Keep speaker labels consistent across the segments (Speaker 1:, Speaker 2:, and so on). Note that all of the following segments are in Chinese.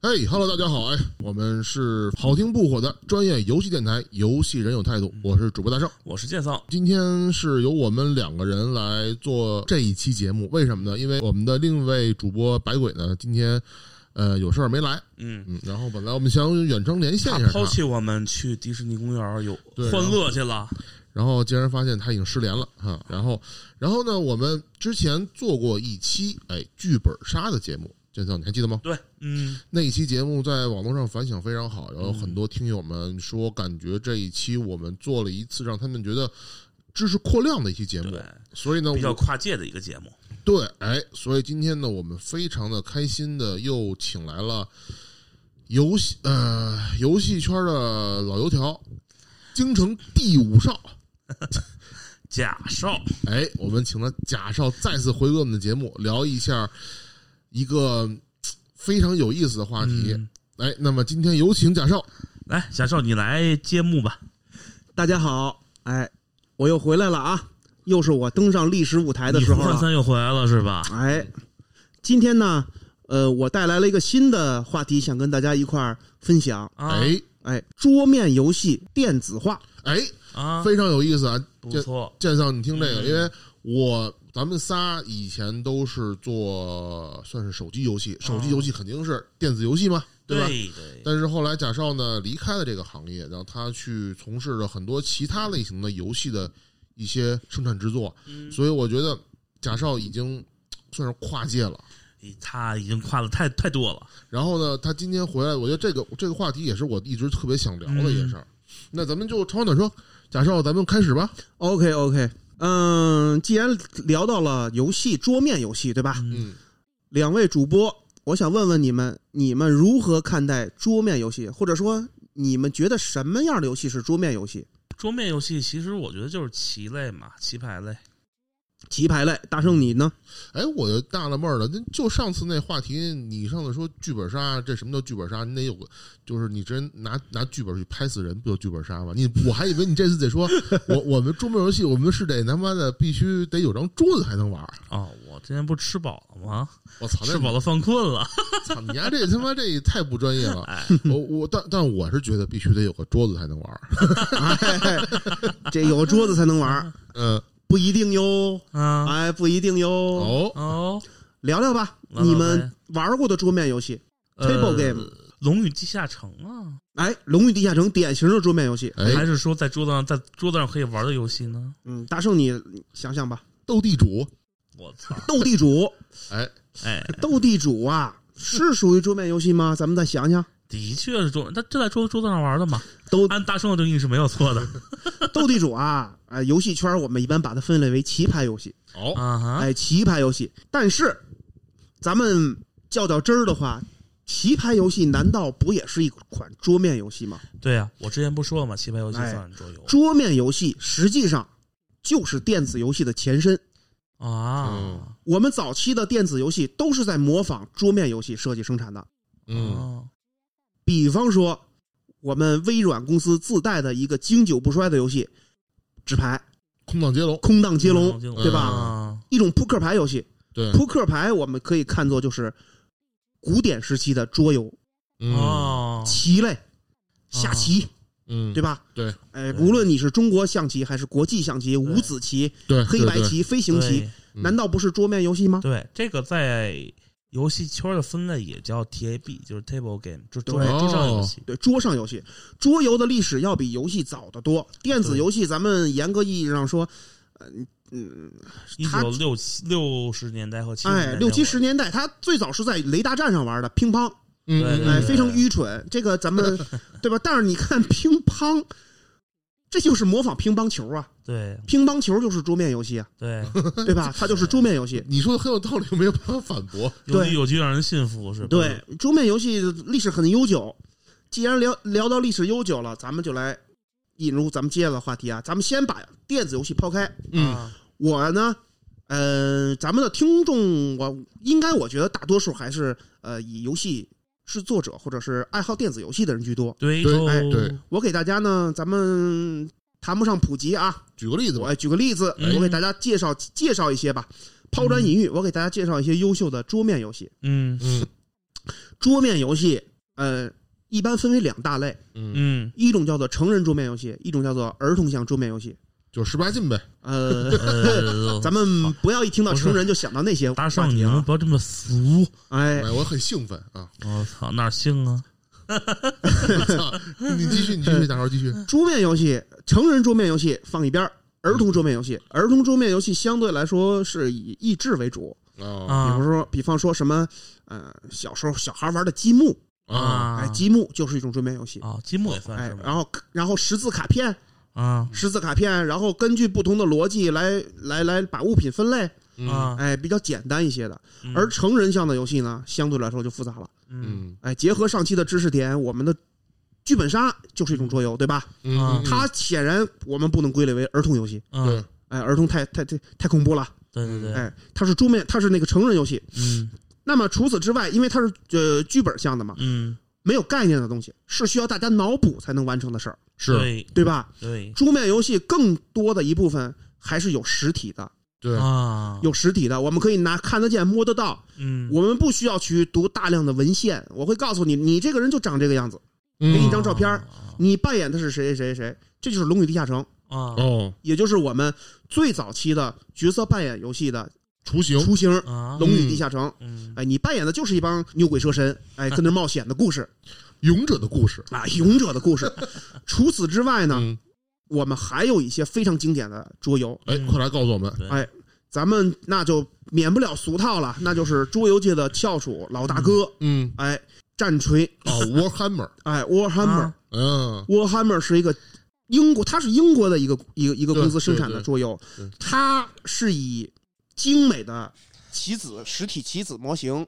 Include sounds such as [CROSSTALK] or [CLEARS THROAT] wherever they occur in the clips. Speaker 1: 嘿哈喽，大家好，哎，我们是好听不火的专业游戏电台《游戏人有态度》，
Speaker 2: 嗯
Speaker 1: 我是主播大圣。
Speaker 2: 我是剑桑，
Speaker 1: 今天是由我们两个人来做这一期节目，为什么呢？因为我们的另一位主播白鬼呢，今天呃有事儿没来，
Speaker 2: 嗯，
Speaker 1: 嗯，然后本来我们想远程连线
Speaker 2: 他
Speaker 1: 一下
Speaker 2: 抛
Speaker 1: 他，
Speaker 2: 弃我们去迪士尼公园儿有
Speaker 1: 对
Speaker 2: 欢乐去了，
Speaker 1: 然后竟然发现他已经失联了哈。然后，然后呢，我们之前做过一期哎剧本杀的节目，建桑你还记得吗？
Speaker 2: 对，嗯，
Speaker 1: 那一期节目在网络上反响非常好，然后很多听友们说，感觉这一期我们做了一次让他们觉得知识扩量的一期节目
Speaker 2: 对，，
Speaker 1: 所以呢，
Speaker 2: 比较
Speaker 1: 我
Speaker 2: 跨界的一个节目，
Speaker 1: 对，哎，所以今天呢，我们非常的开心的又请来了游戏呃游戏圈的老油条，京城第五少，
Speaker 2: 假少，
Speaker 1: 哎，我们请了贾少再次回归我们的节目，聊一下一个嘖非常有意思的话题。
Speaker 2: 嗯
Speaker 1: 哎，那么今天有请贾少。
Speaker 2: 来，假少你来揭幕吧，
Speaker 3: 大家好，哎，我又回来了啊，又是我登上历史舞台的
Speaker 2: 你
Speaker 3: 时候
Speaker 2: 换
Speaker 3: 了。
Speaker 2: 三又回来了是吧？
Speaker 3: 哎，今天呢，呃，我带来了一个新的话题，想跟大家一块儿分享。
Speaker 2: 啊
Speaker 1: 哎
Speaker 3: 哎，桌面游戏电子化，
Speaker 1: 哎，
Speaker 2: 啊，
Speaker 1: 非常有意思啊！
Speaker 2: 不
Speaker 1: 这
Speaker 2: 错，
Speaker 1: 建上，你听这个，
Speaker 2: 嗯
Speaker 1: 因为我咱们仨以前都是做算是手机游戏，手机游戏肯定是电子游戏嘛，对吧？
Speaker 2: 哦对对
Speaker 1: 但是后来贾少呢离开了这个行业，然后他去从事了很多其他类型的游戏的一些生产制作，
Speaker 2: 嗯
Speaker 1: 所以我觉得贾少已经算是跨界了。
Speaker 2: 哎他已经跨的太太多了，
Speaker 1: 然后呢，他今天回来，我觉得这个这个话题也是我一直特别想聊的一件事儿。
Speaker 2: 嗯
Speaker 1: 那咱们就长话短说，贾少，咱们开始吧。
Speaker 3: OK OK，嗯，既然聊到了游戏桌面游戏，对吧？
Speaker 1: 嗯，
Speaker 3: 两位主播，我想问问你们，你们如何看待桌面游戏，或者说你们觉得什么样的游戏是桌面游戏？
Speaker 2: 桌面游戏其实我觉得就是棋类嘛，棋牌类，
Speaker 3: 棋牌类，大圣你呢？
Speaker 1: 哎，我就纳了闷儿了，那就上次那话题，你上次说剧本杀，这什么叫剧本杀？你得有个，就是你真拿拿剧本去拍死人，不就剧本杀吗？你我还以为你这次得说， [LAUGHS] 我我们桌面游戏，我们是得他妈的必须得有张桌子才能玩儿。
Speaker 2: 哦，我之前不吃饱了吗？
Speaker 1: 我操，那
Speaker 2: 吃饱了犯困了，
Speaker 1: 操你丫这他妈这也太不专业了。
Speaker 2: 哎，
Speaker 1: 我我但但我是觉得必须得有个桌子才能玩儿。
Speaker 3: 哎，这有桌子才能玩儿，
Speaker 1: 嗯，
Speaker 3: 不一定哟。
Speaker 2: 啊
Speaker 3: 哎，不一定哟。
Speaker 1: 哦，
Speaker 2: 哦
Speaker 3: 聊聊吧，
Speaker 2: 聊聊呗
Speaker 3: 你们玩过的桌面游戏
Speaker 2: 呃
Speaker 3: ，table game。
Speaker 2: 龙与地下城啊，
Speaker 3: 哎，《龙与地下城》典型的桌面游戏。
Speaker 2: 还
Speaker 1: 哎，
Speaker 2: 是说在桌子上，在桌子上可以玩的游戏呢？
Speaker 3: 嗯，大圣，你想想吧，
Speaker 1: 斗地主，
Speaker 2: 我
Speaker 3: [LAUGHS]
Speaker 2: 操！
Speaker 3: 斗地主，
Speaker 1: 哎，
Speaker 2: 哎，
Speaker 3: 斗地主啊，是属于桌面游戏吗？咱们再想想，
Speaker 2: 的确是桌，那这在桌桌子上玩的嘛？
Speaker 3: 斗
Speaker 2: 按大圣的定义是没有错
Speaker 3: [LAUGHS]
Speaker 2: 的
Speaker 3: 斗地主啊，啊，游戏圈我们一般把它分类为棋牌游戏。
Speaker 1: 哦，
Speaker 2: 啊哈！
Speaker 3: 哎，棋牌游戏，但是咱们较较真儿的话。棋牌游戏难道不也是一款桌面游戏吗？
Speaker 2: 对呀、我之前不说了嘛，棋牌游戏
Speaker 3: 哎
Speaker 2: 算桌游、
Speaker 3: 桌面游戏实际上就是电子游戏的前身。
Speaker 2: 啊
Speaker 1: 嗯。
Speaker 3: 我们早期的电子游戏都是在模仿桌面游戏设计生产的。
Speaker 1: 嗯，
Speaker 2: 哦
Speaker 3: 比方说，我们微软公司自带的一个经久不衰的游戏——纸牌、
Speaker 1: 空档接龙，
Speaker 3: 空档接
Speaker 2: 空
Speaker 3: 龙，
Speaker 2: 档
Speaker 3: 对吧
Speaker 2: 啊
Speaker 3: 一种扑克牌游戏。
Speaker 1: 嗯对，
Speaker 3: 扑克牌我们可以看作就是古典时期的桌游，
Speaker 1: 嗯
Speaker 2: 哦，
Speaker 3: 棋类、下棋，
Speaker 1: 嗯，
Speaker 3: 对吧？
Speaker 1: 对
Speaker 3: 哎，
Speaker 2: 对
Speaker 3: 无论你是中国象棋还是国际象棋、五子棋、
Speaker 1: 对，
Speaker 3: 黑
Speaker 1: 对
Speaker 3: 白
Speaker 1: 对
Speaker 3: 棋、飞行棋，
Speaker 1: 嗯
Speaker 3: 难道不是桌面游戏吗？
Speaker 2: 对对这个在游戏圈的分类也叫 TAB，就是 Table Game，就是桌
Speaker 3: 对哦
Speaker 2: 桌上游戏。
Speaker 3: 对，桌上游戏，桌游的历史要比游戏早得多。电子
Speaker 2: 对
Speaker 3: 游戏，咱们严格意义上说，嗯
Speaker 2: 一
Speaker 3: 它
Speaker 2: 九六七六十年代和七
Speaker 3: 嗯，哎，六七十年代，它最早是在雷达站上玩的乒乓，
Speaker 1: 嗯
Speaker 2: 对
Speaker 1: 嗯
Speaker 2: 对
Speaker 3: 哎，
Speaker 1: 嗯
Speaker 3: 非常愚蠢。这个
Speaker 2: [LAUGHS]
Speaker 3: 咱们对吧？但是你看乒乓，这就是模仿乒乓球啊，
Speaker 2: 对
Speaker 3: 乒乓球就是桌面游戏啊，
Speaker 2: 对，
Speaker 3: [LAUGHS] 对吧？它就是桌面
Speaker 2: [LAUGHS]
Speaker 3: 游戏。
Speaker 1: 你说的很有道理，没有办法反驳。
Speaker 2: 有
Speaker 3: 对
Speaker 2: 句有句让人信服是吧？
Speaker 3: 对，桌面游戏历史很悠久。既然聊聊到历史悠久了，咱们就来引入咱们接下来的话题啊。咱们先把电子游戏抛开，
Speaker 1: 嗯
Speaker 2: 啊
Speaker 3: 我呢，呃，咱们的听众，我应该我觉得大多数还是呃以游戏制作者或者是爱好电子游戏的人居多。
Speaker 2: 对哦
Speaker 1: 对
Speaker 2: 头
Speaker 3: 哎
Speaker 1: 对
Speaker 3: 我给大家呢，咱们谈不上普及啊，
Speaker 1: 举个例子吧
Speaker 3: 我，举个例子，
Speaker 2: 嗯
Speaker 3: 我给大家介绍介绍一些吧。抛砖引玉，我给大家介绍一些优秀的桌面游戏。
Speaker 2: 嗯
Speaker 1: 嗯
Speaker 3: 桌面游戏呃，一般分为两大类，
Speaker 1: 嗯，
Speaker 2: 嗯，
Speaker 3: 一种叫做成人桌面游戏，一种叫做儿童向桌面游戏。
Speaker 1: 就十八禁呗。
Speaker 2: [LAUGHS]
Speaker 3: 呃，
Speaker 2: 呃，
Speaker 3: [LAUGHS] 咱们不要一听到成人就想到那些
Speaker 2: 大
Speaker 3: 话
Speaker 2: 圣，
Speaker 3: 题
Speaker 2: 你们
Speaker 3: 啊。
Speaker 2: 不要这么俗！
Speaker 3: 哎，
Speaker 1: 哎，我很兴奋
Speaker 3: [LAUGHS]
Speaker 1: 啊！
Speaker 2: 我操，哪儿兴啊？
Speaker 1: 我操，
Speaker 3: 嗯
Speaker 1: 你继续，你继续，大伙继续。
Speaker 3: 桌面游戏，成人桌面游戏放一边儿，儿童桌面游戏，儿童桌面游戏相对来说是以益智为主，
Speaker 1: 啊
Speaker 3: 比
Speaker 2: 啊
Speaker 3: 如说，比方说什么，呃，小时候小孩玩的积木，
Speaker 1: 啊！
Speaker 3: 哎，积木就是一种桌面游戏，
Speaker 2: 啊，积木也算
Speaker 3: 哎
Speaker 2: 是，吧
Speaker 3: 然后然后识字卡片，
Speaker 2: 啊
Speaker 3: 识字卡片，然后根据不同的逻辑来来来把物品分类，
Speaker 1: 嗯
Speaker 2: 啊，
Speaker 3: 哎，比较简单一些的。
Speaker 2: 嗯
Speaker 3: 而成人向的游戏呢，相对来说就复杂了，
Speaker 2: 嗯
Speaker 1: 嗯
Speaker 3: 哎，结合上期的知识点，我们的。剧本杀就是一种桌游，对吧？
Speaker 1: 嗯，
Speaker 3: 它显然我们不能归类为儿童游戏，
Speaker 2: 嗯
Speaker 1: 对，
Speaker 3: 哎，儿童太太太太恐怖了，
Speaker 2: 对对对，
Speaker 3: 哎，它是桌面，它是那个成人游戏。
Speaker 2: 嗯
Speaker 3: 那么除此之外，因为它是呃剧本向的嘛，
Speaker 2: 嗯，
Speaker 3: 没有概念的东西是需要大家脑补才能完成的事儿，
Speaker 1: 是，
Speaker 2: 对
Speaker 3: 对吧？
Speaker 2: 对
Speaker 3: 桌面游戏更多的一部分还是有实体的，
Speaker 1: 对，
Speaker 2: 啊，
Speaker 3: 有实体的，我们可以拿看得见、摸得到，
Speaker 2: 嗯，
Speaker 3: 我们不需要去读大量的文献。我会告诉你，你这个人就长这个样子，给
Speaker 1: 嗯
Speaker 3: 你一张照片儿你扮演的是谁谁谁谁，这就是《龙与地下城》，
Speaker 2: 啊
Speaker 1: 哦，
Speaker 3: 也就是我们最早期的角色扮演游戏的
Speaker 1: 雏形，
Speaker 3: 雏形，《
Speaker 2: 啊，
Speaker 3: 龙与地下城》。
Speaker 2: 嗯
Speaker 3: 哎，你扮演的就是一帮牛鬼蛇神，哎，跟那儿冒险的故事
Speaker 1: 勇者的故事。
Speaker 3: 啊，勇者的故事。除此之外呢，
Speaker 1: 嗯，
Speaker 3: 我们还有一些非常经典的桌游，
Speaker 1: 哎，
Speaker 2: 嗯
Speaker 1: 快来告诉我们，
Speaker 2: 对
Speaker 3: 哎咱们那就免不了俗套了，那就是桌游界的翘楚老大哥，
Speaker 1: 嗯，
Speaker 3: 哎，战锤，
Speaker 1: 啊，Warhammer，
Speaker 3: 哎，Warhammer，Warhammer、
Speaker 2: 啊
Speaker 1: 嗯
Speaker 3: Warhammer 是一个英国，它是英国的一个一个一个
Speaker 1: 对
Speaker 3: 公司生
Speaker 1: 对
Speaker 3: 产的
Speaker 1: 对
Speaker 3: 桌游
Speaker 1: 对，
Speaker 3: 它是以精美的棋子实体棋子模型，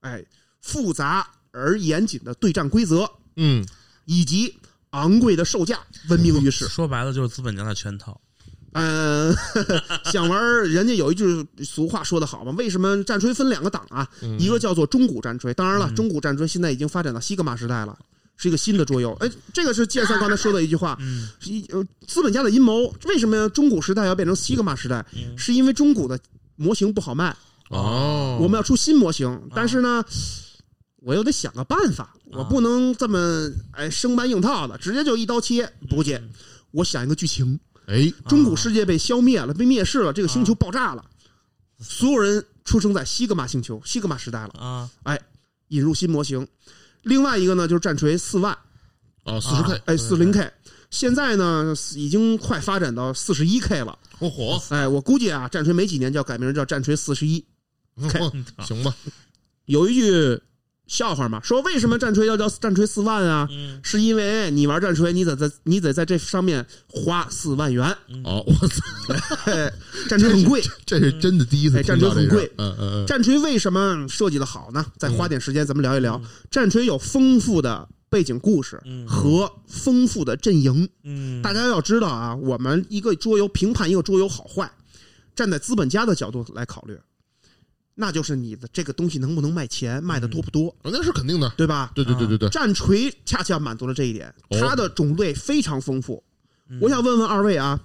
Speaker 3: 哎，复杂而严谨的对战规则，
Speaker 1: 嗯，
Speaker 3: 以及昂贵的售价闻名
Speaker 2: [LAUGHS]
Speaker 3: 于世。
Speaker 2: 说白了就是资本家的圈套，
Speaker 3: 嗯， [LAUGHS] 想玩儿人家有一句俗话说得好嘛，为什么战锤分两个档啊？
Speaker 1: 嗯
Speaker 3: 一个叫做中古战锤，当然了，
Speaker 2: 嗯
Speaker 3: 中古战锤现在已经发展到西格玛时代了。是一个新的桌游，哎，这个是剑三刚才说的一句话，
Speaker 2: 嗯
Speaker 3: 是一呃资本家的阴谋。为什么中古时代要变成西格玛时代？
Speaker 2: 嗯
Speaker 3: 是因为中古的模型不好卖，
Speaker 1: 哦，
Speaker 2: 嗯
Speaker 3: 我们要出新模型，但是呢，我又得想个办法，
Speaker 2: 啊
Speaker 3: 我不能这么哎生搬硬套的，直接就一刀切。
Speaker 2: 嗯
Speaker 3: 不介，我想一个剧情，
Speaker 1: 哎，
Speaker 2: 啊
Speaker 3: 中古世界被消灭了，被蔑视了，这个星球爆炸了，所有人出生在西格玛星球，西格玛时代了，
Speaker 2: 啊
Speaker 3: 引入新模型。另外一个呢，就是战锤四万，
Speaker 1: 啊，四十 K，
Speaker 3: 哎，四零
Speaker 2: 对
Speaker 3: K，现在呢已经快发展到四十一 K 了，
Speaker 1: 火哦火，
Speaker 3: 哎，我估计啊，战锤没几年就要改名叫战锤四十一。
Speaker 2: 嗯
Speaker 1: 行吧，
Speaker 3: 有一句笑话嘛，说为什么战锤要叫战锤四万啊？
Speaker 2: 嗯
Speaker 3: 是因为你玩战锤，你得在你得在这上面花四万元，
Speaker 2: 嗯
Speaker 3: [LAUGHS]
Speaker 1: 哦，我 [LAUGHS] 操，
Speaker 3: 哎战锤很
Speaker 2: [LAUGHS]
Speaker 3: 贵。
Speaker 1: 这是真的第一次
Speaker 3: 哎
Speaker 1: 听
Speaker 3: 战
Speaker 1: 到
Speaker 3: 锤
Speaker 1: 这
Speaker 3: 很
Speaker 1: 个
Speaker 3: 贵，
Speaker 1: 嗯嗯嗯，
Speaker 3: 战锤为什么设计的好呢？再花点时间，咱们聊一聊。战锤有丰富的背景故事
Speaker 2: 嗯
Speaker 3: 和丰富的阵营。
Speaker 2: 嗯，
Speaker 3: 大家要知道啊，我们一个桌游评判一个桌游好坏，站在资本家的角度来考虑，那就是你的这个东西能不能卖钱，卖的
Speaker 2: 嗯
Speaker 3: 多不多，
Speaker 1: 啊那是肯定的，
Speaker 3: 对吧？
Speaker 1: 对对对对 [LAUGHS] 对，
Speaker 3: 战锤恰恰满足了这一点，
Speaker 1: 哦
Speaker 3: 它的种类非常丰富。
Speaker 2: 嗯
Speaker 3: 我想问问二位啊，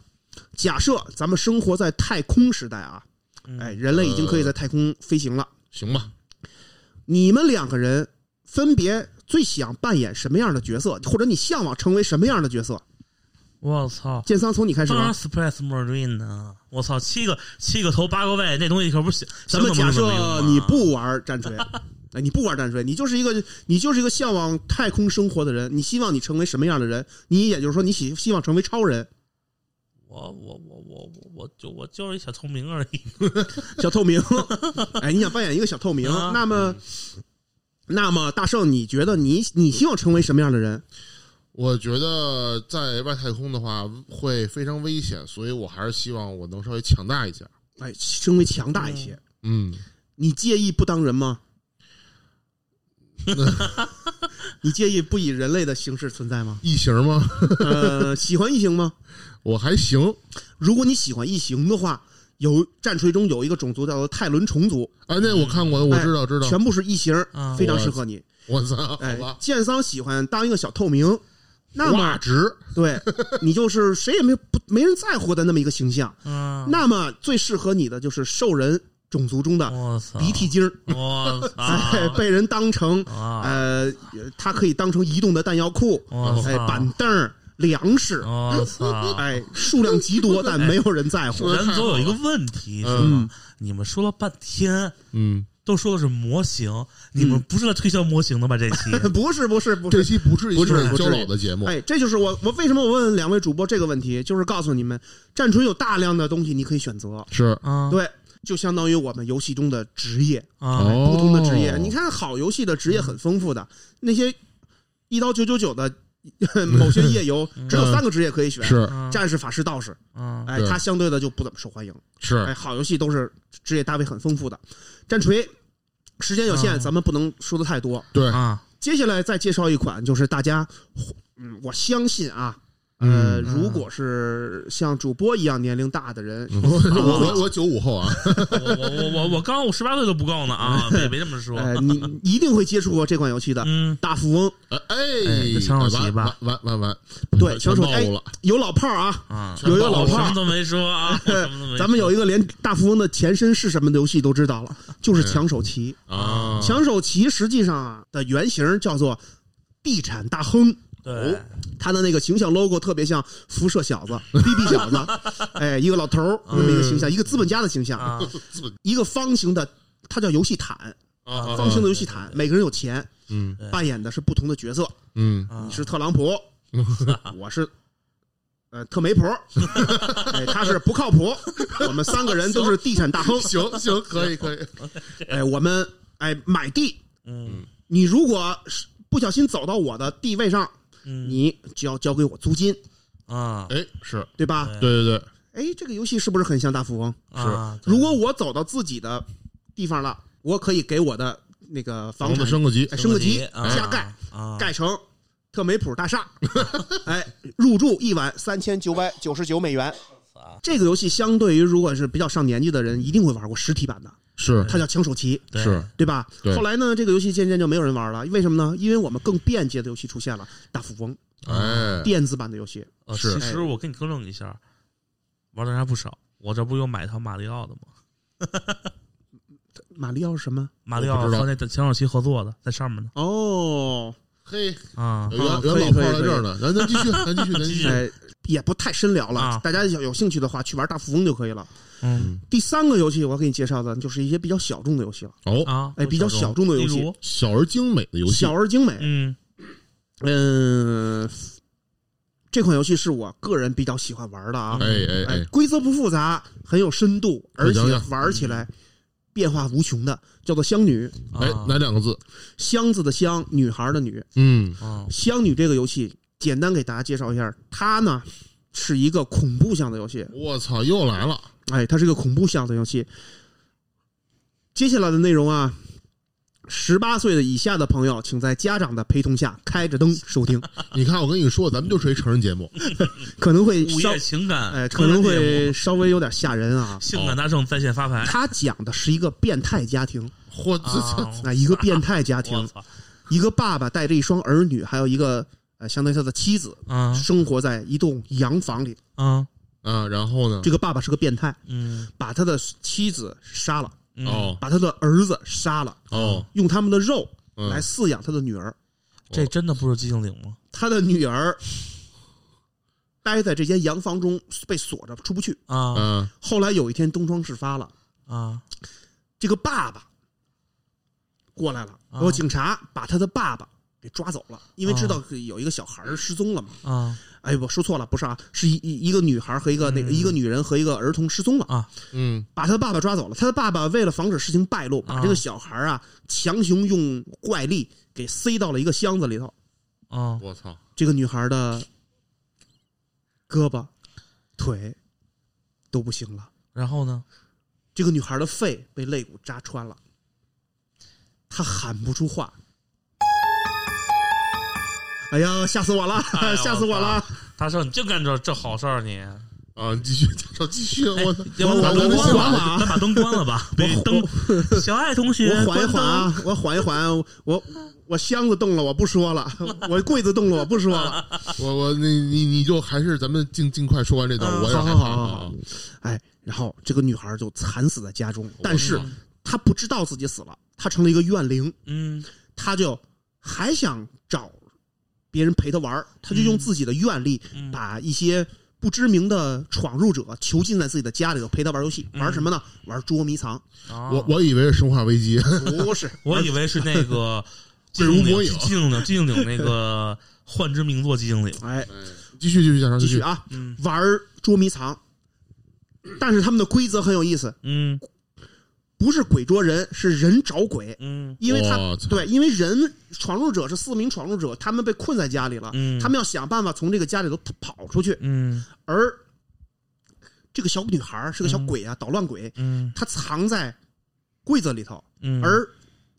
Speaker 3: 假设咱们生活在太空时代啊，
Speaker 2: 嗯
Speaker 3: 哎，人类已经可以在太空飞行了。
Speaker 1: 行吧，
Speaker 3: 你们两个人分别最想扮演什么样的角色，或者你向往成为什么样的角色？
Speaker 2: 我操，
Speaker 3: 建桑，从你开始
Speaker 2: 当然
Speaker 3: 吧。
Speaker 2: Space Marine 呢，我操，七个七个头八个胃，那东西可不是
Speaker 3: 咱们
Speaker 2: 想
Speaker 3: 假
Speaker 2: 怎么
Speaker 3: 设
Speaker 2: 用怎么用啊
Speaker 3: 你不玩战锤， [LAUGHS] 哎，你不玩战锤，你就是一个你就是一个向往太空生活的人。你希望你成为什么样的人？你也就是说，你希希望成为超人、
Speaker 2: 我我我我我我就我就是一小聪明而已，
Speaker 3: 小
Speaker 1: [LAUGHS]
Speaker 3: 透明。哎，你想扮演一个小透明，
Speaker 2: 啊
Speaker 3: 那么。那么，大圣，你觉得你你希望成为什么样的人？
Speaker 1: 我觉得在外太空的话会非常危险，所以我还是希望我能稍微强大一些。
Speaker 3: 哎，成为强大一些。
Speaker 1: 嗯，
Speaker 3: 你介意不当
Speaker 1: [LAUGHS]
Speaker 3: 人吗？你介意不以人类的形式存在吗？
Speaker 1: 异形吗？ [LAUGHS]
Speaker 3: 呃，喜欢异形吗？
Speaker 1: 我还行。
Speaker 3: 如果你喜欢异形的话，有战锤中有一个种族叫做泰伦虫族，
Speaker 1: 啊，那我看过
Speaker 3: 哎
Speaker 1: 的，我知道知道。
Speaker 3: 全部是异形，
Speaker 2: 啊
Speaker 3: 非常适合你。
Speaker 1: 我操，好
Speaker 3: 哎
Speaker 1: 吧，，
Speaker 3: 剑桑喜欢当一个小透明，那
Speaker 1: 挂
Speaker 3: 么
Speaker 1: 职，
Speaker 3: 对你就是谁也没不没人在乎的那么一个形象。
Speaker 2: 嗯，
Speaker 3: 那么最适合你的就是兽人种族中的
Speaker 2: 我操，
Speaker 3: 鼻涕精儿， [LAUGHS]
Speaker 2: 我操，
Speaker 3: 哎，被人当成
Speaker 2: 啊，
Speaker 3: 呃，它可以当成移动的弹药库，
Speaker 2: 我
Speaker 3: 哎，
Speaker 2: 操，
Speaker 3: 板凳儿、粮食，
Speaker 2: 我操，
Speaker 3: [LAUGHS] 哎，数量极多，但没有人在乎。
Speaker 2: 咱总有一个问题
Speaker 3: 嗯
Speaker 2: 是吗？你们说了半天。
Speaker 1: 嗯，
Speaker 2: 都说的是模型，你
Speaker 3: 嗯
Speaker 2: 们不是来推销模型的吧？这
Speaker 3: [LAUGHS]
Speaker 2: 期
Speaker 3: 不是不是不
Speaker 1: 这
Speaker 3: 是，
Speaker 1: 期不是一
Speaker 3: 不至于
Speaker 1: 个
Speaker 3: 不至于
Speaker 1: 交老的节目，
Speaker 3: 哎，这就是我我为什么我问两位主播这个问题，就是告诉你们，战锤有大量的东西你可以选择，
Speaker 1: 是
Speaker 2: 啊，
Speaker 3: 对，就相当于我们游戏中的职业，
Speaker 2: 啊，
Speaker 1: 哦
Speaker 3: 不同的职业。你看好游戏的职业很丰富
Speaker 1: 嗯
Speaker 3: 的，那些一刀九九
Speaker 1: [LAUGHS]
Speaker 3: 九的某些夜游
Speaker 2: 嗯
Speaker 3: 只有三个职业可以选，
Speaker 1: 是
Speaker 3: 战士、法师、道士，
Speaker 2: 啊，
Speaker 3: 哎，
Speaker 1: 对
Speaker 3: 它相对的就不怎么受欢迎。哎，
Speaker 1: 是，
Speaker 3: 好游戏都是职业搭配很丰富的。战锤，时间有
Speaker 1: 啊
Speaker 3: 限，
Speaker 2: 嗯
Speaker 3: 咱们不能说的太多。
Speaker 1: 对，
Speaker 2: 啊，
Speaker 3: 接下来再介绍一款，就是大家，嗯，我相信啊，呃，
Speaker 1: 嗯
Speaker 3: 如果是像主播一样年龄大的人，
Speaker 1: 我我我九五后
Speaker 3: [LAUGHS]
Speaker 1: 啊，
Speaker 2: 我我我我我刚我十八岁都不够呢啊！别别这么说，
Speaker 3: 呃，你你一定会接触过这款游戏的。
Speaker 2: 嗯，
Speaker 3: 大富翁
Speaker 1: 哎
Speaker 2: 哎这，抢手棋吧
Speaker 1: 完完完完，
Speaker 3: 对
Speaker 1: 嗯
Speaker 3: 哎
Speaker 1: 全
Speaker 3: 抢手
Speaker 1: 暴露了，
Speaker 3: 有老炮儿啊，
Speaker 2: 啊，
Speaker 1: 有一个老
Speaker 2: 我什
Speaker 1: 炮
Speaker 2: 么都没说
Speaker 3: [LAUGHS]
Speaker 2: 啊，我什么都没说
Speaker 3: 咱们有一个连大富翁的前身是什么的游戏都知道了，就是
Speaker 1: 嗯
Speaker 3: 抢手棋。
Speaker 1: 啊， [LAUGHS]
Speaker 3: 抢手棋实际上啊的原型叫做地产大亨。
Speaker 2: 对
Speaker 3: 他的那个形象 logo 特别像辐射小子、BB 小子，哎，一个老头儿那么一个形象，一个资本家的形象，
Speaker 2: 啊，
Speaker 1: 资本
Speaker 3: 一个方形的，它叫游戏毯，
Speaker 1: 啊，
Speaker 3: 方形的游戏毯，每个人有钱，
Speaker 1: 嗯
Speaker 2: 对
Speaker 3: 扮演的是不同的角色， [LAUGHS]
Speaker 1: 嗯
Speaker 2: 啊
Speaker 3: 你是特朗普，我是。呃，特媒婆， [LAUGHS] 哎，他是不靠谱。我们三个人都是地产大亨
Speaker 1: 嗯，。行行，可以可以，
Speaker 3: 哎，我们哎买地，
Speaker 2: 嗯
Speaker 3: 你如果是不小心走到我的地位上，
Speaker 2: 嗯
Speaker 3: 你就要交给我租金，
Speaker 2: 啊
Speaker 1: 哎，是
Speaker 3: 对吧？
Speaker 1: 对对对，
Speaker 3: 哎，这个游戏是不是很像大富翁？
Speaker 2: 啊，对
Speaker 3: 如果我走到自己的地方了，我可以给我的那个房
Speaker 1: 房子
Speaker 3: 产
Speaker 1: 升个级，
Speaker 3: 哎升个级
Speaker 2: 啊
Speaker 3: 加盖
Speaker 2: 啊，
Speaker 3: 盖成特梅普大厦，哎，入住一晚三千九百九十九美元。这个游戏相对于如果是比较上年纪的人，一定会玩过实体版的，
Speaker 1: 是
Speaker 3: 它叫抢手棋，
Speaker 2: 对啊
Speaker 1: 是
Speaker 3: 对吧？
Speaker 1: 对
Speaker 3: 后来呢，这个游戏渐渐就没有人玩了，为什么呢？因为我们更便捷的游戏出现了，大富翁
Speaker 1: 哎，
Speaker 3: 电子版的游戏。
Speaker 2: 呃
Speaker 1: 是
Speaker 2: 其实我跟你更正一下，玩的人还不少。我这不是又买一套马里奥的吗？
Speaker 3: 马里奥是什么？
Speaker 2: 马里奥
Speaker 1: 我不知道
Speaker 2: 和那抢手棋合作的，在上面呢
Speaker 1: 啊
Speaker 3: 哦，
Speaker 1: 嘿，
Speaker 2: 啊
Speaker 1: 原原老炮在这儿呢，咱咱继续，咱继续，咱继续，
Speaker 3: [LAUGHS] 哎，也不太深聊了，
Speaker 2: 啊
Speaker 3: 大家有有兴趣的话去玩大富翁就可以了。
Speaker 2: 嗯
Speaker 3: 第三个游戏我要给你介绍的就是一些比较小众的游戏了，
Speaker 1: 哦，
Speaker 2: 啊，
Speaker 3: 哎比较小众的游戏哎
Speaker 2: 例如
Speaker 1: 小而精美的游戏
Speaker 3: 小，而精美。
Speaker 2: 嗯
Speaker 3: 嗯、这款游戏是我个人比较喜欢玩的啊，
Speaker 1: 哎哎嗯
Speaker 3: 哎
Speaker 1: 哎，，
Speaker 3: 规则不复杂，很有深度，而
Speaker 1: 快
Speaker 3: 且
Speaker 1: 讲讲
Speaker 3: 玩起来变化无穷的，叫做箱女，
Speaker 2: 啊
Speaker 1: 哎，哪两个字？
Speaker 3: 箱子的箱，女孩的女。
Speaker 1: 嗯，
Speaker 2: 啊
Speaker 3: 箱女这个游戏，简单给大家介绍一下，它呢是一个恐怖向的游戏，
Speaker 1: 我操，又来了，
Speaker 3: 哎，它是一个恐怖向的游戏。接下来的内容啊，十八岁的以下的朋友，请在家长的陪同下开着灯收听，
Speaker 1: 你看，我跟你说，咱们就是一成人节目，
Speaker 3: 可能会
Speaker 2: 午
Speaker 3: 稍
Speaker 2: 夜情感，
Speaker 3: 哎，可
Speaker 2: 成人
Speaker 3: 能
Speaker 2: 节
Speaker 3: 会
Speaker 2: 目
Speaker 3: 稍微有点吓人啊。
Speaker 2: 性感大圣在线发
Speaker 3: [LAUGHS]
Speaker 2: 牌，
Speaker 3: 他讲的是一个变态家庭，
Speaker 1: 嚯，这
Speaker 2: 啊
Speaker 1: 这
Speaker 3: 啊，一个变态
Speaker 2: [LAUGHS]
Speaker 3: 家
Speaker 2: 我
Speaker 3: 庭，
Speaker 2: 操
Speaker 3: 一个爸爸带着一双儿女，还有一个呃，相当于他的妻子，
Speaker 2: 啊
Speaker 3: 生活在一栋洋房里。
Speaker 2: 啊
Speaker 1: [LAUGHS] 啊，然后呢？
Speaker 3: 这个爸爸是个变态，
Speaker 2: 嗯
Speaker 3: 把他的妻子杀了，
Speaker 2: 嗯
Speaker 1: 哦
Speaker 3: 把他的儿子杀了，
Speaker 1: 哦，
Speaker 3: 用他们的肉
Speaker 1: 嗯
Speaker 3: 来饲养他的女儿。
Speaker 2: 这真的不是寂静岭吗？
Speaker 3: 他的女儿待在这间洋房中被锁着出不去。
Speaker 2: 啊
Speaker 1: 嗯，
Speaker 3: 后来有一天东窗事发了，
Speaker 2: 啊
Speaker 3: 这个爸爸过来了，
Speaker 2: 啊
Speaker 3: 然后警察把他的爸爸给抓走了，因为知道有一个小孩儿失踪了嘛。
Speaker 2: 啊
Speaker 3: 哎，我说错了，不是啊，是一一一个女孩和一个那个、
Speaker 2: 嗯
Speaker 3: 一个女人和一个儿童失踪了，
Speaker 2: 啊
Speaker 1: 嗯，
Speaker 3: 把他的爸爸抓走了。他的爸爸为了防止事情败露，把
Speaker 2: 啊
Speaker 3: 这个小孩儿啊强行用怪力给塞到了一个箱子里头。
Speaker 2: 啊！
Speaker 1: 我操，
Speaker 3: 这个女孩的胳膊、腿都不行了，
Speaker 2: 然后呢？
Speaker 3: 这个女孩的肺被肋骨扎穿了，她喊不出话。哎呀，吓死我了！
Speaker 2: 哎呀
Speaker 3: 吓死我了！
Speaker 2: 大圣，你净干这这好事儿你
Speaker 1: 啊，你继续， [LAUGHS] 操继续，
Speaker 2: 哎
Speaker 1: 我操，
Speaker 2: 要不
Speaker 1: 我
Speaker 2: 把灯
Speaker 1: 我
Speaker 2: 关
Speaker 1: 我
Speaker 2: 了吧？咱把灯关了吧。被灯，小爱同学，
Speaker 3: 我缓
Speaker 2: 关
Speaker 3: 一缓
Speaker 2: 灯
Speaker 3: 啊，我缓一缓，我我箱子动了，我不说了，我柜子动了，我不说了。
Speaker 1: 我我你你你就还是咱们尽尽快说完这段，
Speaker 2: 嗯
Speaker 1: 我也害怕
Speaker 3: 好好好好
Speaker 1: 啊。
Speaker 3: 哎，然后这个女孩就惨死在家中，但是
Speaker 2: 嗯
Speaker 3: 她不知道自己死了，她成了一个怨灵，
Speaker 2: 嗯
Speaker 3: 她就还想找别人陪她玩儿，她就用
Speaker 2: 嗯
Speaker 3: 自己的愿力
Speaker 2: 嗯
Speaker 3: 把一些不知名的闯入者囚禁在自己的家里头，陪她玩游戏，
Speaker 2: 嗯
Speaker 3: 玩什么呢？玩捉迷藏，
Speaker 2: 啊
Speaker 1: 我我以为是《生化危机》 [LAUGHS]
Speaker 3: 不是。
Speaker 2: 我以为是那个
Speaker 1: 鬼
Speaker 2: 寂静
Speaker 1: 屋
Speaker 2: 岭
Speaker 1: 魔影
Speaker 2: 寂静岭寂静岭那个幻之名作寂静岭。
Speaker 3: 哎，
Speaker 1: 继续继续，小张
Speaker 3: 继
Speaker 1: 继
Speaker 3: 续
Speaker 1: 续。
Speaker 3: 啊，
Speaker 2: 嗯
Speaker 3: 玩捉迷藏，但是他们的规则很有意思，
Speaker 2: 嗯
Speaker 3: 不是鬼捉人，是人找鬼，
Speaker 2: 嗯
Speaker 3: 因为他
Speaker 1: 我操
Speaker 3: 对，因为人闯入者是四名闯入者，他们被困在家里了，
Speaker 2: 嗯
Speaker 3: 他们要想办法从这个家里头跑出去，
Speaker 2: 嗯
Speaker 3: 而这个小女孩儿是个小鬼啊，捣乱鬼，
Speaker 2: 嗯
Speaker 3: 她藏在柜子里头，
Speaker 2: 嗯，
Speaker 3: 而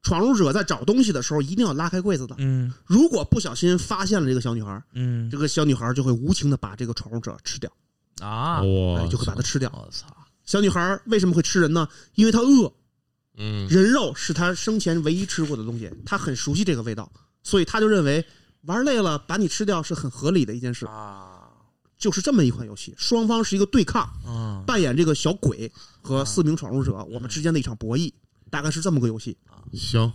Speaker 3: 闯入者在找东西的时候一定要拉开柜子的，
Speaker 2: 嗯
Speaker 3: 如果不小心发现了这个小女孩儿，
Speaker 2: 嗯
Speaker 3: 这个小女孩儿就会无情的把这个闯入者吃掉，
Speaker 2: 啊，
Speaker 1: 哇
Speaker 3: 哎，就会把她吃掉。
Speaker 2: 我操，
Speaker 3: 小女孩儿为什么会吃人呢？因为她饿，
Speaker 1: 嗯，
Speaker 3: 人肉是她生前唯一吃过的东西，她很熟悉这个味道，所以她就认为玩累了把你吃掉是很合理的一件事。
Speaker 2: 啊
Speaker 3: 就是这么一款游戏，双方是一个对抗，
Speaker 2: 嗯
Speaker 3: 扮演这个小鬼和四名闯入者，我们之间的一场博弈，大概是这么个游戏。
Speaker 1: 行，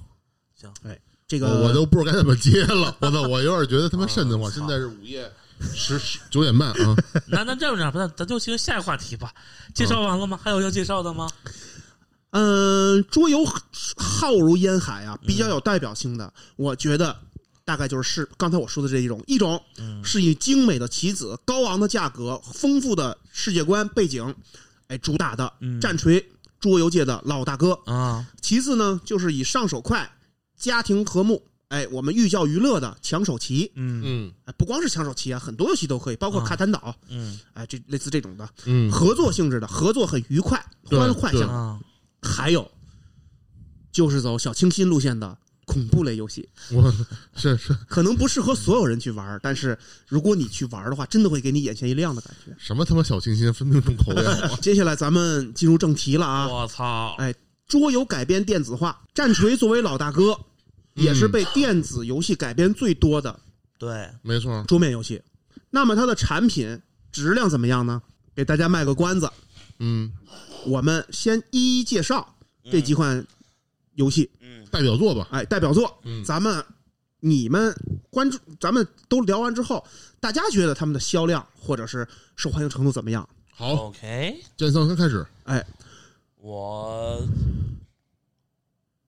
Speaker 3: 这个
Speaker 2: 哦
Speaker 1: 我我都不知道该怎么接了。我操，我有点觉得他妈瘆得
Speaker 2: 啊
Speaker 1: 慌。
Speaker 2: 操
Speaker 1: 现在是午夜十十九点半啊，
Speaker 2: 那那这样吧，那咱就进入下一个话题吧。介绍完了吗？还有要介绍的吗？
Speaker 3: 嗯，桌游浩如烟海
Speaker 2: 嗯
Speaker 3: 啊，比较有代表性的，我觉得大概就是是刚才我说的这一种，一种
Speaker 2: 嗯
Speaker 3: 是以精美的棋子、高昂的价格、丰富的世界观背景，哎，主打的
Speaker 2: 嗯
Speaker 3: 战锤桌游界的老大哥。
Speaker 2: 啊
Speaker 3: 其次呢，就是以上手快、家庭和睦，哎，我们寓教于乐的抢手棋，
Speaker 2: 嗯
Speaker 1: 嗯
Speaker 3: 哎，不光是抢手棋啊，很多游戏都可以，包括
Speaker 2: 啊
Speaker 3: 卡坦岛，
Speaker 2: 嗯
Speaker 3: 哎，这类似这种的
Speaker 1: 嗯，
Speaker 3: 合作性质的，合作很愉快、
Speaker 1: 对
Speaker 3: 欢快
Speaker 1: 对
Speaker 3: 相
Speaker 2: 啊，
Speaker 3: 还有就是走小清新路线的恐怖类游戏，
Speaker 1: 我是是
Speaker 3: 可能不适合所有人去玩儿，但是如果你去玩儿的话，真的会给你眼前一亮的感觉。
Speaker 1: 什么他妈小清新，分明重口味。啊
Speaker 3: [LAUGHS] 接下来咱们进入正题了啊！
Speaker 2: 我操，
Speaker 3: 哎，桌游改编电子化，战锤作为老大哥，也是被电子游戏改编最多的
Speaker 2: 对，
Speaker 1: 没错，
Speaker 3: 桌面游戏。那么它的产品质量怎么样呢？给大家卖个关子，
Speaker 1: 嗯，
Speaker 3: 我们先一一介绍这几款游戏。
Speaker 2: 嗯
Speaker 1: 代表作吧。
Speaker 3: 哎，代表作，
Speaker 1: 嗯
Speaker 3: 咱们你们关注，咱们都聊完之后，大家觉得他们的销量或者是受欢迎程度怎么样？
Speaker 1: 好，
Speaker 2: ，OK，
Speaker 1: 剑三先开始。
Speaker 3: 哎，
Speaker 2: 我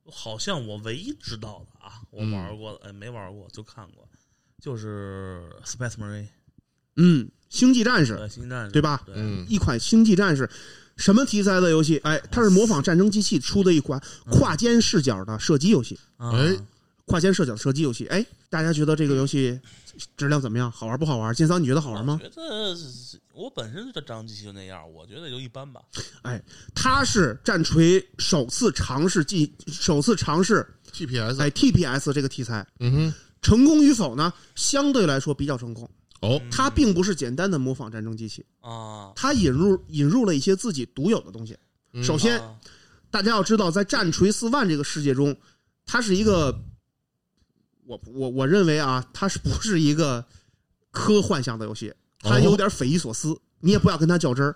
Speaker 2: 好像我唯一知道的啊，我
Speaker 1: 嗯
Speaker 2: 玩过的，哎，没玩过就看过，就是《Space Marine
Speaker 3: 嗯，星际战》士
Speaker 2: 呃，星际战士，
Speaker 3: 对吧
Speaker 2: 对，
Speaker 1: 嗯
Speaker 3: 一款星际战士，什么题材的游戏？哎，它是模仿战争机器出的一款跨间视角的射击游戏，
Speaker 2: 啊
Speaker 1: 哎
Speaker 3: 跨间视角的射击游戏。哎，大家觉得这个游戏质量怎么样？好玩不好玩？金桑，你觉得好玩吗
Speaker 2: 我？觉得我本身这张机器就那样，我觉得就一般吧。
Speaker 3: 它是战锤首次尝试进，首次尝试
Speaker 1: ，TPS。
Speaker 3: 哎 TPS 这个题材。
Speaker 1: 嗯哼，
Speaker 3: 成功与否呢，相对来说比较成功。
Speaker 1: 哦，
Speaker 2: 嗯
Speaker 3: 它并不是简单的模仿战争机器，
Speaker 2: 啊，
Speaker 3: 它引入引入了一些自己独有的东西。
Speaker 1: 嗯
Speaker 3: 首先，
Speaker 2: 啊
Speaker 3: 大家要知道，在战锤四万这个世界中，它是一个，我我我认为啊，它是不是一个科幻向的游戏？
Speaker 2: 哦
Speaker 3: 它有点匪夷所思，你也不要跟它较真
Speaker 2: [LAUGHS]
Speaker 3: 儿。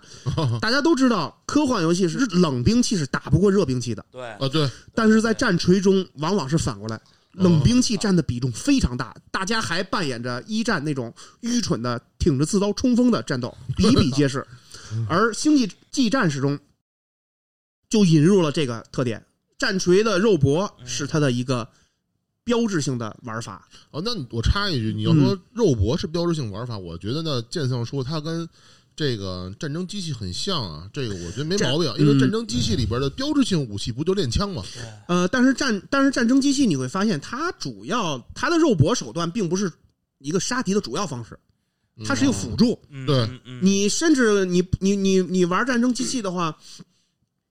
Speaker 3: 大家都知道，科幻游戏是冷兵器是打不过热兵器的，
Speaker 2: 对，
Speaker 1: 啊，对，
Speaker 3: 呃但是在战锤中往往是反过来，冷兵器占的比重非常大，大家还扮演着一战那种愚蠢的挺着刺刀冲锋的战斗，比比皆是。而星际技战士中就引入了这个特点，战锤的肉搏是它的一个标志性的玩法。
Speaker 1: 哦，那你我插一句，你要
Speaker 3: 嗯
Speaker 1: 说肉搏是标志性玩法，我觉得呢，剑圣说它跟这个战争机器很像啊，这个我觉得没
Speaker 3: 战
Speaker 1: 毛病，因为
Speaker 3: 嗯
Speaker 1: 战争机器里边的标志性武器不就练枪吗？
Speaker 2: 对
Speaker 3: 呃，但是战但是战争机器你会发现，它主要它的肉搏手段并不是一个杀敌的主要方式，
Speaker 1: 嗯
Speaker 3: 它是一个辅助。
Speaker 2: 嗯
Speaker 1: 对
Speaker 2: 嗯嗯
Speaker 3: 你甚至你你你你玩战争机器的话，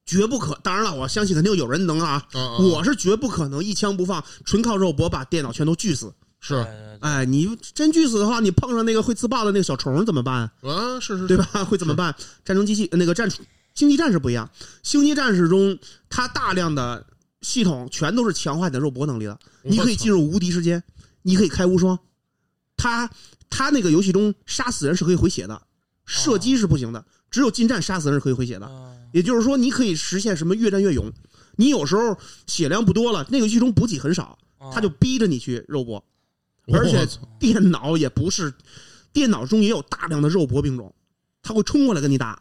Speaker 3: 绝不可。当然了，我相信肯定有人能啊，
Speaker 1: 啊，啊
Speaker 3: 我是绝不可能一枪不放，纯靠肉搏把电脑全都锯死。
Speaker 1: 是
Speaker 2: 呃
Speaker 3: 哎，你真锯死的话，你碰上那个会自爆的那个小虫怎么办？
Speaker 1: 啊，是是，
Speaker 3: 对吧？会怎么办？战争机器那个战星际战士不一样，星际战士中它大量的系统全都是强化你的肉搏能力的，
Speaker 1: 我操
Speaker 3: 你可以进入无敌时间，你可以开无双。它它那个游戏中杀死人是可以回血的，射击是不行的，只有近战杀死人是可以回血
Speaker 1: 哦
Speaker 3: 的。
Speaker 2: 啊
Speaker 3: 也就是说，你可以实现什么越战越勇。你有时候血量不多了，那个游戏中补给很少，
Speaker 2: 啊
Speaker 3: 他就逼着你去肉搏。
Speaker 1: 哦我
Speaker 3: 而且
Speaker 1: 操
Speaker 3: 电脑也不是，电脑中也有大量的肉搏兵种，他会冲过来跟你打。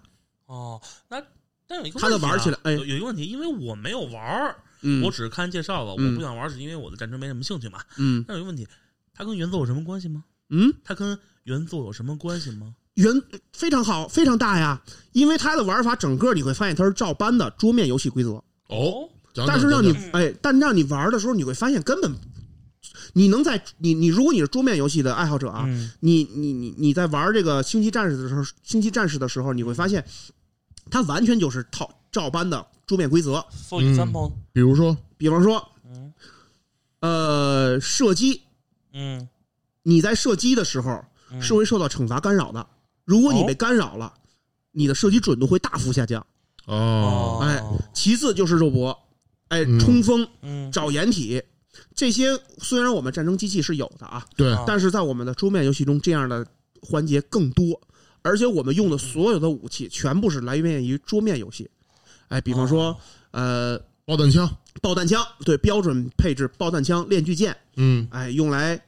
Speaker 2: 哦，那但有一个
Speaker 3: 他的
Speaker 2: 问题啊
Speaker 3: 玩起来哎
Speaker 2: 有有一个问题，因为我没有玩儿，
Speaker 3: 嗯
Speaker 2: 我只是看介绍了，
Speaker 3: 嗯
Speaker 2: 我不想玩儿是因为我的战争没什么兴趣嘛。
Speaker 3: 嗯
Speaker 2: 那有一个问题，它跟原作有什么关系吗？
Speaker 3: 嗯，
Speaker 2: 它跟原作有什么关系吗？
Speaker 3: 原非常好，非常大呀。因为它的玩法整个你会发现它是照搬的桌面游戏规则，
Speaker 1: 哦，讲讲
Speaker 3: 但是让你
Speaker 1: 讲讲
Speaker 3: 哎，但让你玩的时候你会发现根本，你能在你你如果你是桌面游戏的爱好者啊，
Speaker 2: 嗯
Speaker 3: 你你你你在玩这个星际战士的时候，星际战士的时候你会发现，它完全就是套照搬的桌面规则。
Speaker 2: ，for example，
Speaker 1: 比如说
Speaker 3: 比方说，
Speaker 2: 嗯
Speaker 3: 呃，射击，
Speaker 2: 嗯，
Speaker 3: 你在射击的时候
Speaker 2: 嗯哦
Speaker 3: 是会受到惩罚干扰的。如果你被干扰了，你的射击准度会大幅下降。
Speaker 1: 哦，
Speaker 3: 哎，其次就是肉搏，哎，
Speaker 1: 嗯
Speaker 3: 冲锋、
Speaker 2: 嗯，
Speaker 3: 找掩体，这些虽然我们战争机器是有的啊，
Speaker 1: 对，
Speaker 2: 啊
Speaker 3: 但是在我们的桌面游戏中，这样的环节更多，而且我们用的所有的武器全部是来源于桌面游戏。哎，比方说
Speaker 2: 哦，
Speaker 3: 呃，
Speaker 1: 爆弹枪，
Speaker 3: 爆弹枪，对，标准配置爆弹枪、链锯剑，
Speaker 1: 嗯，
Speaker 3: 哎，用来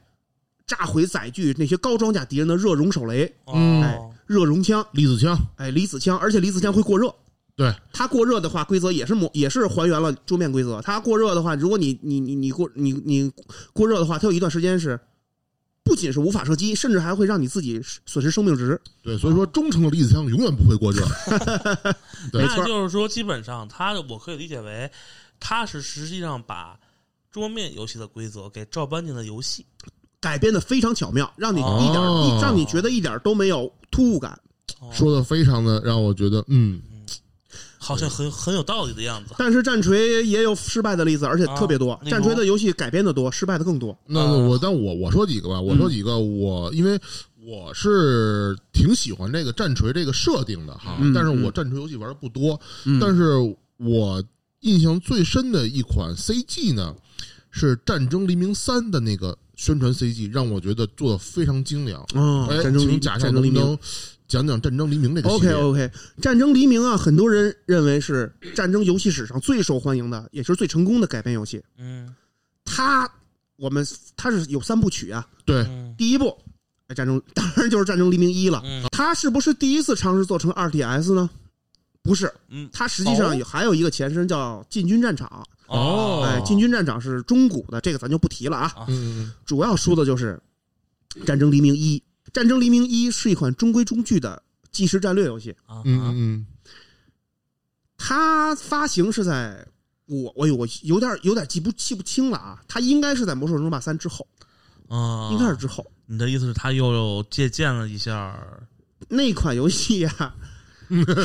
Speaker 3: 炸毁载具那些高装甲敌人的热熔手雷、
Speaker 1: 嗯
Speaker 2: 哎
Speaker 3: 热熔枪、
Speaker 1: 粒子枪，
Speaker 3: 哎离子枪，而且离子枪会过热。
Speaker 1: 对，
Speaker 3: 它过热的话，规则也是模也是还原了桌面规则。它过热的话，如果你你你你过你你过热的话，它有一段时间是不仅是无法射击，甚至还会让你自己损失生命值。
Speaker 1: 对，所以
Speaker 3: 啊
Speaker 1: 说忠诚的粒子枪永远不会过
Speaker 3: [LAUGHS]
Speaker 1: 热，对
Speaker 2: 那就是说，基本上它我可以理解为，它是实际上把桌面游戏的规则给照搬进了游戏。
Speaker 3: 改编的非常巧妙，让你
Speaker 2: 哦
Speaker 3: 一点、一让你觉得一点都没有突兀感。
Speaker 2: 哦
Speaker 1: 说的非常的让我觉得，嗯，
Speaker 2: 好像很很有道理的样子。
Speaker 3: 但是战锤也有失败的例子，而且特别多。
Speaker 2: 啊例如
Speaker 3: 战锤的游戏改编的多，失败的更多。
Speaker 1: 那
Speaker 2: 啊
Speaker 1: 我但我我说几个吧，我
Speaker 3: 嗯
Speaker 1: 说几个，我因为我是挺喜欢这个战锤这个设定的哈，
Speaker 3: 嗯
Speaker 1: 但是我
Speaker 3: 嗯
Speaker 1: 战锤游戏玩的不多，
Speaker 3: 嗯
Speaker 1: 但是我印象最深的一款 CG 呢是《战争黎明三》的那个宣传 CG，让我觉得做的非常精良。
Speaker 3: 啊，
Speaker 1: 哎，
Speaker 3: 战争黎
Speaker 1: 请
Speaker 3: 明
Speaker 1: 贾
Speaker 3: 战
Speaker 1: 上
Speaker 3: 争
Speaker 1: 能
Speaker 3: 黎
Speaker 1: 不能
Speaker 3: 明
Speaker 1: 讲讲《战争黎明》这个系
Speaker 3: OK 哦
Speaker 1: 列？
Speaker 3: OK，战争黎明啊，很多人认为是战争游戏史上最受欢迎的，也是最成功的改编游戏。
Speaker 2: 嗯
Speaker 3: 它我们它是有三部曲啊，
Speaker 1: 对，
Speaker 2: 嗯
Speaker 3: 第一部哎战争当然就是战争黎明一了。
Speaker 2: 嗯
Speaker 3: 它是不是第一次尝试做成 RTS 呢？不是，
Speaker 2: 嗯
Speaker 3: 它实际上
Speaker 2: 哦
Speaker 3: 有还有一个前身叫进军战场。
Speaker 1: 哦
Speaker 3: 哎，进军战场是中古的，这个咱就不提了啊。
Speaker 1: 嗯，
Speaker 3: 主要说的就是《战争黎明一》。《战争黎明一》是一款中规中矩的即时战略游戏。
Speaker 2: 啊
Speaker 1: 嗯嗯嗯
Speaker 3: 它发行是在我我有我有点有点记不记不清了啊，它应该是在《魔兽争霸三》之后，
Speaker 2: 啊！
Speaker 1: 哦
Speaker 3: 应该是之后、
Speaker 2: 你的意思是，他又借鉴了一下
Speaker 3: 那款游戏
Speaker 1: [LAUGHS]
Speaker 3: 呀、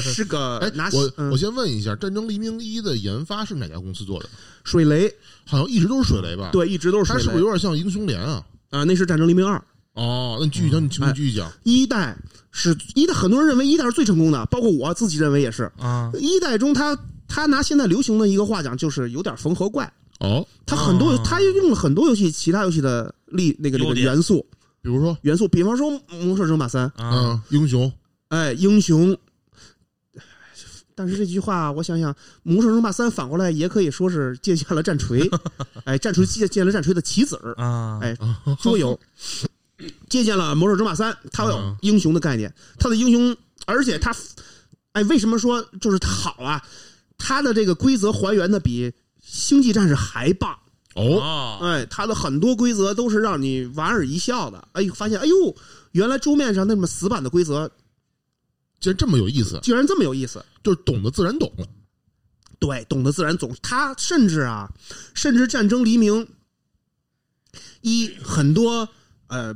Speaker 3: 是个
Speaker 1: 嗯。
Speaker 3: 拿
Speaker 1: 哎，我
Speaker 3: 嗯
Speaker 1: 我先问一下，《战争黎明一》的研发是哪家公司做的？
Speaker 3: 水雷，
Speaker 1: 好像一直都是水雷吧？，
Speaker 3: 对，一直都是
Speaker 1: 它啊是
Speaker 3: 水
Speaker 1: 不是
Speaker 3: 雷
Speaker 1: 有点像英雄联啊？
Speaker 3: 啊、那是《战争黎明二》
Speaker 1: 哦，那你继续讲，你请你继续讲。
Speaker 3: 一代是一代，很多人认为一代是最成功的，包括我自己认为也是。
Speaker 2: 啊
Speaker 1: 哦
Speaker 3: 一代中它，它拿现在流行的一个话讲，就是有点缝合怪。
Speaker 1: 哦，
Speaker 3: 它很多，
Speaker 2: 啊
Speaker 3: 它用了很多游戏其他游戏的例那个那
Speaker 2: 优
Speaker 3: 个
Speaker 2: 点
Speaker 3: 元素
Speaker 1: 比如说，
Speaker 3: 元素，比方说《魔兽争霸三》，
Speaker 2: 啊
Speaker 1: 嗯，英雄，
Speaker 3: 哎，英雄。但是这句话，我想想，《魔兽争霸三》反过来也可以说是借鉴了战锤，哎，战锤借鉴了战锤的棋子儿，
Speaker 2: 啊！
Speaker 3: 哎桌游借鉴了《魔兽争霸三》，它有英雄的概念，它的英雄，而且它，哎，为什么说就是好啊？它的这个规则还原的比《星际战士》还棒，
Speaker 1: 哦，
Speaker 2: 哦，
Speaker 3: 哎，它的很多规则都是让你莞尔一笑的，哎，发现哎呦，原来桌面上那么死板的规则，
Speaker 1: 既然这么有意思，
Speaker 3: 居然这么有意思。
Speaker 1: 就是懂的自然懂了。
Speaker 3: 对，懂得自然总他甚至啊，甚至战争黎明一很多呃，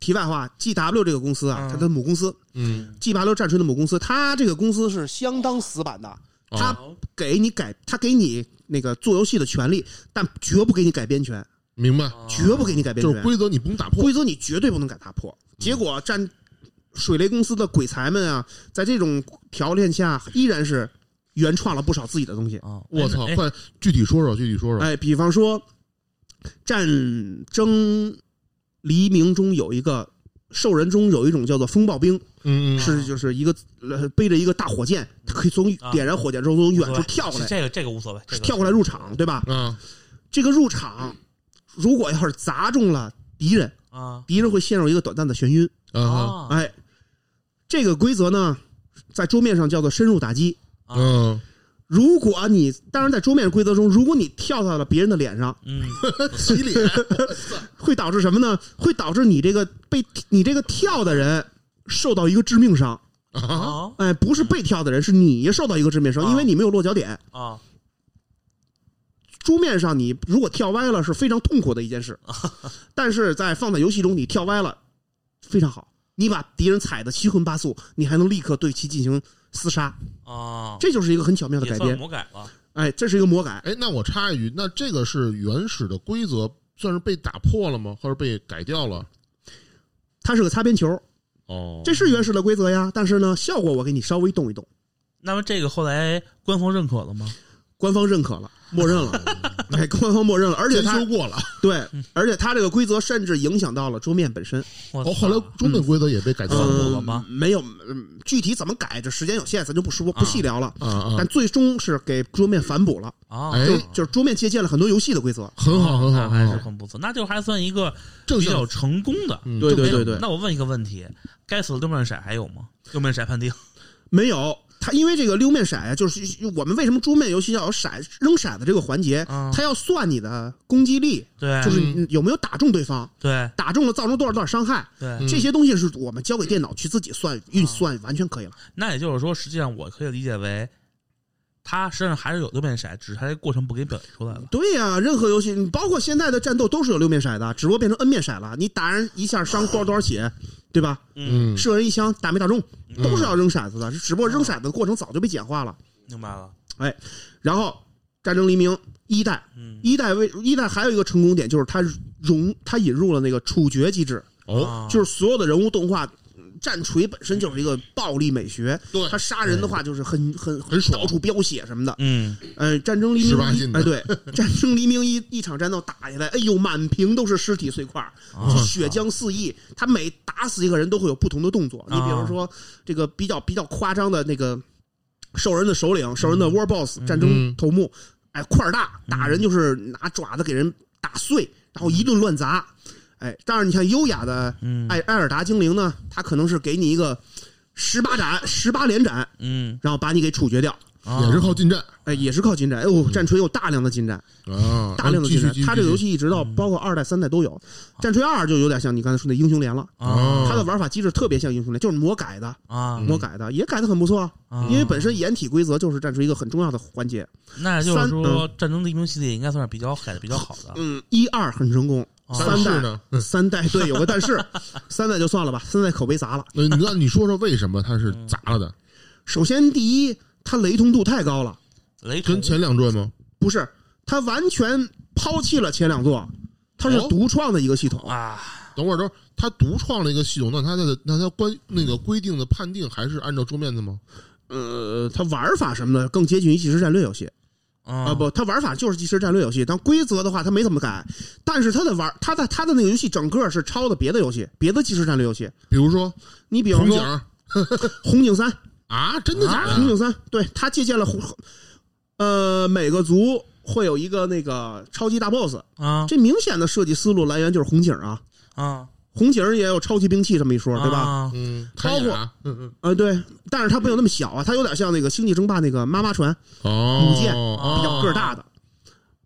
Speaker 3: 题外话，G W 这个公司啊，
Speaker 2: 嗯
Speaker 3: 它的母公司
Speaker 1: 嗯，
Speaker 3: G W 战锤的母公司，它这个公司是相当死板的，它
Speaker 1: 哦
Speaker 2: 啊
Speaker 3: 给你改，它给你那个做游戏的权利，但绝不给你改编权。
Speaker 1: 明白？
Speaker 2: 啊
Speaker 3: 绝不给你改变
Speaker 1: 就
Speaker 3: 权。
Speaker 1: 是规则你不能打破
Speaker 3: 哦规，则你绝对不能敢打破。结果站水雷公司的鬼才们啊，在这种条件下，依然是原创了不少自己的东西。
Speaker 2: 啊！
Speaker 1: 我操！
Speaker 2: 哎
Speaker 1: 快具体说说，具体说说。
Speaker 3: 哎，比方说，战争黎明中有一个兽人中有一种叫做风暴兵，
Speaker 1: 嗯嗯
Speaker 3: 是就是一个呃背着一个大火箭，他可以从
Speaker 2: 啊
Speaker 3: 点燃火箭之后从远
Speaker 2: 无
Speaker 3: 处
Speaker 2: 所谓
Speaker 3: 跳过来，
Speaker 2: 这个这个无所谓，这个
Speaker 3: 跳过来入场，对吧？
Speaker 1: 啊，
Speaker 3: 这个入场如果要是砸中了敌人，
Speaker 2: 啊
Speaker 3: 敌人会陷入一个短暂的眩晕。
Speaker 1: 啊
Speaker 2: 啊
Speaker 3: 哎，这个规则呢，在桌面上叫做深入打击。
Speaker 1: 哈，嗯，
Speaker 3: 如果你当然在桌面规则中，如果你跳到了别人的脸上，
Speaker 2: 嗯，
Speaker 1: 洗脸，
Speaker 3: 会导致什么呢？会导致你这个被你这个跳的人受到一个致命伤。
Speaker 1: [LAUGHS] 啊，
Speaker 2: 啊
Speaker 3: 哎，不是被跳的人，是你受到一个致命伤，
Speaker 2: 啊
Speaker 3: 因为你没有落脚点。
Speaker 2: 啊
Speaker 3: 桌面上你如果跳歪了是非常痛苦的一
Speaker 2: [LAUGHS]
Speaker 3: 件事，但是在放在游戏中你跳歪了非常好，你把敌人踩得七荤八素，你还能立刻对其进行厮杀，
Speaker 2: 啊，
Speaker 3: 这就是一个很巧妙的
Speaker 2: 也
Speaker 3: 改
Speaker 2: 算
Speaker 3: 编。
Speaker 2: 魔改了，
Speaker 3: 哎，这是一个魔改。
Speaker 1: 哎，那我插一句，那这个是原始的规则，算是被打破了吗？或者被改掉了？
Speaker 3: 它是个擦边球，
Speaker 1: 哦，
Speaker 3: 这是原始的规则呀。但是呢，效果我给你稍微动一动，
Speaker 2: 那么这个后来官方认可了吗？
Speaker 3: 官方认可了，默
Speaker 2: [LAUGHS]
Speaker 3: 认了，哎，官方默认了，而且
Speaker 1: 研
Speaker 3: 它
Speaker 1: 修过了。
Speaker 3: 对，而且它这个规则甚至影响到了桌面本身。
Speaker 2: 我
Speaker 1: 哦，
Speaker 2: 操
Speaker 1: 后来中等规则也被改掉
Speaker 2: 嗯
Speaker 1: 了
Speaker 2: 嗯了吗
Speaker 3: 嗯没有，嗯具体怎么改，这时间有限，咱就不说不细聊了。
Speaker 1: 啊啊
Speaker 3: 嗯但！最终是给桌面反哺了，
Speaker 2: 啊，
Speaker 1: 哎
Speaker 3: 就就是桌面借鉴了很多游戏的规则。
Speaker 1: 很好，很好，
Speaker 3: 哦
Speaker 2: 那还
Speaker 1: 很
Speaker 2: 是
Speaker 1: 好，
Speaker 2: 很不错，那就还算一个
Speaker 1: 正
Speaker 2: 比
Speaker 1: 向
Speaker 2: 较。成功的。
Speaker 1: 嗯
Speaker 3: 对对
Speaker 2: 哎
Speaker 3: 对对，
Speaker 2: 那我问一个问题：该死的六面骰还有吗？六面骰判定
Speaker 3: 没有它，因为这个溜面骰啊，就是我们为什么桌面游戏要有骰扔骰子这个环节，
Speaker 2: 啊，
Speaker 3: 它要算你的攻击力，
Speaker 2: 对
Speaker 3: [LAUGHS] 就是
Speaker 1: 嗯
Speaker 3: 你有没有打中对方，
Speaker 2: 对
Speaker 3: 打中了造成多少多少伤害。
Speaker 2: 对
Speaker 1: 嗯。
Speaker 3: 这些东西是我们交给电脑去自己算运
Speaker 2: 啊
Speaker 3: 算，完全可以了。
Speaker 2: 那也就是说，实际上我可以理解为，他身上还是有六面骰，只是他这过程不给表现出来了。
Speaker 3: 对呀、任何游戏，你包括现在的战斗都是有六面骰的，只不过变成 N 面骰了。你打人一下伤多少多少血，对吧？
Speaker 2: 嗯，
Speaker 1: 嗯，
Speaker 3: 射人一枪打没打中，都是要扔骰子的，只不过扔骰子的过程早就被简化了。
Speaker 2: 明白了。
Speaker 3: 然后《战争黎明》一代，
Speaker 2: 嗯，
Speaker 3: 一代为一代还有一个成功点就是它融它引入了那个处决机制，
Speaker 1: 哦，
Speaker 2: 啊
Speaker 3: 就是所有的人物动画。战锤本身就是一个暴力美学，
Speaker 1: 对
Speaker 3: 它杀人的话就是很很
Speaker 1: 很爽
Speaker 3: 到处飙血什么的。
Speaker 2: 嗯
Speaker 3: 呃，战争黎明
Speaker 1: 18
Speaker 3: 一
Speaker 1: 禁，的
Speaker 3: 哎，对，战争黎明一一场战斗打下来，哎呦，满屏都是尸体碎块儿，
Speaker 2: 啊
Speaker 3: 就血浆四溢。他每打死一个人都会有不同的动作，你比如说这个比较比较夸张的那个兽人的首领，兽人的 War Boss 战争头目，哎，块儿大打人就是拿爪子给人打碎，然后一顿乱砸。哎，但是你像优雅的
Speaker 2: 嗯
Speaker 3: 艾艾尔达精灵呢，他可能是给你一个十八斩、十八连斩，
Speaker 2: 嗯，啊
Speaker 3: 然后把你给处决掉。
Speaker 1: 也是靠近战
Speaker 3: 哎，也是靠近战。哎呦，战锤有大量的近战，
Speaker 1: 嗯啊，
Speaker 3: 嗯大量的
Speaker 1: 继
Speaker 3: 近
Speaker 1: 续
Speaker 3: 战
Speaker 1: 继。续。
Speaker 3: 它这个游
Speaker 1: 继续嗯啊
Speaker 3: 戏一直到包括二代、三代都有。战锤二就有点像你刚才说那英雄联了，
Speaker 1: 哦
Speaker 2: 啊
Speaker 3: 它的玩法机制特别像英雄联，就是魔改的，
Speaker 2: 啊
Speaker 1: 嗯
Speaker 3: 魔改的也改的很不错。
Speaker 2: 啊！
Speaker 3: 因为本身掩体规则就是战锤一个很重要的环节。
Speaker 2: 那也就是
Speaker 3: 三
Speaker 2: 说，《战争黎明》系列应该算是比较改的比较好的。
Speaker 3: 嗯，一二很成功，
Speaker 2: 啊
Speaker 3: 三
Speaker 1: 哦但是
Speaker 3: 代
Speaker 1: 呢，
Speaker 3: 三代对有个但
Speaker 1: [LAUGHS]
Speaker 3: 是，三代就算了吧，三代口碑砸了。
Speaker 1: 那呃你那你说说为什么它是
Speaker 3: 嗯
Speaker 1: 砸了的？
Speaker 3: 首先第一，它雷同度太高了，
Speaker 2: 雷同
Speaker 1: 跟前两转吗？
Speaker 3: 不是它完全抛弃了前两座，它是
Speaker 1: 哦
Speaker 3: 独创的一个系统。
Speaker 2: 啊，
Speaker 1: 等会儿，等会儿，他独创了一个系统，那他的那他关那个规定的判定还是按照桌面的吗？
Speaker 3: 呃，它玩法什么的更接近于即时战略游戏啊、
Speaker 2: 啊
Speaker 3: 不，它玩法就是即时战略游戏，但规则的话它没怎么改，但是它的玩它的它的那个游戏整个是抄的别的游戏，别的即时战略游戏。
Speaker 1: 比如说
Speaker 3: 你比方
Speaker 1: 红警
Speaker 3: 说
Speaker 1: 儿
Speaker 3: 红警三，
Speaker 1: 啊，真的假
Speaker 3: 红
Speaker 1: 的？
Speaker 3: 警三，对，它借鉴了红，呃，每个族会有一个那个超级大 boss，
Speaker 2: 啊
Speaker 3: 这明显的设计思路来源就是红警啊，
Speaker 2: 啊，
Speaker 3: 红警也有超级兵器这么一说，对吧？
Speaker 2: 啊？
Speaker 1: 嗯，
Speaker 3: 包括
Speaker 1: 啊，嗯嗯，
Speaker 3: 呃，对，但是它没有那么小啊，它有点像那个星际争霸那个妈妈船，
Speaker 1: 哦，
Speaker 3: 母舰
Speaker 1: 哦
Speaker 3: 啊比较个儿大的。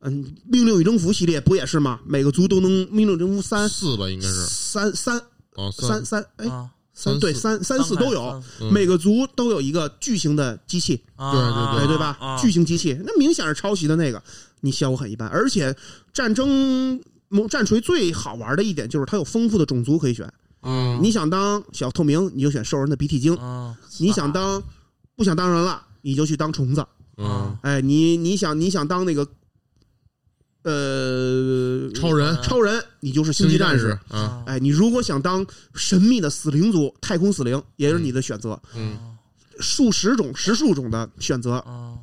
Speaker 3: 嗯，命令与征服系列不也是吗？每个族都能命令征服三
Speaker 1: 四吧，应该是
Speaker 3: 三三
Speaker 1: 哦
Speaker 3: 三三哎
Speaker 2: 啊
Speaker 1: 三
Speaker 3: 对
Speaker 1: 四
Speaker 3: 三三四都有，，
Speaker 1: 嗯
Speaker 3: 每个族都有一个巨型的机器，
Speaker 2: 对
Speaker 1: 对
Speaker 3: 哎对吧？
Speaker 1: 啊
Speaker 2: 啊
Speaker 3: 巨型机器，那明显是抄袭的那个，你效果很一般。而且战争某战锤最好玩的一点就是它有丰富的种族可以选，
Speaker 1: 嗯
Speaker 3: 你想当小透明，你就选兽人的鼻涕精；
Speaker 2: 啊，
Speaker 3: 你想当不想当人了，你就去当虫子。
Speaker 1: 嗯
Speaker 3: 哎，你你想你想当那个呃
Speaker 1: 超人、
Speaker 3: 超人，你就是星际战
Speaker 1: 战
Speaker 3: 士。
Speaker 1: 啊，
Speaker 3: 哎，你如果想当神秘的死灵族、太空死灵，也是你的选择，
Speaker 1: 嗯
Speaker 3: 数十种、十数种的选择。
Speaker 2: 啊，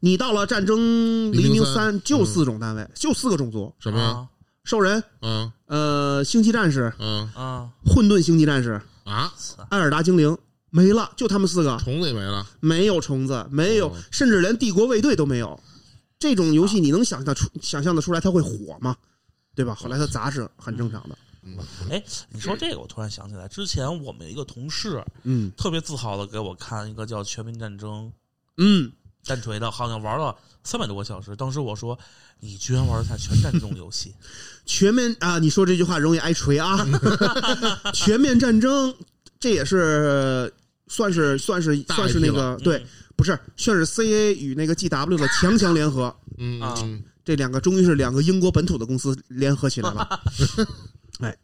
Speaker 3: 你到了战争黎
Speaker 1: 黎
Speaker 3: 明
Speaker 1: 明
Speaker 3: 三，
Speaker 1: 三
Speaker 3: 就
Speaker 1: 嗯
Speaker 3: 四种单位，就四个种族：
Speaker 1: 什么呀？
Speaker 3: 兽人、
Speaker 1: 啊
Speaker 3: 呃，星际战士、
Speaker 1: 啊
Speaker 2: 啊
Speaker 3: 混沌星际战士、
Speaker 1: 啊！
Speaker 2: 啊！
Speaker 3: 艾尔达精灵，没了，就他们四个，
Speaker 1: 虫子也没了，
Speaker 3: 没有虫子，没有
Speaker 1: 哦，啊
Speaker 3: 甚至连帝国卫队都没有。这种游戏你能想象出想象的出来它会火吗？对
Speaker 1: 哦
Speaker 3: 吧？后来它砸是很正常的。
Speaker 1: 嗯
Speaker 3: [LAUGHS]
Speaker 2: 哎，你说这个，我突然想起来，之前我们有一个同事
Speaker 3: 嗯
Speaker 2: 特别自豪的给我看一个叫《全民战争
Speaker 3: 嗯，》
Speaker 2: 战锤的，好像玩了三百多个小时。当时我说，你居然玩得下全战这种游戏，
Speaker 3: 全面啊，你说这句话容易挨
Speaker 1: [LAUGHS]
Speaker 3: 锤啊。全面战争，这也是算是算是
Speaker 1: 大
Speaker 3: 算是那
Speaker 1: IP
Speaker 3: 个
Speaker 1: 了
Speaker 3: 对，不是算是 CA 与那个 GW 的强强联合。
Speaker 1: 嗯
Speaker 2: 啊
Speaker 1: 嗯
Speaker 3: 这两个终于是两个英国本土的公司联合起来 [LAUGHS] 了。哎，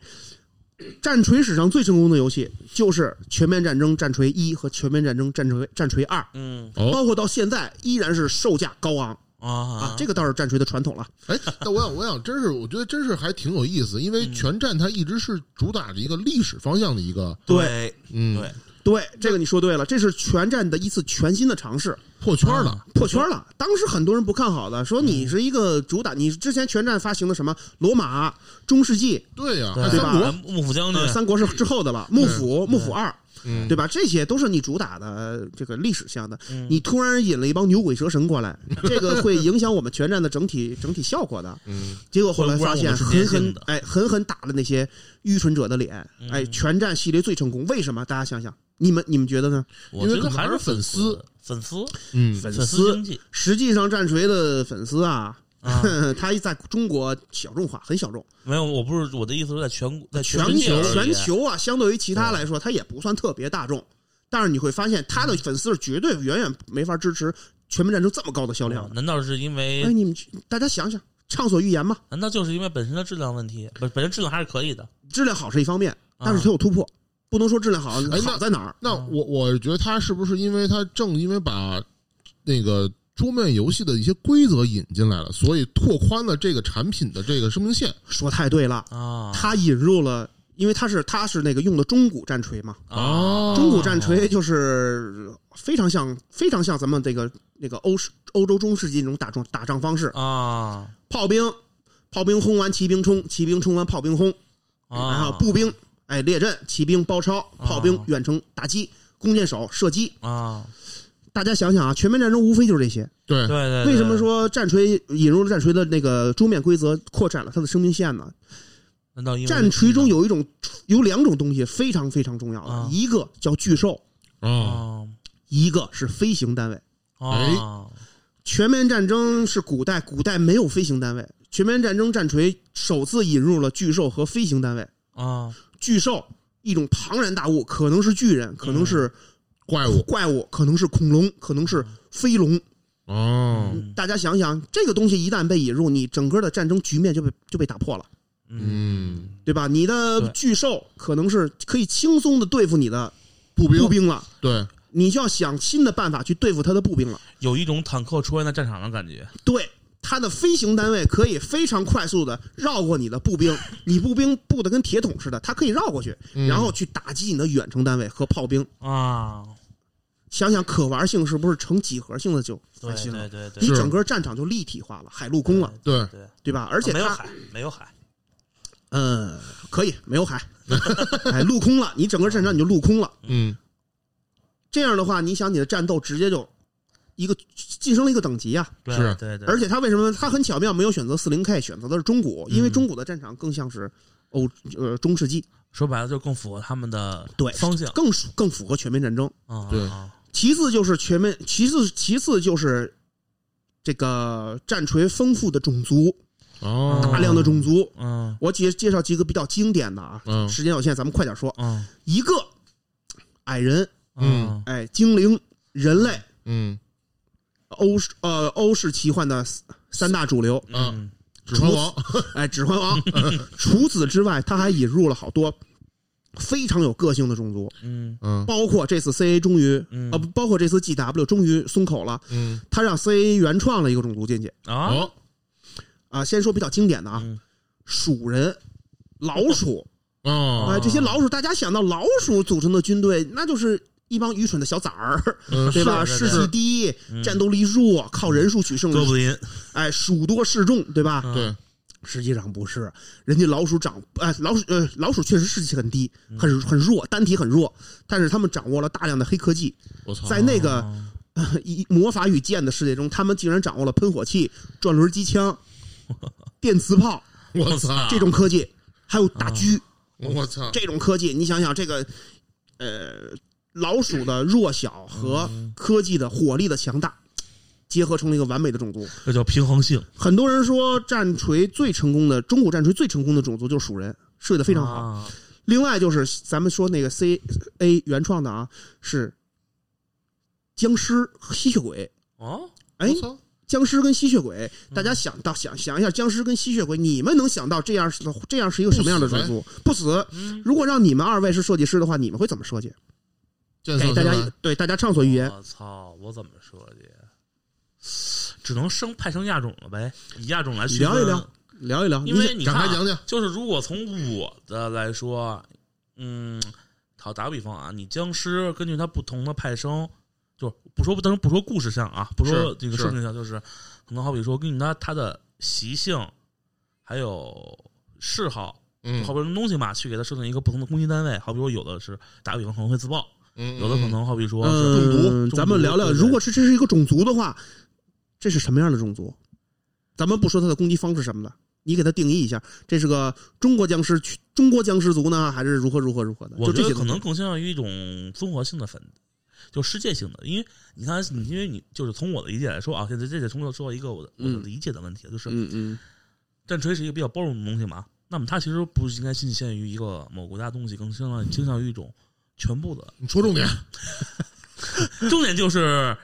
Speaker 3: 战锤史上最成功的游戏就是《全面战争：战锤一》和《全面战争：战锤战锤二》，
Speaker 2: 嗯
Speaker 1: 哦
Speaker 3: 包括到现在依然是售价高昂
Speaker 2: 啊
Speaker 3: 啊
Speaker 2: 啊，
Speaker 3: 这个倒是战锤的传统了。
Speaker 1: 哎，但我想，我想，真是，我觉得真是还挺有意思，因
Speaker 2: 嗯
Speaker 1: 为全战它一直是主打着一个历史方向的一个，
Speaker 2: 对
Speaker 1: 嗯，
Speaker 2: 对，
Speaker 3: 对，这个你说对了，这是全战的一次全新的尝试，
Speaker 1: 破圈
Speaker 2: 嗯
Speaker 1: 了，
Speaker 3: 破圈了。当时很多人不看好的，说你是一个主打，你之前全战发行的什么罗马、中世纪、
Speaker 1: 对呀，
Speaker 2: 对
Speaker 1: 三
Speaker 2: 吧？
Speaker 1: 国，
Speaker 2: 幕府将军
Speaker 3: 呃、，三国是之后的了，幕府、幕府二，
Speaker 1: 嗯，
Speaker 3: 对吧？这些都是你主打的这个历史向的。
Speaker 2: 嗯
Speaker 3: 你突然引了一帮牛鬼蛇神过
Speaker 2: [LAUGHS]
Speaker 3: 来，这个会影响我们全战的整体 [LAUGHS] 整体效果的。
Speaker 1: 嗯，
Speaker 3: 结果后来发
Speaker 2: 会污
Speaker 3: 现，
Speaker 2: 染我们
Speaker 3: 狠
Speaker 2: 时间
Speaker 3: 狠
Speaker 2: 性的
Speaker 3: 哎，狠狠打了那些愚蠢者的脸。
Speaker 2: 嗯
Speaker 3: 哎，全战系列最成功，为什么？大家想想，你们你们觉得呢？
Speaker 2: 我觉
Speaker 1: 因为
Speaker 2: 得
Speaker 1: 可能
Speaker 2: 还
Speaker 1: 还是
Speaker 2: 粉
Speaker 1: 粉丝
Speaker 2: 丝，粉丝，
Speaker 1: 嗯，
Speaker 3: 粉
Speaker 2: 粉
Speaker 3: 丝
Speaker 2: 经济
Speaker 3: 实际上，战锤的粉丝啊，
Speaker 2: 啊，
Speaker 3: [LAUGHS] 他在中国小众化，很小众。
Speaker 2: 没有，我不是我的意思是在全国，在
Speaker 3: 全
Speaker 2: 世界
Speaker 3: 球
Speaker 2: 而嗯
Speaker 3: 全
Speaker 2: 言，
Speaker 3: 球啊，相对于其他来说，它也不算特别大众。但是你会发现，他的粉丝是绝对远远没法支持《全面战争》这么高的销量
Speaker 2: 嗯
Speaker 3: 的。
Speaker 2: 难道是因为
Speaker 3: 哎，你们去大家想想，畅所欲言嘛，
Speaker 2: 难道就是因为本身的质量问题？不，本身质量还是可以的。
Speaker 3: 质量好是一方面，
Speaker 2: 啊哎
Speaker 3: 但是它有突破，不能说质量好哎
Speaker 1: 那
Speaker 3: 好在哪儿。
Speaker 1: 那我我觉得他是不是因为他正因为把那个桌面游戏的一些规则引进来了，所以拓宽了这个产品的这个生命线
Speaker 3: 说太对了，
Speaker 2: 啊，
Speaker 3: 他引入了，因为他是他是那个用的中古战锤嘛，
Speaker 2: 啊，
Speaker 3: 中古战锤就是非常像非常像咱们这个那个欧欧洲中世纪那种打仗打仗方式，
Speaker 2: 啊
Speaker 3: 炮兵炮兵轰完骑兵冲，骑兵冲完炮兵轰，
Speaker 2: 啊，
Speaker 3: 然后步兵哎列阵，骑兵包抄，炮兵
Speaker 2: 啊
Speaker 3: 远程打击，弓箭手射击。
Speaker 2: 啊，
Speaker 3: 大家想想啊，全面战争无非就是这些。
Speaker 1: 对
Speaker 2: 对对，对
Speaker 3: 为什么？说战锤引入了战锤的那个桌面规则，扩展了它的生命线呢？
Speaker 2: 难道因为
Speaker 3: 战锤中有一种有两种东西非常非常重要的
Speaker 2: 啊，
Speaker 3: 一个叫巨兽，
Speaker 1: 啊，
Speaker 2: 啊
Speaker 3: 一个是飞行单位。哎
Speaker 2: 啊
Speaker 3: 全面战争是古代，古代没有飞行单位。全面战争战锤首次引入了巨兽和飞行单位。
Speaker 2: 啊
Speaker 3: 巨兽一种庞然大物，可能是巨人，可能是
Speaker 2: 嗯
Speaker 1: 怪物
Speaker 3: 怪物，可能是恐龙，可能是飞龙。
Speaker 1: 哦，
Speaker 2: 嗯
Speaker 3: 大家想想，这个东西一旦被引入，你整个的战争局面就被就被打破了。
Speaker 1: 嗯，
Speaker 3: 对吧？你的
Speaker 2: 对
Speaker 3: 巨兽可能是可以轻松的对付你的
Speaker 1: 步兵
Speaker 3: 步兵了，
Speaker 1: 对，
Speaker 3: 你就要想新的办法去对付他的步兵了。
Speaker 2: 有一种坦克出现在战场的感觉
Speaker 3: 对，他的飞行单位可以非常快速的绕过你的
Speaker 2: [LAUGHS]
Speaker 3: 步兵，你步兵布的跟铁桶似的，它可以绕过去，
Speaker 1: 嗯
Speaker 3: 然后去打击你的远程单位和炮兵。
Speaker 2: 啊，
Speaker 3: 想想可玩性是不是成几何性的就
Speaker 2: 对
Speaker 3: 翻新
Speaker 2: 对
Speaker 3: 了？
Speaker 2: 对对，
Speaker 3: 你
Speaker 1: 是
Speaker 3: 整个战场就立体化了，海陆空了，
Speaker 1: 对
Speaker 2: 对，
Speaker 3: 对吧？而且
Speaker 2: 啊没有
Speaker 3: 它
Speaker 2: 海，没有海，
Speaker 3: 嗯，可以没有海， [LAUGHS] 哎，陆空了，你整个战场你就陆空了。
Speaker 1: 嗯
Speaker 3: 这样的话，你想你的战斗直接就一个晋升了一个等级啊！
Speaker 2: 对
Speaker 1: 是
Speaker 2: 对对，
Speaker 3: 而且他为什么他很巧妙没有选择四零 K，选择的是中古，因为中古的战场更像是欧呃中世纪，
Speaker 2: 说白了就更符合他们的
Speaker 3: 对
Speaker 2: 方向
Speaker 3: 更属更符合全面战争。
Speaker 2: 啊，
Speaker 1: 对
Speaker 2: 啊
Speaker 3: 其次就是全面，其次其次就是这个战锤丰富的种族，
Speaker 1: 哦
Speaker 3: 大量的种族。
Speaker 2: 嗯
Speaker 3: 我介介绍几个比较经典的啊，
Speaker 1: 嗯
Speaker 3: 时间有限，咱们快点说。
Speaker 2: 嗯
Speaker 3: 一个矮人，
Speaker 2: 嗯
Speaker 3: 哎，精灵、人类、
Speaker 1: 嗯
Speaker 3: 欧式呃欧式奇幻的三三大主流。
Speaker 2: 嗯
Speaker 1: 啊指环王
Speaker 2: [LAUGHS]
Speaker 3: 哎，《指环王》。 [LAUGHS] 除此之外，他还引入了好多非常有个性的种族，
Speaker 2: 嗯
Speaker 1: 嗯
Speaker 3: 包括这次 CA 终于，
Speaker 2: 嗯
Speaker 3: 呃，包括这次 GW 终于松口了，
Speaker 1: 嗯
Speaker 3: 啊他让 CA 原创了一个种族进去。
Speaker 2: 啊
Speaker 1: 哦
Speaker 3: 啊，先说比较经典的啊，
Speaker 2: 嗯
Speaker 3: 鼠人、老鼠，
Speaker 1: 啊
Speaker 2: 哦
Speaker 3: 哎，这些老鼠，大家想到老鼠组成的军队，那就是一帮愚蠢的小崽儿，
Speaker 1: 嗯
Speaker 3: 对吧？
Speaker 2: 是是
Speaker 3: 士
Speaker 2: 是
Speaker 3: 气低，
Speaker 2: 嗯
Speaker 3: 战斗力弱，靠人数取胜，
Speaker 2: 哥布林，
Speaker 3: 哎，鼠多势众，对吧？
Speaker 2: 嗯
Speaker 1: 对，
Speaker 3: 实际上不是，人家老鼠长，哎，老鼠呃，老鼠确实士气很低，很很弱，单体很弱，但是他们掌握了大量的黑科技，
Speaker 1: 我操，
Speaker 3: 在那个 [LAUGHS] 以魔法与剑的世界中，他们竟然掌握了喷火器、转轮机枪、电磁炮
Speaker 1: 我操，
Speaker 3: 这种科技，还有打狙
Speaker 1: 我操，
Speaker 3: 这种科技。你想想，这个呃，老鼠的弱小和科技的火力的强大，结合成了一个完美的种族。
Speaker 2: 这叫平衡性，
Speaker 3: 很多人说，战锤最成功的中国战锤最成功的种族就是鼠人，设计的非常好。
Speaker 2: 啊
Speaker 3: 另外就是咱们说那个 C A 原创的啊，是僵尸、吸血鬼。
Speaker 2: 哦，
Speaker 3: 哎
Speaker 1: 我，操，
Speaker 3: 僵尸跟吸血鬼，大家想到想想一下，僵尸跟吸血鬼，你们能想到这样是这样是一个什么样的种族？不死。
Speaker 2: 嗯，
Speaker 3: 如果让你们二位是设计师的话，你们会怎么设计？
Speaker 1: 给
Speaker 3: 给大家对大家畅所欲言。
Speaker 2: 我操，我怎么设计？只能生派生亚种了呗，以亚种来区分
Speaker 3: 聊一聊，聊一聊，
Speaker 2: 因为
Speaker 3: 你
Speaker 2: 你
Speaker 1: 展
Speaker 2: 看
Speaker 1: 开
Speaker 2: 啊，
Speaker 1: 讲讲，
Speaker 2: 就是如果从我的来说，嗯，好，打个比方啊，你僵尸根据它不同的派生，就是不说不当然不说故事上啊，不说
Speaker 1: 是
Speaker 2: 这个
Speaker 1: 是
Speaker 2: 设定上，就是可能好比说根据它它的习性，还有嗜好，
Speaker 1: 嗯，
Speaker 2: 好比什么东西嘛，去给它设定一个不同的攻击单位。好比说有的是打个比方可能会自爆，
Speaker 1: 嗯，嗯
Speaker 2: 有的可，能好比说是
Speaker 3: 嗯，
Speaker 2: 中毒
Speaker 3: 咱们聊聊，
Speaker 2: 中毒
Speaker 3: 如果是这是一个种族的话，这是什么样的种族？咱们不说它的攻击方式什么的，你给它定义一下，这是个中国僵尸群中国僵尸族呢，还是如何如何如何的？
Speaker 2: 我
Speaker 3: 就
Speaker 2: 觉
Speaker 3: 这
Speaker 2: 得
Speaker 3: 些
Speaker 2: 可能
Speaker 3: 东西
Speaker 2: 更倾向于一种综合性的反，就世界性的，因为你看，你因为你就是从我的理解来说啊，现在这得从头说到一个我的我的
Speaker 3: 嗯
Speaker 2: 理解的问题，就是
Speaker 3: 嗯嗯
Speaker 2: 战锤是一个比较包容的东西嘛，那么它其实不应该仅限于一个某国家东西，更倾向倾向于一种全部的。
Speaker 1: 你说重点，
Speaker 2: 重点就是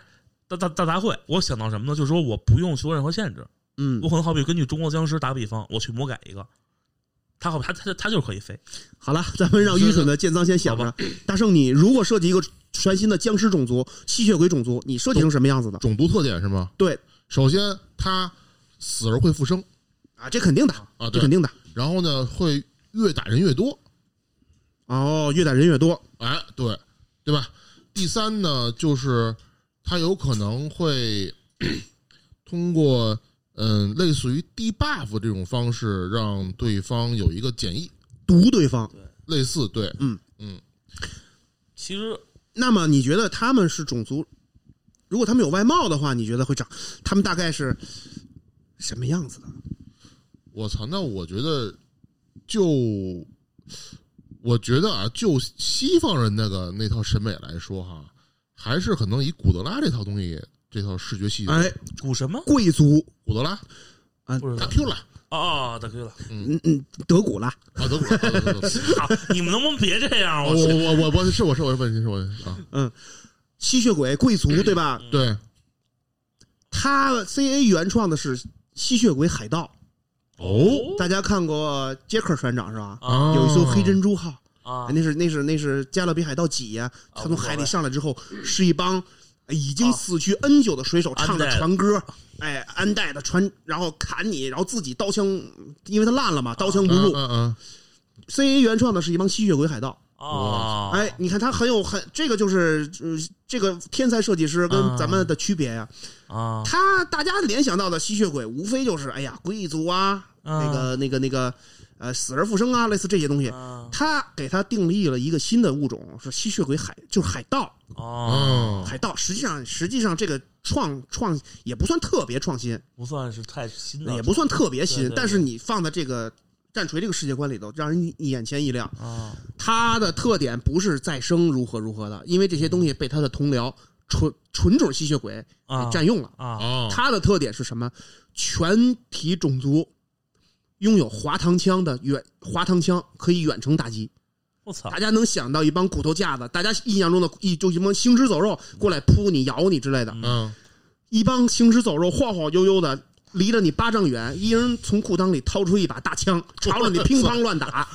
Speaker 2: 大大大杂烩，我想到什么呢？就是说我不用做任何限制，
Speaker 3: 嗯
Speaker 2: 我，可能好比根据中国僵尸打比方，我去魔改一个，它好它它它就是可以飞，
Speaker 3: 好了，咱们让愚蠢的建仓先想着。大圣，你如果设计一个全新的僵尸种族、吸血鬼种族，你设计成什么样子的？
Speaker 1: 种族特点是吗？
Speaker 3: 对
Speaker 1: 首先，他死而会复生
Speaker 3: 啊，这肯定的，
Speaker 1: 啊，
Speaker 3: 这
Speaker 1: 对
Speaker 3: 肯，定的。
Speaker 1: 然后呢，会越打人越多，
Speaker 3: 哦，越打人越多，
Speaker 1: 哎，对，对吧？第三呢，就是它有可能会 [CLEARS THROAT] 通过嗯，类似于 debuff 这种方式，让对方有一个减益，
Speaker 3: 毒对方。
Speaker 1: 类似对，
Speaker 3: 嗯
Speaker 1: 嗯，
Speaker 2: 其实
Speaker 3: 那么你觉得他们是种族？如果他们有外貌的话，你觉得会长？他们大概是什么样子的？
Speaker 1: 我操，那我觉得就我觉得啊，就西方人那个那套审美来说哈，还是可能以古德拉这套东西，这套视觉系统，
Speaker 3: 哎，
Speaker 2: 古什么
Speaker 3: 贵族
Speaker 1: 古德拉
Speaker 3: 啊，
Speaker 2: 不知
Speaker 1: 大
Speaker 2: 道
Speaker 1: Q 了
Speaker 2: 哦，哦大哥了。
Speaker 3: [LAUGHS] 嗯嗯，德古拉。
Speaker 1: 啊，德古拉，啊德古
Speaker 3: [LAUGHS]
Speaker 1: 拉
Speaker 2: 啊，你们能不能别这样？啊
Speaker 1: 我
Speaker 3: 哦
Speaker 2: 我操
Speaker 1: 我我我是我是我是问题是我啊，
Speaker 3: 吸血鬼贵族对吧？
Speaker 1: 对。
Speaker 3: 他 C A 原创的是吸血鬼海盗，大家看过杰克船长是吧？
Speaker 1: 哦
Speaker 2: 啊
Speaker 3: 有一艘黑珍珠号，
Speaker 2: 啊
Speaker 3: 哎，那是那是那是《加勒比海盗几》呀，
Speaker 2: 啊
Speaker 3: 他从海里上来之后，是一帮呃已经
Speaker 2: 啊
Speaker 3: 死去 N 久的水手唱的
Speaker 2: 安代的
Speaker 3: 船歌，哎，安代的船，然后砍你，然后自己刀枪，因为他烂了嘛，刀枪不入。
Speaker 1: 嗯嗯
Speaker 3: C A 原创的是一帮吸血鬼海盗，
Speaker 2: 啊！
Speaker 3: 哎，你看他很有很这个就是呃这个天才设计师跟
Speaker 2: 啊
Speaker 3: 咱们的区别呀。
Speaker 2: 啊，
Speaker 3: 他大家联想到的吸血鬼，无非就是哎呀贵族啊，
Speaker 2: 啊
Speaker 3: 那个那个那个呃死而复生啊，类似这些东西。
Speaker 2: 啊
Speaker 3: 他给他定义了一个新的物种，是吸血鬼海，就是海盗。
Speaker 2: 哦，
Speaker 1: 嗯，
Speaker 3: 海盗实际上实际上这个创创也不算特别创新，
Speaker 2: 不算是太新的，
Speaker 3: 也不算特别
Speaker 2: 对
Speaker 3: 新
Speaker 2: 对，对
Speaker 3: 但是你放在这个战锤这个世界观里头，让人眼前一亮。
Speaker 2: 啊，
Speaker 3: 它的特点不是再生如何如何的，因为这些东西被他的同僚纯纯种吸血鬼
Speaker 2: 啊
Speaker 3: 给占用了。
Speaker 2: 啊
Speaker 1: 哦，
Speaker 3: 它的特点是什么？全体种族拥有滑膛枪的远滑膛枪，可以远程打击。
Speaker 2: 我操
Speaker 3: 大家能想到一帮骨头架子，大家印象中的一就一帮行尸走肉过来扑你、咬你之类的，
Speaker 1: 嗯，
Speaker 3: 一帮行尸走肉晃晃悠悠的。离着你八丈远，一人从裤裆里掏出一把大枪，朝着你乒乓乱 [LAUGHS] 打。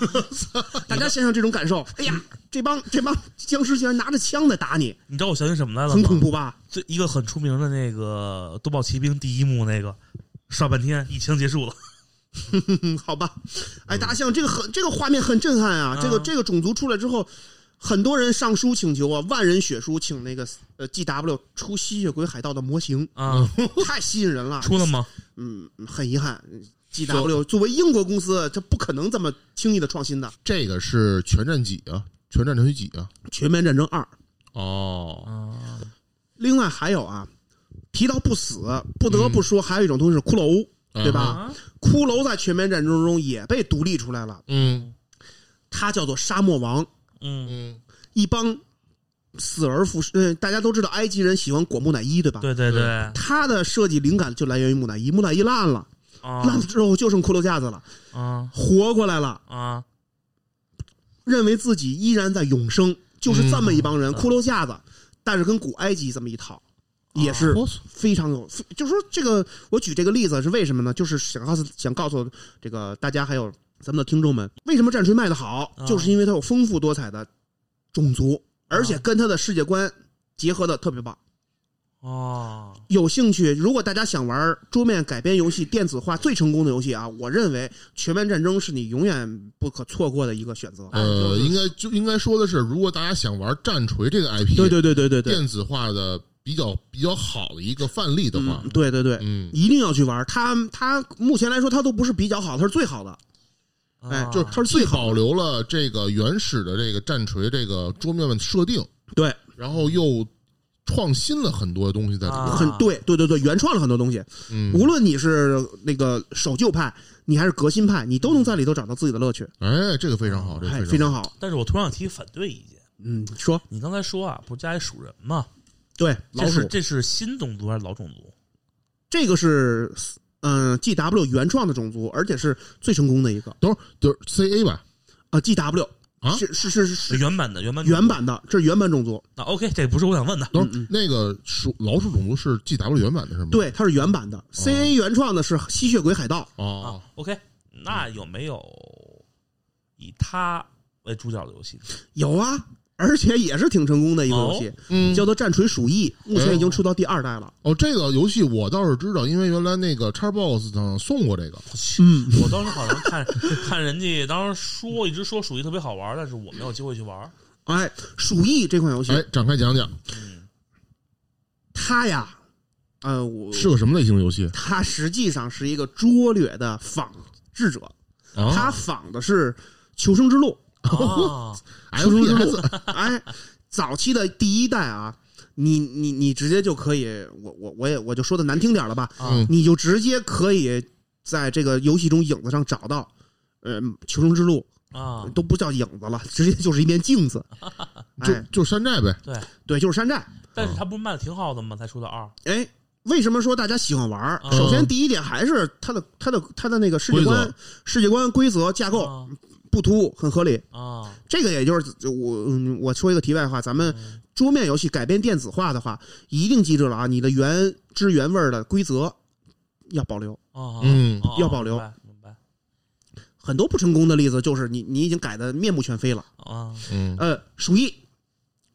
Speaker 3: 大家想想这种感受，哎呀，这帮这帮僵尸竟然拿着枪在打你，
Speaker 2: 你知道
Speaker 3: 嗯
Speaker 2: 我想起什么来了
Speaker 3: 很恐
Speaker 2: 吗？
Speaker 3: 怖吧？
Speaker 2: 最一个很出名的那个《夺宝奇兵》第一幕那个上半天一枪结束了，
Speaker 3: 嗯，好吧。哎，大象这个很这个画面很震撼啊！这个
Speaker 2: 啊
Speaker 3: 这个种族出来之后，很多人上书请求啊，万人血书请那个呃 G W 出吸血鬼海盗的模 [LAUGHS] 型，
Speaker 2: 啊，
Speaker 3: 太吸引人了。
Speaker 2: 出了
Speaker 3: [LAUGHS]
Speaker 2: 吗？
Speaker 3: 嗯，很遗憾，G W 作为英国公司，这不可能这么轻易的创新的。
Speaker 1: 这个是全战几啊？全战等于几啊？
Speaker 3: 全面战争二，
Speaker 1: 哦，
Speaker 2: 啊，
Speaker 3: 另外还有啊，提到不死，不得不
Speaker 2: 嗯
Speaker 3: 说还有一种东西是骷髅，
Speaker 1: 嗯
Speaker 3: 对吧？
Speaker 2: 啊
Speaker 3: 骷髅在全面战争中也被独立出来了，
Speaker 1: 嗯
Speaker 3: 它叫做沙漠王，
Speaker 2: 嗯，
Speaker 1: 嗯，
Speaker 3: 一帮死而复生。呃，大家都知道埃及人喜欢裹木乃伊，对吧？
Speaker 2: 对对对，
Speaker 3: 它的设计灵感就来源于木乃伊，木乃伊烂了，
Speaker 2: 啊
Speaker 3: 烂了之后就剩骷髅架子了，
Speaker 2: 啊
Speaker 3: 活过来了，
Speaker 2: 啊，
Speaker 3: 认为自己依然在永生，就是这么一帮人，
Speaker 2: 嗯
Speaker 3: 骷髅架子，但是跟古埃及这么一套，也是
Speaker 1: 我操
Speaker 3: 非常有，就说这个，我举这个例子是为什么呢？就是想告诉想告诉这个大家还有咱们的听众们，为什么战锤卖的好，
Speaker 2: 啊
Speaker 3: 就是因为它有丰富多彩的种族，而
Speaker 1: 啊
Speaker 3: 且跟它的世界观结合的特别棒。
Speaker 2: 哦，
Speaker 3: 有兴趣，如果大家想玩桌面改编游戏电子化最成功的游戏啊，我认为《全面战争》是你永远不可错过的一个选择。
Speaker 2: 哎就
Speaker 1: 呃，
Speaker 2: 是
Speaker 1: 应该就应该说的是，如果大家想玩战锤这个 IP，
Speaker 3: 对对对对对，
Speaker 1: 电子化的比较比较好的一个范例的话
Speaker 3: 嗯，，对对对，
Speaker 1: 嗯，
Speaker 3: 一定要去玩。它它目前来说，它都不是比较好，它是最好的。哎
Speaker 2: 啊
Speaker 1: 就是它是最保留了这个原始的这个战锤这个桌面的设定，
Speaker 3: 对，
Speaker 1: 然后又创新了很多东西在里面。
Speaker 2: 啊
Speaker 3: 很对对对对，原创了很多东西。
Speaker 1: 嗯，
Speaker 3: 无论你是那个守旧派，你还是革新派，你都能在里头找到自己的乐趣，
Speaker 1: 哎，这个非常好，这
Speaker 3: 哎，
Speaker 1: 个
Speaker 3: 非
Speaker 1: 常
Speaker 3: 常
Speaker 1: 好。
Speaker 3: 好。
Speaker 2: 但是我突然想提反对意见，
Speaker 3: 嗯，说
Speaker 2: 你刚才说啊，不是加一鼠人吗？
Speaker 3: 对，老
Speaker 2: 这
Speaker 3: 鼠
Speaker 2: 是这是新种族还是老种族？
Speaker 3: 这个是嗯、G W 原创的种族，而且是最成功的一个
Speaker 1: 等会儿就是 C A 吧，
Speaker 3: 啊，G W
Speaker 1: 啊
Speaker 3: 是是是是是
Speaker 2: 原版的原版
Speaker 3: 原版的，这是原版种族，嗯
Speaker 2: 那 OK，这不是我想问的
Speaker 1: 等会儿那个鼠老鼠种族是 G W 原版的是吗？，
Speaker 3: 对，它是原版的。C A 原创的是吸血鬼海盗，
Speaker 1: 哦
Speaker 2: 啊，。OK，那有没有以他为主角的游戏？
Speaker 3: 有啊，而且也是挺成功的一个游戏，
Speaker 1: 嗯，
Speaker 3: 叫做《战锤鼠疫》，目前已经出到第二代了。
Speaker 1: 哦，这个游戏我倒是知道，因为原来那个 Xbox 上送过这个。
Speaker 2: 我去，
Speaker 3: 嗯，
Speaker 2: 我当时好像看 [LAUGHS] 看人家当时说一直说鼠疫特别好玩，但是我没有机会去玩。
Speaker 3: 哎，鼠疫这款游戏，
Speaker 1: 哎，展开讲讲
Speaker 3: [LAUGHS]
Speaker 2: 嗯
Speaker 3: 它呀，呃，我
Speaker 1: 是个什么类型的游戏
Speaker 3: 它实际上是一个拙劣的仿制者，它
Speaker 1: 啊
Speaker 3: 仿的是《求生之路 [LAUGHS]
Speaker 2: 啊，
Speaker 1: ？F P S》。
Speaker 3: 哦哎，早期的第一代啊，你你你直接就可以，我我我也我就说的难听点了吧，
Speaker 2: 啊
Speaker 1: 嗯
Speaker 3: 你就直接可以在这个游戏中影子上找到，呃，《求生之路
Speaker 2: 啊》，
Speaker 3: 都不叫影子了， [LAUGHS] 直接就是一面镜子。
Speaker 1: 就
Speaker 3: 哎，
Speaker 1: 就山寨呗。
Speaker 2: 对，
Speaker 3: 对，就是山寨。
Speaker 2: 但是他不是卖的挺好的吗？才出的二
Speaker 3: 哎，为什么说大家喜欢玩儿？
Speaker 2: 嗯
Speaker 3: 首先，第一点还是它的它的它的那个世界
Speaker 1: 规
Speaker 3: 观、世界观规则架构
Speaker 2: 啊
Speaker 3: 不突兀，很合理。
Speaker 2: 啊，
Speaker 3: 这个也就是就我嗯我说一个题外话，咱们
Speaker 2: 嗯
Speaker 3: 桌面游戏改编电子化的话，一定记住了啊，你的原汁原味儿的规则要保留。
Speaker 2: 啊，
Speaker 1: 嗯
Speaker 2: 啊
Speaker 3: 要保留
Speaker 2: 明白明白
Speaker 3: 很多不成功的例子就是你你已经改的面目全非了。
Speaker 2: 啊
Speaker 1: 嗯
Speaker 3: 呃，鼠疫，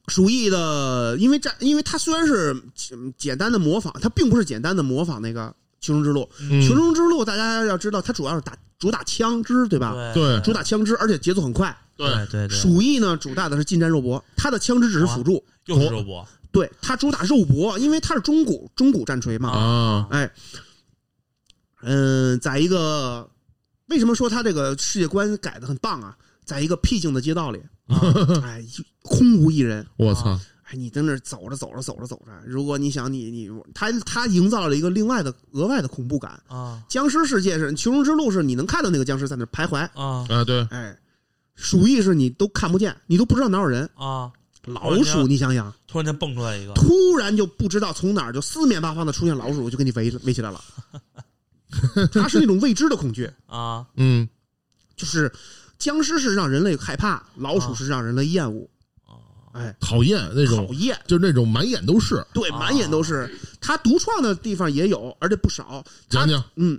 Speaker 3: 鼠疫的，因为战，因为它虽然是嗯简单的模仿，它并不是简单的模仿那个《求生之路》。
Speaker 1: 嗯
Speaker 3: 求生之路》大家要知道，它主要是打主打枪支，对吧？
Speaker 1: 对
Speaker 3: 主打枪支，而且节奏很快。
Speaker 2: 对对对，
Speaker 3: 鼠疫呢，主打的是近战肉搏，它的枪支只是辅助，
Speaker 2: 又是肉
Speaker 3: [LAUGHS]
Speaker 2: 搏
Speaker 3: 对，它主打肉搏，因为它是中古中古战锤嘛。
Speaker 1: 啊，
Speaker 3: 哎，嗯、在一个为什么说它这个世界观改的很棒啊？在一个僻静的街道里，哎，空无一人。
Speaker 1: 我操！
Speaker 3: 哎，你在那儿走着走着走着走着，如果你想你你他他营造了一个另外的额外的恐怖感。
Speaker 2: 啊
Speaker 3: 僵尸世界是《求生之路》，是你能看到那个僵尸在那儿徘徊，
Speaker 2: 啊
Speaker 1: 啊，对，
Speaker 3: 哎，鼠疫是你都看不见，你都不知道哪有人。
Speaker 2: 啊！
Speaker 3: 老鼠，你想想，
Speaker 2: 突然间蹦出来一个，
Speaker 3: 突然就不知道从哪儿就四面八方的出现老鼠，就给你围围起来了。它是那种未知的恐惧，
Speaker 2: 啊
Speaker 1: 嗯
Speaker 3: 就是僵尸是让人类害怕，老鼠
Speaker 2: 啊
Speaker 3: 是让人类厌恶，
Speaker 2: 啊
Speaker 3: 哎，
Speaker 1: 讨厌那
Speaker 3: 讨
Speaker 1: 种，
Speaker 3: 厌。
Speaker 1: 就是那种满眼都是。
Speaker 3: 对，
Speaker 2: 啊
Speaker 3: 满眼都是。他独创的地方也有，而且不少。他
Speaker 1: 讲讲，
Speaker 3: 嗯，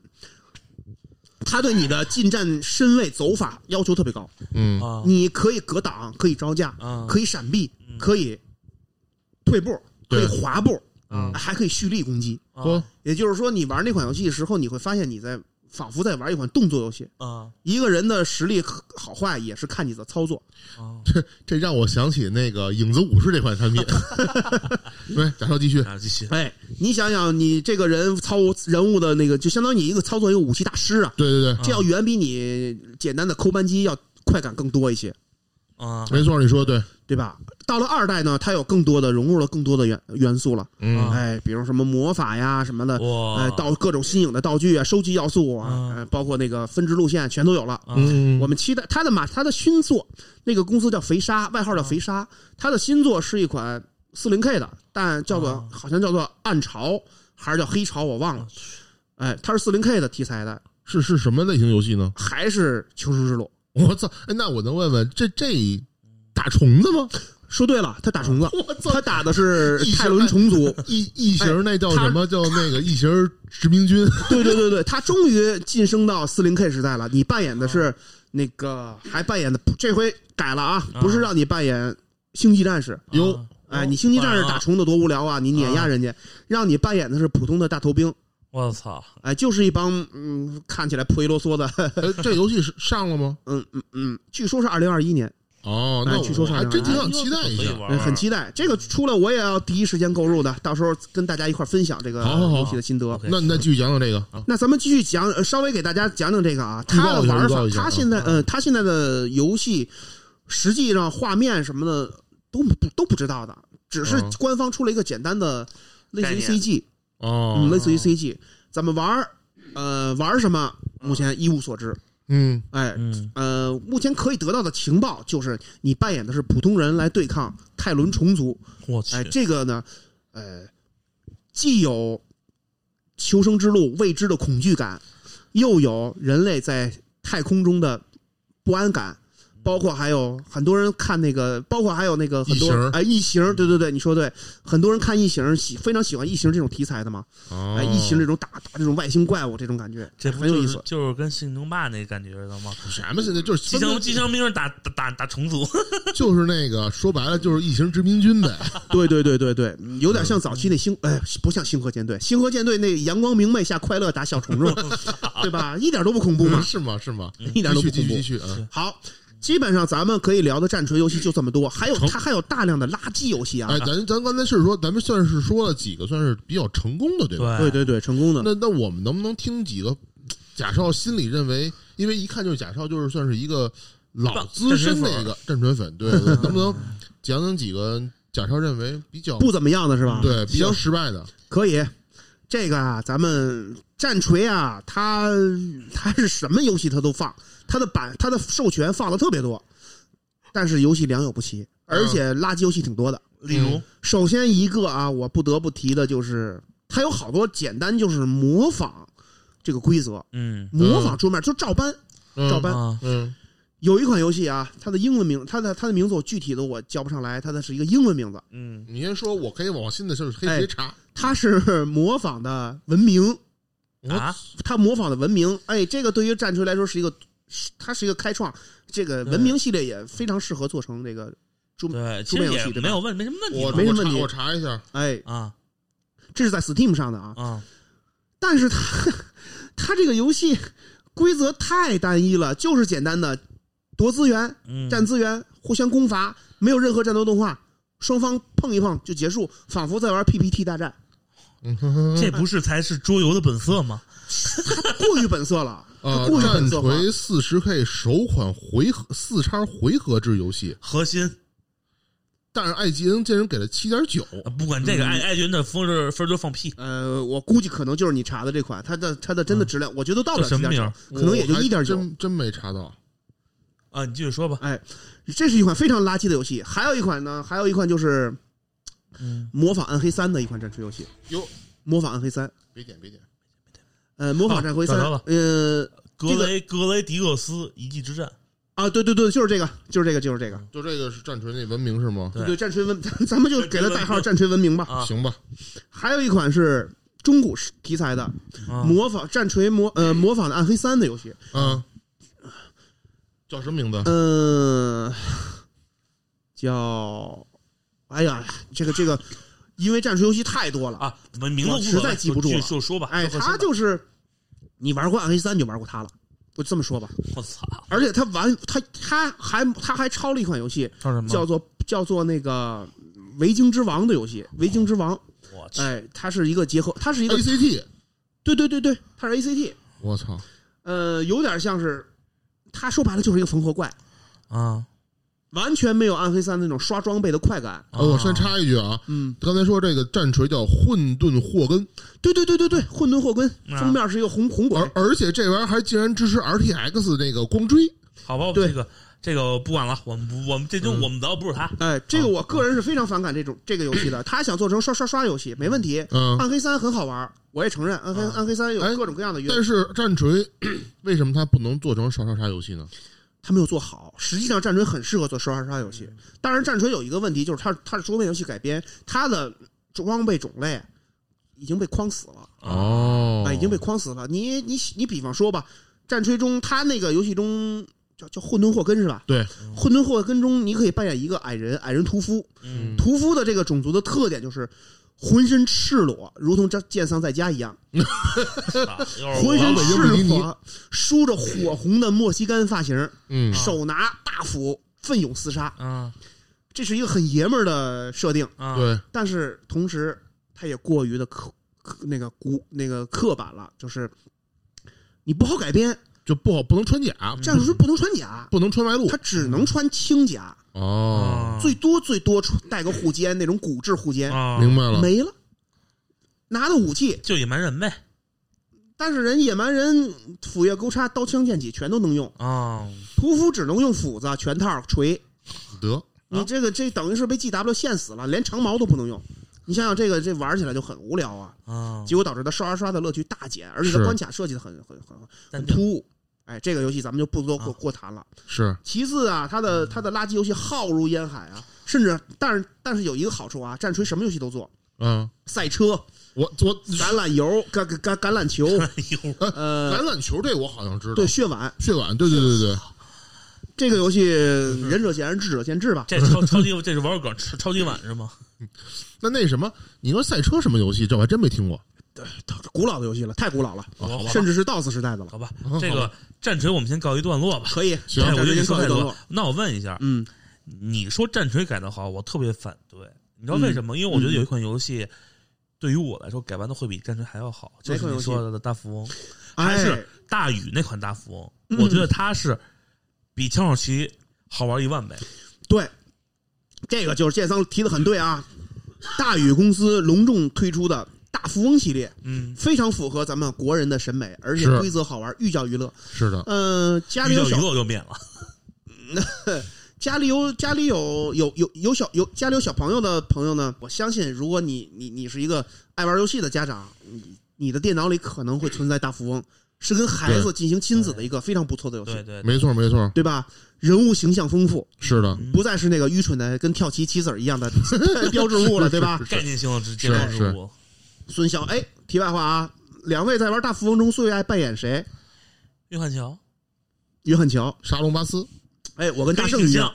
Speaker 3: 他对你的近战身位走法要求特别高，
Speaker 1: 嗯
Speaker 2: 啊
Speaker 3: 你可以格挡，可以招架，
Speaker 2: 啊
Speaker 3: 可以闪避
Speaker 2: 嗯，
Speaker 3: 可以退步，可
Speaker 1: 对
Speaker 3: 以滑步，
Speaker 2: 嗯
Speaker 3: 还可以蓄力攻击。
Speaker 1: 呵
Speaker 2: 啊
Speaker 3: 也就是说，你玩那款游戏的时候，你会发现你在仿佛在玩一款动作游戏。
Speaker 2: 啊
Speaker 3: 一个人的实力好坏也是看你的操作。
Speaker 2: 啊！
Speaker 1: 这让我想起那个《影子武士》这款产品。 [LAUGHS] 对，假设继续，
Speaker 2: 啊，继续
Speaker 3: 哎，你想想，你这个人操人物的那个，就相当于你一个操作一个武器大师啊，
Speaker 1: 对对对，
Speaker 3: 这要远比你简单的扣扳机要快感更多一些，
Speaker 2: 啊
Speaker 1: 没错，你说的对，
Speaker 3: 对吧？到了二代呢，它有更多的融入了更多的元元素了，
Speaker 2: 嗯
Speaker 3: 哎，比如什么魔法呀什么的，
Speaker 2: 哇
Speaker 3: 哎，道各种新颖的道具啊，收集要素啊
Speaker 2: 嗯，
Speaker 3: 哎包括那个分支路线全都有了。
Speaker 2: 啊
Speaker 1: 嗯
Speaker 3: 我们期待它的马，它的新作，那个公司叫肥
Speaker 1: 啊
Speaker 3: 鲨，外号叫肥鲨，它的新作是一款四零 K 的，但叫做
Speaker 2: 啊
Speaker 3: 好像叫做暗潮还是叫黑潮，我忘了。
Speaker 1: 啊
Speaker 3: 哎，它是四零 K 的题材的，
Speaker 1: 是是什么类型游戏呢？
Speaker 3: 还是求生之路？
Speaker 1: 我操！哎，那我能问问，这这打虫子吗？
Speaker 3: 说对了，它打虫子，
Speaker 1: [LAUGHS] 我操！
Speaker 3: 它打
Speaker 1: [LAUGHS]
Speaker 3: 的是
Speaker 1: 一
Speaker 3: 泰伦虫族。
Speaker 1: 异异形那叫什么？叫那个异形殖民
Speaker 3: [LAUGHS]
Speaker 1: 军？ [LAUGHS]
Speaker 3: 对对对对，它终于晋升到四零 K 时代了。你扮演的
Speaker 1: 啊
Speaker 3: 是那个，还扮演的这回改了啊，不是让你扮演星际战士，
Speaker 1: 哟
Speaker 3: 哎，你星际战士打，
Speaker 2: 啊
Speaker 3: 虫子多无聊啊！你碾压人家，让你扮演的是普通的大头兵，
Speaker 2: 我操！
Speaker 3: 哎，就是一帮嗯看起来破衣啰嗦的， [LAUGHS]
Speaker 1: 哎，这游戏是上了吗？
Speaker 3: 嗯嗯嗯，据说是二零二一年，
Speaker 1: 哦，
Speaker 3: 哎
Speaker 1: 那
Speaker 3: 据说
Speaker 1: 我
Speaker 3: 上
Speaker 1: 还
Speaker 3: 了
Speaker 1: 真挺
Speaker 2: 哎
Speaker 1: 想
Speaker 2: 呦
Speaker 1: 期待一
Speaker 2: 可以
Speaker 1: 下。
Speaker 2: 玩
Speaker 3: 哎
Speaker 2: 玩
Speaker 3: 很期待。这个出了我也要第一时间购入的，到时候跟大家一块儿啊分享这个
Speaker 1: 好好好
Speaker 3: 游戏的心得。
Speaker 2: OK
Speaker 1: 那你再继续讲讲这个啊。
Speaker 3: 那咱们继续讲，呃稍微给大家讲讲这个啊，
Speaker 1: 预
Speaker 3: 它
Speaker 1: 告
Speaker 3: 的
Speaker 1: 一下
Speaker 3: 玩
Speaker 1: 预告
Speaker 3: 法
Speaker 1: 一，下
Speaker 3: 它
Speaker 1: 啊
Speaker 3: 现在呃，它现在的游戏实际上画面什么的都不都不知道的，只是
Speaker 1: 嗯
Speaker 3: 官方出了一个简单的类似于
Speaker 2: 概念
Speaker 3: CG，嗯，
Speaker 1: 哦，
Speaker 3: 类似于 CG，怎么玩儿？呃，玩儿什么？目前一无所知。
Speaker 1: 嗯，
Speaker 3: 哎，
Speaker 2: 嗯
Speaker 3: 呃，目前可以得到的情报就是你扮演的是普通人来对抗泰伦虫族。
Speaker 2: 我去
Speaker 3: 哎，这个呢，呃，既有求生之路未知的恐惧感，又有人类在太空中的不安感。包括还有很多人看那个，包括还有那个很多
Speaker 1: 异形
Speaker 3: 哎异形，对对对，你说对，很多人看异形喜非常喜欢异形这种题材的嘛，
Speaker 1: 哦
Speaker 3: 哎，异形这种打打这种外星怪物这种感觉，
Speaker 2: 这不
Speaker 3: 很有
Speaker 2: 就
Speaker 3: 意
Speaker 2: 是
Speaker 3: 思。
Speaker 2: 就是跟《性争霸》那感觉的吗？
Speaker 1: 什么现在就是
Speaker 2: 机
Speaker 1: 分
Speaker 2: 枪机枪兵打打打打虫族，
Speaker 1: 就是那个说白了就是异形殖民军呗。
Speaker 3: 对对对
Speaker 1: [LAUGHS]
Speaker 3: 对对，有点像早期那星，哎，不像星河舰队，星河舰队那阳光明媚下快乐打小
Speaker 1: [LAUGHS]
Speaker 3: 虫虫，对吧？一点都不恐怖嘛，嗯
Speaker 1: 是吗？是吗？
Speaker 3: 一点都
Speaker 1: 继续嗯
Speaker 3: 不
Speaker 1: 继续
Speaker 3: 恐怖
Speaker 1: 继。续啊！
Speaker 3: 好，基本上咱们可以聊的战锤游戏就这么多，还有
Speaker 1: 成
Speaker 3: 它还有大量的垃圾游戏啊
Speaker 1: 哎，，咱咱刚才是说，咱们算是说了几个算是比较成功的，对吧？
Speaker 3: 对对对，成功的。
Speaker 1: 哎那那我们能不能听几个贾少心里认为，因为一看就是贾少就是算是一个老资深的一个战锤粉，对，对能不能讲讲几个贾少认为比较
Speaker 3: 不怎么样的是吧？
Speaker 1: 对比较
Speaker 3: 啊行
Speaker 1: 失败的？
Speaker 3: 可以。这个啊，咱们战锤啊，它它是什么游戏它都放，它的版它的授权放的特别多，但是游戏良莠不齐，而且垃圾游戏挺多的。
Speaker 2: 例
Speaker 1: 嗯
Speaker 2: 如
Speaker 3: 首先一个啊，我不得不提的就是，它有好多简单就是模仿这个规则，
Speaker 2: 嗯
Speaker 3: 模仿桌面就照搬
Speaker 1: 嗯
Speaker 3: 照搬。
Speaker 2: 啊
Speaker 1: 嗯
Speaker 3: 有一款游戏啊，它的英文名，它的它的名字我具体的我叫不上来，它的是一个英文名字，
Speaker 2: 嗯
Speaker 1: 你先说，我可以往新的就是可以
Speaker 3: 哎
Speaker 1: 直接查。
Speaker 3: 它是模仿的文明，
Speaker 2: 啊
Speaker 3: 它模仿的文明，哎，这个对于战锤来说是一个，是它是一个开创，这个文明系列也非常适合做成这个桌，
Speaker 2: 对，
Speaker 3: 桌
Speaker 2: 其
Speaker 3: 面
Speaker 2: 实
Speaker 3: 游戏
Speaker 2: 也
Speaker 3: 对吧
Speaker 2: 没有问没什么问题
Speaker 1: 我
Speaker 2: 嘛
Speaker 3: 没什么
Speaker 1: 我
Speaker 3: 问题
Speaker 1: 查我查一下，
Speaker 3: 哎，
Speaker 2: 啊
Speaker 3: 这是在 Steam 上的啊，
Speaker 2: 啊
Speaker 3: 但是它它这个游戏规则太单一了，就是简单的夺资源、
Speaker 2: 嗯
Speaker 3: 占资源、互相攻伐，没有任何战斗动画，双方碰一碰就结束，仿佛在玩 PPT 大战，嗯
Speaker 2: 这不是才是桌游的本色吗？
Speaker 3: 过于本色了，它
Speaker 1: 呃
Speaker 3: 过，于本
Speaker 1: 战
Speaker 3: 色化。
Speaker 1: 锤四十 K 首款回合四叉回合制游戏，
Speaker 2: 核心
Speaker 1: 但是艾吉恩竟然给了七点九，
Speaker 2: 啊不管这个，
Speaker 3: 嗯
Speaker 2: 艾艾军的分儿分儿就放屁，
Speaker 3: 呃，我估计可能就是你查的这款，它的它的真的质量，我觉得到不了
Speaker 2: 叫什么
Speaker 3: 7.9
Speaker 2: 名儿
Speaker 3: 可能也就
Speaker 1: 我还
Speaker 3: 一点九。
Speaker 1: 真真没查到。
Speaker 2: 啊！你继续说吧。
Speaker 3: 哎，这是一款非常垃圾的游戏。还有一款呢，还有一款就是
Speaker 2: 嗯，
Speaker 3: 模仿《暗黑三》的一款战锤游戏，
Speaker 1: 哟，
Speaker 3: 模仿《暗黑三》。
Speaker 1: 别点别点，
Speaker 3: 呃，模仿战锤
Speaker 2: 哦找
Speaker 3: 三
Speaker 2: 着了，
Speaker 3: 呃
Speaker 2: 格雷格雷迪厄斯一骑之战，
Speaker 3: 啊，对对对，就是这个，就是这个，就是这个。
Speaker 1: 就这个是战锤那文明是吗？
Speaker 2: 对
Speaker 3: 对，战锤文， [LAUGHS] 咱们就给它代号“战锤文明”吧。
Speaker 2: 啊
Speaker 1: 行吧，
Speaker 3: 还有一款是中古题材的
Speaker 2: 啊
Speaker 3: 模仿战锤模呃模仿的《暗黑三》的游戏，
Speaker 1: 嗯，叫什么名字？
Speaker 3: 呃嗯，叫，哎呀，这个这个因为战术游戏太多了。
Speaker 2: 啊，我们名字
Speaker 3: 我
Speaker 2: 无
Speaker 3: 实
Speaker 2: 所
Speaker 3: 在
Speaker 2: 谓
Speaker 3: 记不住
Speaker 2: 就
Speaker 3: 了
Speaker 2: 就说吧。
Speaker 3: 哎，
Speaker 2: 就
Speaker 3: 他就是你玩过《暗黑三》你就玩过他了，我这么说吧。
Speaker 2: 我操，
Speaker 3: 而且他玩他他还他还抄了一款游戏，
Speaker 2: 叫什么？
Speaker 3: 叫做叫做那个《维京之王》的游戏，《维京之王》
Speaker 2: 我去，啊
Speaker 3: 哎，它是一个结合，它
Speaker 1: 哎
Speaker 3: 是一个
Speaker 1: ACT，
Speaker 3: 对对对对，它是 ACT，
Speaker 1: 我操，
Speaker 3: 呃，有点像是，它说白了就是一个缝合怪，哦
Speaker 2: 啊，
Speaker 3: 完全没有《暗黑三》那种刷装备的快感。
Speaker 1: 呃我先插一句啊，
Speaker 3: 嗯，
Speaker 1: 刚才说这个战锤叫混沌祸根，
Speaker 3: 对对对对对，混沌祸根
Speaker 2: 啊
Speaker 3: 封面是一个红红
Speaker 1: 而
Speaker 3: 鬼，
Speaker 1: 而且这玩意儿还竟然支持 RTX 那个光追，
Speaker 2: 好吧，我
Speaker 3: 对嗯
Speaker 2: 这个这个不管了，我们不我们这就我们的不是他，
Speaker 3: 哎，这个我个人是非常反感这种这个游戏的。他想做成刷刷刷游戏，没问题。
Speaker 1: 嗯，
Speaker 3: 暗黑三很好玩，我也承认，暗黑
Speaker 2: 啊
Speaker 3: 暗黑三有
Speaker 1: 哎
Speaker 3: 各种各样的原因，
Speaker 1: 但是战锤 [CLEARS THROAT] 为什么它不能做成刷刷刷游戏呢？
Speaker 3: 他没有做好。实际上，战锤很适合做刷刷刷游
Speaker 2: 嗯
Speaker 3: 戏。当然，战锤有一个问题，就是它它是桌面游戏改编，它的装备种类已经被框死了。
Speaker 1: 哦
Speaker 3: 啊，已经被框死了。你你你比方说吧，战锤中他那个游戏中叫叫混沌祸根是吧？
Speaker 1: 对，
Speaker 3: 混沌祸根中你可以扮演一个矮人，矮人屠夫。
Speaker 2: 嗯
Speaker 3: 屠夫的这个种族的特点就是。浑身赤裸，如同这剑桑在家一样， [LAUGHS]
Speaker 2: 啊又是我
Speaker 3: 浑身
Speaker 1: 北
Speaker 2: 了
Speaker 1: 京比基
Speaker 3: 赤
Speaker 1: 尼
Speaker 3: 裸，梳着火红的莫西干发型，
Speaker 1: 嗯
Speaker 2: 啊
Speaker 3: 手拿大斧，奋勇厮杀。
Speaker 2: 啊
Speaker 3: 这是一个很爷们儿的设定，
Speaker 2: 啊，
Speaker 1: 嗯对，
Speaker 3: 但是同时它也过于的刻刻那个古那个刻板了，就是你不好改编，
Speaker 1: 就不好不能穿甲，
Speaker 3: 战术是不能穿甲，
Speaker 1: 不能穿外露
Speaker 3: 他只能穿轻甲，
Speaker 1: 哦，
Speaker 2: 啊
Speaker 3: 最多最多穿带个护肩那种骨质护肩，
Speaker 2: 啊，
Speaker 1: 明白了，
Speaker 3: 没了。拿的武器，
Speaker 2: 就野蛮人呗
Speaker 3: 但是人野蛮人斧钺钩叉、刀枪剑戟全都能用，
Speaker 2: 啊，
Speaker 3: 屠夫只能用斧子、拳套、锤。
Speaker 1: 得
Speaker 3: 你这个这等于是被 GW 限死了，连长矛都不能用。你想想这个这玩起来就很无聊啊，
Speaker 2: 啊，
Speaker 3: 结果导致他刷刷刷的乐趣大减，而且他
Speaker 1: 是
Speaker 3: 关卡设计的很很很
Speaker 2: 但
Speaker 3: 很
Speaker 2: 就 [LAUGHS]
Speaker 3: 突兀。哎，这个游戏咱们就不多过
Speaker 2: 啊
Speaker 3: 过谈了。
Speaker 1: 是
Speaker 3: 其次啊，它的它的垃圾游戏浩如烟海啊，甚至但是但是有一个好处啊，战锤什么游戏都做，
Speaker 1: 嗯，
Speaker 3: 赛 [LAUGHS] 车、
Speaker 1: 我我
Speaker 3: 橄榄油、橄橄橄橄榄球，
Speaker 2: 哎呦，
Speaker 3: 呃，
Speaker 1: 橄榄球这我好像知道
Speaker 3: 对，，血碗
Speaker 1: 血碗，对对对对，
Speaker 3: 这个游戏，仁者见仁，智者见智吧。
Speaker 2: 这超超级这是玩梗，超超级碗是吗？
Speaker 1: 那那什么，你说赛车什么游戏？这我还真没听过，
Speaker 3: 古老的游戏了，太古老了，
Speaker 2: 好吧
Speaker 3: 甚至哦是 DOS 时代嗯的了。
Speaker 2: 好吧，这
Speaker 1: 哦
Speaker 2: 个战锤我们先告一段落吧。
Speaker 3: 可以，
Speaker 1: 行
Speaker 2: 哎
Speaker 3: 战
Speaker 2: 我就
Speaker 3: 锤
Speaker 2: 给
Speaker 3: 先
Speaker 2: 你
Speaker 3: 告
Speaker 2: 说
Speaker 3: 一
Speaker 2: 太
Speaker 3: 段
Speaker 2: 多
Speaker 3: 落。。
Speaker 2: 那我问一下，
Speaker 3: 嗯
Speaker 2: 你说战锤改的好，我特别反对。你知道为什
Speaker 3: 嗯
Speaker 2: 么？因为我觉得有一款游戏，对于我来说改完的会比战锤还要好，就
Speaker 3: 哪
Speaker 2: 是
Speaker 3: 款游
Speaker 2: 你
Speaker 3: 戏
Speaker 2: 说的大富翁，还
Speaker 3: 哎
Speaker 2: 是，大宇那款大富翁。
Speaker 3: 嗯
Speaker 2: 我觉得它是比枪手棋好玩一万倍。
Speaker 3: 对，这个就是建桑提的很对啊。大宇公司隆重推出的大富翁系列，
Speaker 2: 嗯，
Speaker 3: 非常符合咱们国人的审美，而且
Speaker 1: 是
Speaker 3: 规则好玩，寓教于乐。
Speaker 1: 是的，
Speaker 3: 呃，家里
Speaker 2: 寓
Speaker 3: 有
Speaker 2: 教于
Speaker 3: 小，
Speaker 2: 乐就变了。
Speaker 3: 家里有家里有有有有小有家里有小朋友的朋友呢，我相信，如果你你你是一个爱玩游戏的家长，你你的电脑里可能会存在大富翁，是跟孩子进行亲子的一个非常不错的游戏，
Speaker 2: 对对，对
Speaker 1: 没错没错，
Speaker 3: 对吧？人物形象丰富，
Speaker 1: 是的，
Speaker 2: 嗯
Speaker 3: 不再是那个愚蠢的跟跳棋棋子儿一样的 [LAUGHS] 标志物了，对吧？
Speaker 2: 概念性的直接
Speaker 1: 是
Speaker 2: 入伍。
Speaker 3: 孙骁，哎，题外话啊，两位在玩大富翁中最爱扮演谁？
Speaker 2: 约翰乔，
Speaker 3: 约翰乔，
Speaker 1: 沙龙巴斯，
Speaker 3: 哎，我跟大圣一样，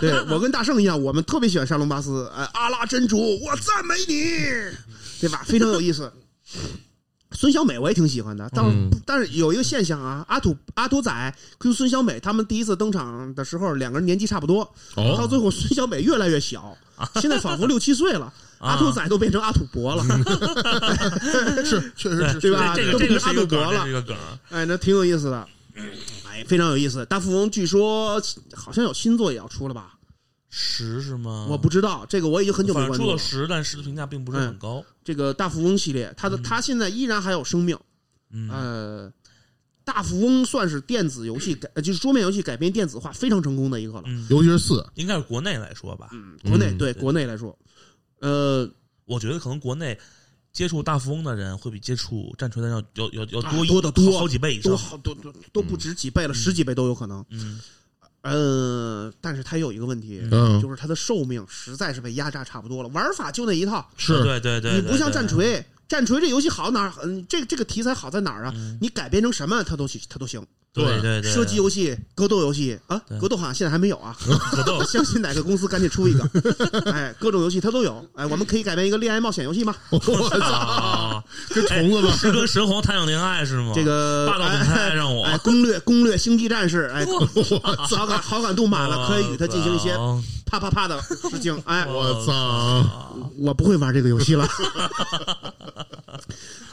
Speaker 3: 对我跟大圣一样，我们特别喜欢沙龙巴斯，哎，阿拉真主，我赞美你，对吧？非常有意思。孙小美我也挺喜欢的，但是、
Speaker 1: 嗯
Speaker 3: 但是有一个现象啊，阿土阿土仔跟孙小美他们第一次登场的时候，两个人年纪差不多，到
Speaker 1: 哦，啊
Speaker 3: 最后孙小美越来越小，现在仿佛六七岁了，阿土仔都变成阿土
Speaker 1: [LAUGHS]
Speaker 3: 伯了，
Speaker 1: 是确实是
Speaker 2: 对
Speaker 3: 对吧
Speaker 2: 啊这个
Speaker 3: 都
Speaker 2: 这个
Speaker 3: 变
Speaker 2: 是一个
Speaker 3: 成阿
Speaker 2: 梗
Speaker 3: 斗
Speaker 2: 儿，
Speaker 3: 国
Speaker 2: 这
Speaker 3: 了
Speaker 2: 是一个梗儿。
Speaker 3: 哎，那挺有意思的，
Speaker 2: 嗯
Speaker 3: 哎，非常有意思。大富翁据说好像有新作也要出了吧？
Speaker 2: 十是吗？
Speaker 3: 我不知道，这个我已经很久
Speaker 2: 嗯
Speaker 3: 没
Speaker 2: 反正
Speaker 3: 关
Speaker 2: 出
Speaker 3: 注
Speaker 2: 了
Speaker 3: 了。嗯
Speaker 2: 十，但十的评价并不是很高。
Speaker 3: 这个大富翁系列，它的它现在依然还有生命。
Speaker 2: 嗯，
Speaker 3: 呃，大富翁算是电子游戏改，呃就是桌面游戏改编电子化非常成功的一个了。
Speaker 2: 嗯，
Speaker 1: 尤其是四，
Speaker 2: 应该是国内来说吧，
Speaker 3: 嗯，国内
Speaker 1: 嗯
Speaker 3: 对
Speaker 2: 对
Speaker 3: 国内来说，呃，
Speaker 2: 我觉得可能国内接触大富翁的人会比接触战锤的人要要要要
Speaker 3: 啊
Speaker 2: 多一
Speaker 3: 多得多
Speaker 2: 好好几倍以上
Speaker 3: 都。好都都都不止几倍了，十几倍都有可能。
Speaker 2: 嗯，
Speaker 3: 呃，但是它有一个问题，
Speaker 1: 嗯，
Speaker 3: 就是它的寿命实在是被压榨差不多了，玩法就那一套。
Speaker 1: 是
Speaker 2: 对对对，
Speaker 3: 你
Speaker 2: 对
Speaker 3: 不像战，
Speaker 2: 对
Speaker 3: 锤，战锤这游戏好哪儿？嗯，这这个题材好在哪儿啊？你改编成什么它都行，它都行。
Speaker 2: 对嗯对对，
Speaker 3: 射击游戏、格斗游戏啊
Speaker 2: 对，
Speaker 3: 格斗好像现在还没有
Speaker 2: [LAUGHS]
Speaker 3: 啊，
Speaker 2: 格斗
Speaker 3: 相信哪个公司赶紧出一个，哎，各种游戏它都有，哎，我们可以改编一个恋爱冒险游戏吗？
Speaker 1: 我操，
Speaker 3: [LAUGHS]
Speaker 2: 啊，
Speaker 1: 跟虫子吧，
Speaker 2: 是跟神皇谈场恋爱是吗？
Speaker 3: 这个
Speaker 2: 霸道总裁爱上我
Speaker 3: 哎，哎攻略攻略星际战士，哎，
Speaker 1: 我
Speaker 3: 好感好感度满了，可以与他进行一些
Speaker 2: 啊
Speaker 3: 啪啪啪的事情，哎，
Speaker 1: 我操，
Speaker 3: 我不会玩这个游戏
Speaker 2: [LAUGHS]
Speaker 3: 了。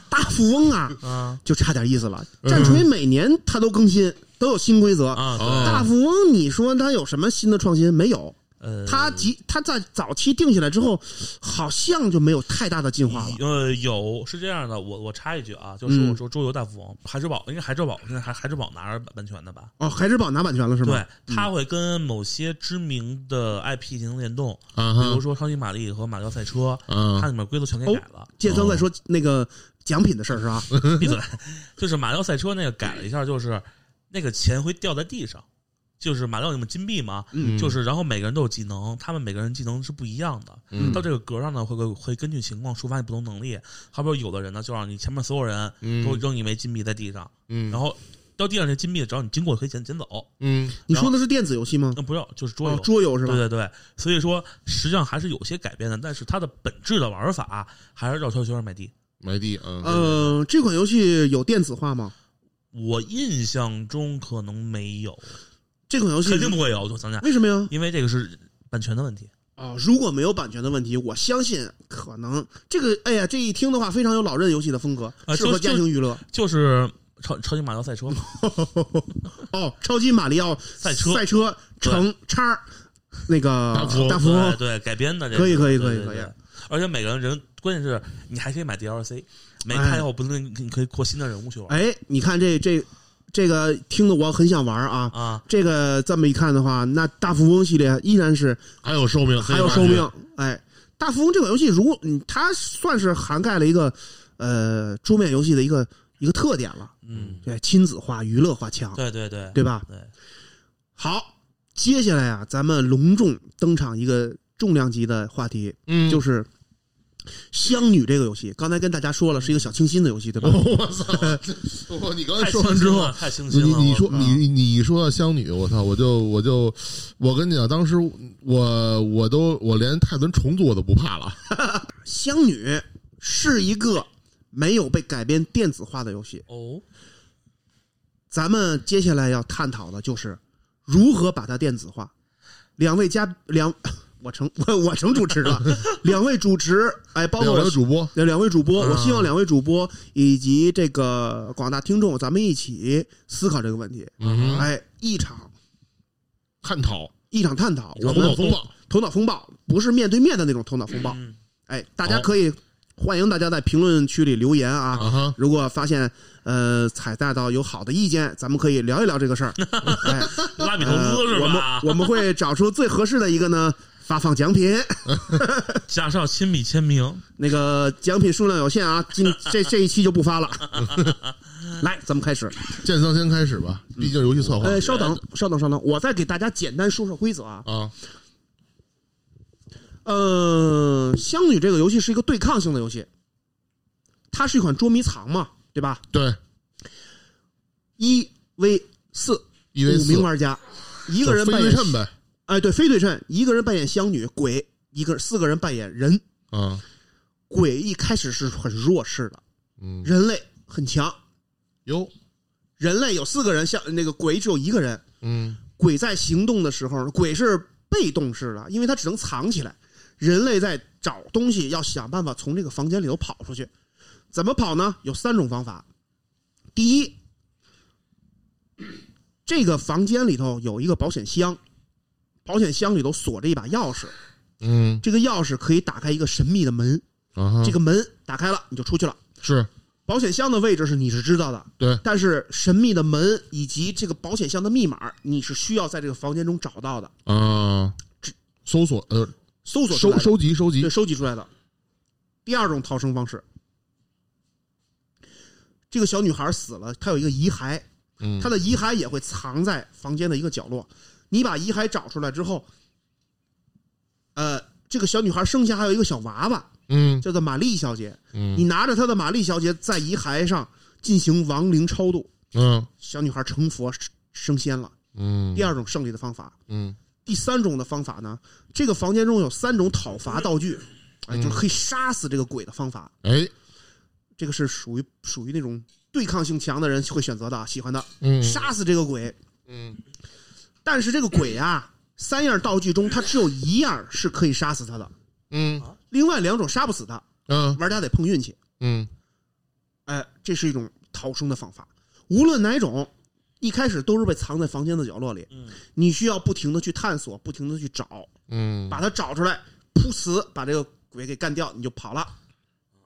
Speaker 3: 大富翁啊，
Speaker 2: 啊
Speaker 3: 就差点意思了。战锤每年它都更新，都有新规则。
Speaker 2: 嗯啊！
Speaker 1: 哦
Speaker 2: 对
Speaker 3: 大富翁，你说它有什么新的创新？没有。
Speaker 2: 呃，
Speaker 3: 它即它在早期定下来之后，好像就没有太大的进化了。
Speaker 2: 呃，有是这样的，我我插一句啊，就是
Speaker 3: 嗯
Speaker 2: 我说桌游大富翁，孩之宝，应该孩之宝现在还孩之宝拿着版版权的吧？
Speaker 3: 哦，海之宝拿版权了是吗？
Speaker 2: 对，
Speaker 1: 嗯
Speaker 2: 它会跟某些知名的 IP 进行联动，
Speaker 1: 啊
Speaker 2: 比如
Speaker 1: 哈，
Speaker 2: 说超级玛丽和马里奥赛车，它
Speaker 1: 啊，
Speaker 2: 里面规则全给改了。
Speaker 3: 建仓在说那个奖品的事儿是吧？
Speaker 2: 闭嘴，就是马里奥赛车那个改了一下，就是那个钱会掉在地上，就是马里奥那种金币嘛，
Speaker 1: 嗯
Speaker 2: 就是然后每个人都有技能，他们每个人技能是不一样的。
Speaker 1: 嗯
Speaker 2: 到这个格上呢，会会会根据情况触发你不同能力。好比说有的人呢，就让你前面所有人都
Speaker 1: 嗯
Speaker 2: 扔一枚金币在地上，
Speaker 1: 嗯，
Speaker 2: 然后掉地上这金币，只要你经过可以捡捡走。
Speaker 1: 嗯
Speaker 3: 你说的是电子游戏吗？
Speaker 2: 那不要就是桌游，
Speaker 3: 哦，桌游是吧？
Speaker 2: 对对对，所以说实际上还是有些改变的，但是它的本质的玩法还是绕圈圈买地。
Speaker 1: 埋地啊，
Speaker 3: 呃，这款游戏有电子化吗？
Speaker 2: 我印象中可能没有，
Speaker 3: 这款游戏
Speaker 2: 肯定不会有。我想想，
Speaker 3: 为什么呀？
Speaker 2: 因为这个是版权的问题。
Speaker 3: 啊，如果没有版权的问题，我相信可能这个，哎呀，这一听的话，非常有老任游戏的风格，
Speaker 2: 啊
Speaker 3: 适合
Speaker 2: 就
Speaker 3: 家庭娱乐。
Speaker 2: 就是超超级马里奥赛车嘛，
Speaker 3: [LAUGHS] 哦，超级马里奥
Speaker 2: 赛车啊
Speaker 3: 赛车乘叉，那个
Speaker 1: 大富翁
Speaker 3: 大富翁
Speaker 2: 对对改编的这
Speaker 3: 可以可以可以可。
Speaker 2: 对对
Speaker 3: 以
Speaker 2: 对而且每个人，关键是你还可以买 DLC，每
Speaker 3: 哎
Speaker 2: 拍后不能你可以扩新的人物去玩
Speaker 3: 哎，你看这这这个听得我很想玩啊。
Speaker 2: 啊。
Speaker 3: 这个这么一看的话，那大富翁系列依然是
Speaker 1: 还有寿命，
Speaker 3: 还有寿命。哎，大富翁这款游戏，如果嗯它算是涵盖了一个呃桌面游戏的一个一个特点了，
Speaker 2: 嗯，
Speaker 3: 对，亲子化、娱乐化强，
Speaker 2: 对对对
Speaker 3: 嗯对吧？
Speaker 2: 对，
Speaker 3: 好，接下来啊，咱们隆重登场一个重量级的话题，
Speaker 1: 嗯，
Speaker 3: 就是是《香女》这个游戏。刚才跟大家说了，是一个小清新的游戏，对吧？
Speaker 1: [LAUGHS] 我操，我你刚才
Speaker 2: 太
Speaker 1: 说完之后，
Speaker 2: 太清
Speaker 1: 你
Speaker 2: 新了。
Speaker 1: 你说
Speaker 2: 我靠
Speaker 3: 嗯
Speaker 1: 你你说到香女，我操，我就我就我跟你讲，当时我我都我连泰伦虫子我都不怕了，
Speaker 3: 香女》是一个没有被改编电子化的游戏。
Speaker 2: 哦，
Speaker 3: 咱们接下来要探讨的就是如何把它电子化。两位嘉两，我成 [LAUGHS] 我我成主持
Speaker 1: [LAUGHS]
Speaker 3: 了，两位主持，哎，包括
Speaker 1: 两
Speaker 3: 我
Speaker 1: 位主播，
Speaker 3: 那两位主播，
Speaker 2: 嗯
Speaker 3: 我希望两位主播以及这个广大听众，咱们一起思考这个问题。
Speaker 1: 嗯哼，
Speaker 3: 哎，一场
Speaker 1: 探讨
Speaker 3: 一场探讨，我
Speaker 1: 头脑
Speaker 3: 们
Speaker 1: 风暴，
Speaker 3: 头脑风暴不是面对面的那种头脑风暴。
Speaker 2: 嗯
Speaker 3: 哎，大家
Speaker 1: 好
Speaker 3: 可以欢迎大家在评论区里留言啊。
Speaker 1: 啊哈，
Speaker 3: 如果发现呃采纳到有好的意见，咱们可以聊一聊这个事
Speaker 2: [LAUGHS]
Speaker 3: 儿。哎，
Speaker 2: 拉比投
Speaker 3: 呃
Speaker 2: 资是
Speaker 3: 我们
Speaker 2: 吧？
Speaker 3: 我们会找出最合适的一个呢，发放
Speaker 2: [LAUGHS]
Speaker 3: 奖品。
Speaker 2: 驾校亲笔签名，
Speaker 3: 那个奖品数量有限啊，今这这一期就不
Speaker 2: [LAUGHS]
Speaker 3: 发了。来，咱们开始。
Speaker 1: 建仓先开始吧，毕竟游戏策划
Speaker 3: 呃，稍等，稍等，稍等，我再给大家简单说说规则啊。
Speaker 1: 啊，
Speaker 3: 呃，香女这个游戏是一个对抗性的游戏，它是一款捉迷藏嘛，对吧？
Speaker 1: 对，
Speaker 3: 一 v 四，
Speaker 1: 因为
Speaker 3: 五名玩家，一
Speaker 1: 一
Speaker 3: 个人
Speaker 1: 非
Speaker 3: 扮
Speaker 1: 对
Speaker 3: 演
Speaker 1: 称呗，
Speaker 3: 哎，对，非对称，一个人扮演香女鬼，一个四个人扮演人。
Speaker 1: 啊，
Speaker 3: 鬼一开始是很弱势的，
Speaker 1: 嗯，
Speaker 3: 人类很强，
Speaker 1: 哟，
Speaker 3: 人类有四个人，像那个鬼只有一个人。
Speaker 1: 嗯
Speaker 3: 鬼在行动的时候，鬼是被动式的，因为它只能藏起来。人类在找东西，要想办法从这个房间里头跑出去。怎么跑呢？有三种方法。第一，这个房间里头有一个保险箱，保险箱里头锁着一把钥匙，
Speaker 1: 嗯
Speaker 3: 这个钥匙可以打开一个神秘的门，
Speaker 1: 啊哈，
Speaker 3: 这个门打开了你就出去了。
Speaker 1: 是
Speaker 3: 保险箱的位置是你是知道的，
Speaker 1: 对
Speaker 3: 但是神秘的门以及这个保险箱的密码，你是需要在这个房间中找到的。
Speaker 1: 啊，搜索呃
Speaker 3: 搜索出来
Speaker 1: 收收
Speaker 3: 的
Speaker 1: 集收集
Speaker 3: 对，收集出来的。第二种逃生方式，这个小女孩死了，她有一个遗骸，
Speaker 1: 嗯
Speaker 3: 她的遗骸也会藏在房间的一个角落。你把遗骸找出来之后，呃，这个小女孩生前还有一个小娃娃，
Speaker 1: 嗯
Speaker 3: 叫做玛丽小姐。
Speaker 1: 嗯
Speaker 3: 你拿着她的玛丽小姐在遗骸上进行亡灵超度，
Speaker 1: 嗯
Speaker 3: 小女孩成佛升仙了。
Speaker 1: 嗯
Speaker 3: 第二种胜利的方法，
Speaker 1: 嗯
Speaker 3: 第三种的方法呢，这个房间中有三种讨伐道具，
Speaker 1: 嗯
Speaker 3: 哎，就是可以杀死这个鬼的方法。
Speaker 1: 哎
Speaker 3: 这个是属于属于那种对抗性强的人会选择的，喜欢的
Speaker 1: 嗯
Speaker 3: 杀死这个鬼。
Speaker 1: 嗯
Speaker 3: 但是这个鬼啊，三样道具中，它只有一样是可以杀死他的，
Speaker 1: 嗯
Speaker 3: 另外两种杀不死他，
Speaker 1: 嗯
Speaker 3: 玩家得碰运气。
Speaker 1: 嗯
Speaker 3: 哎，这是一种逃生的方法。无论哪种，一开始都是被藏在房间的角落里，
Speaker 2: 嗯
Speaker 3: 你需要不停的去探索，不停的去找，
Speaker 1: 嗯，
Speaker 3: 把它找出来，噗呲把这个鬼给干掉，你就跑了。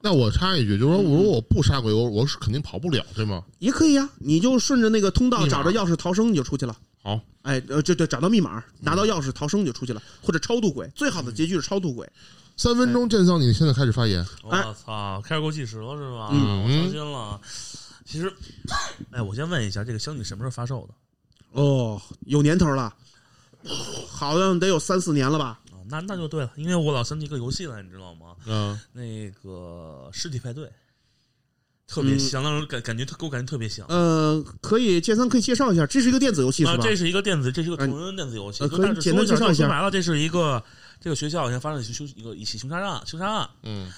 Speaker 1: 那我插一句，就是说，如果我不杀鬼，我我是肯定跑不了，对吗？
Speaker 3: 也可以呀、你就顺着那个通道
Speaker 1: 密码
Speaker 3: 找着钥匙逃生，你就出去了。
Speaker 1: 好，
Speaker 3: 哎，呃，这这找到密码，拿到钥匙逃生就出去了，或者超度鬼。最好的结局是超度鬼。
Speaker 1: 三分钟，剑桑，你现在开始发言。
Speaker 3: 哎
Speaker 2: 我操，开始过计时了是吧？
Speaker 1: 嗯
Speaker 2: 我伤心了。其
Speaker 3: [COUGHS]
Speaker 2: 实，哎，我先问一下，这个香你什么时候发售的？
Speaker 3: 哦，有年头了，好像得有三四年了吧？
Speaker 2: 啊，那那就对了，因为我老想起一个游戏来，你知道吗？
Speaker 1: 嗯
Speaker 2: 那个《尸体派对》，特
Speaker 3: 嗯
Speaker 2: 别像，当时感感觉特给我感觉特别像。
Speaker 3: 呃，可以，建三可以介绍一下，这是一个电子游戏是
Speaker 2: 啊，
Speaker 3: 吧？
Speaker 2: 这是一个电子，这是一个
Speaker 3: 嗯
Speaker 2: 同人电子游戏。
Speaker 3: 呃
Speaker 2: 就
Speaker 3: 可以
Speaker 2: 大致
Speaker 3: 简单
Speaker 2: 说
Speaker 3: 介绍一下
Speaker 2: 说白了，这是一个这个学校好像发生了一起凶一个一起凶杀案，凶杀案，
Speaker 1: 嗯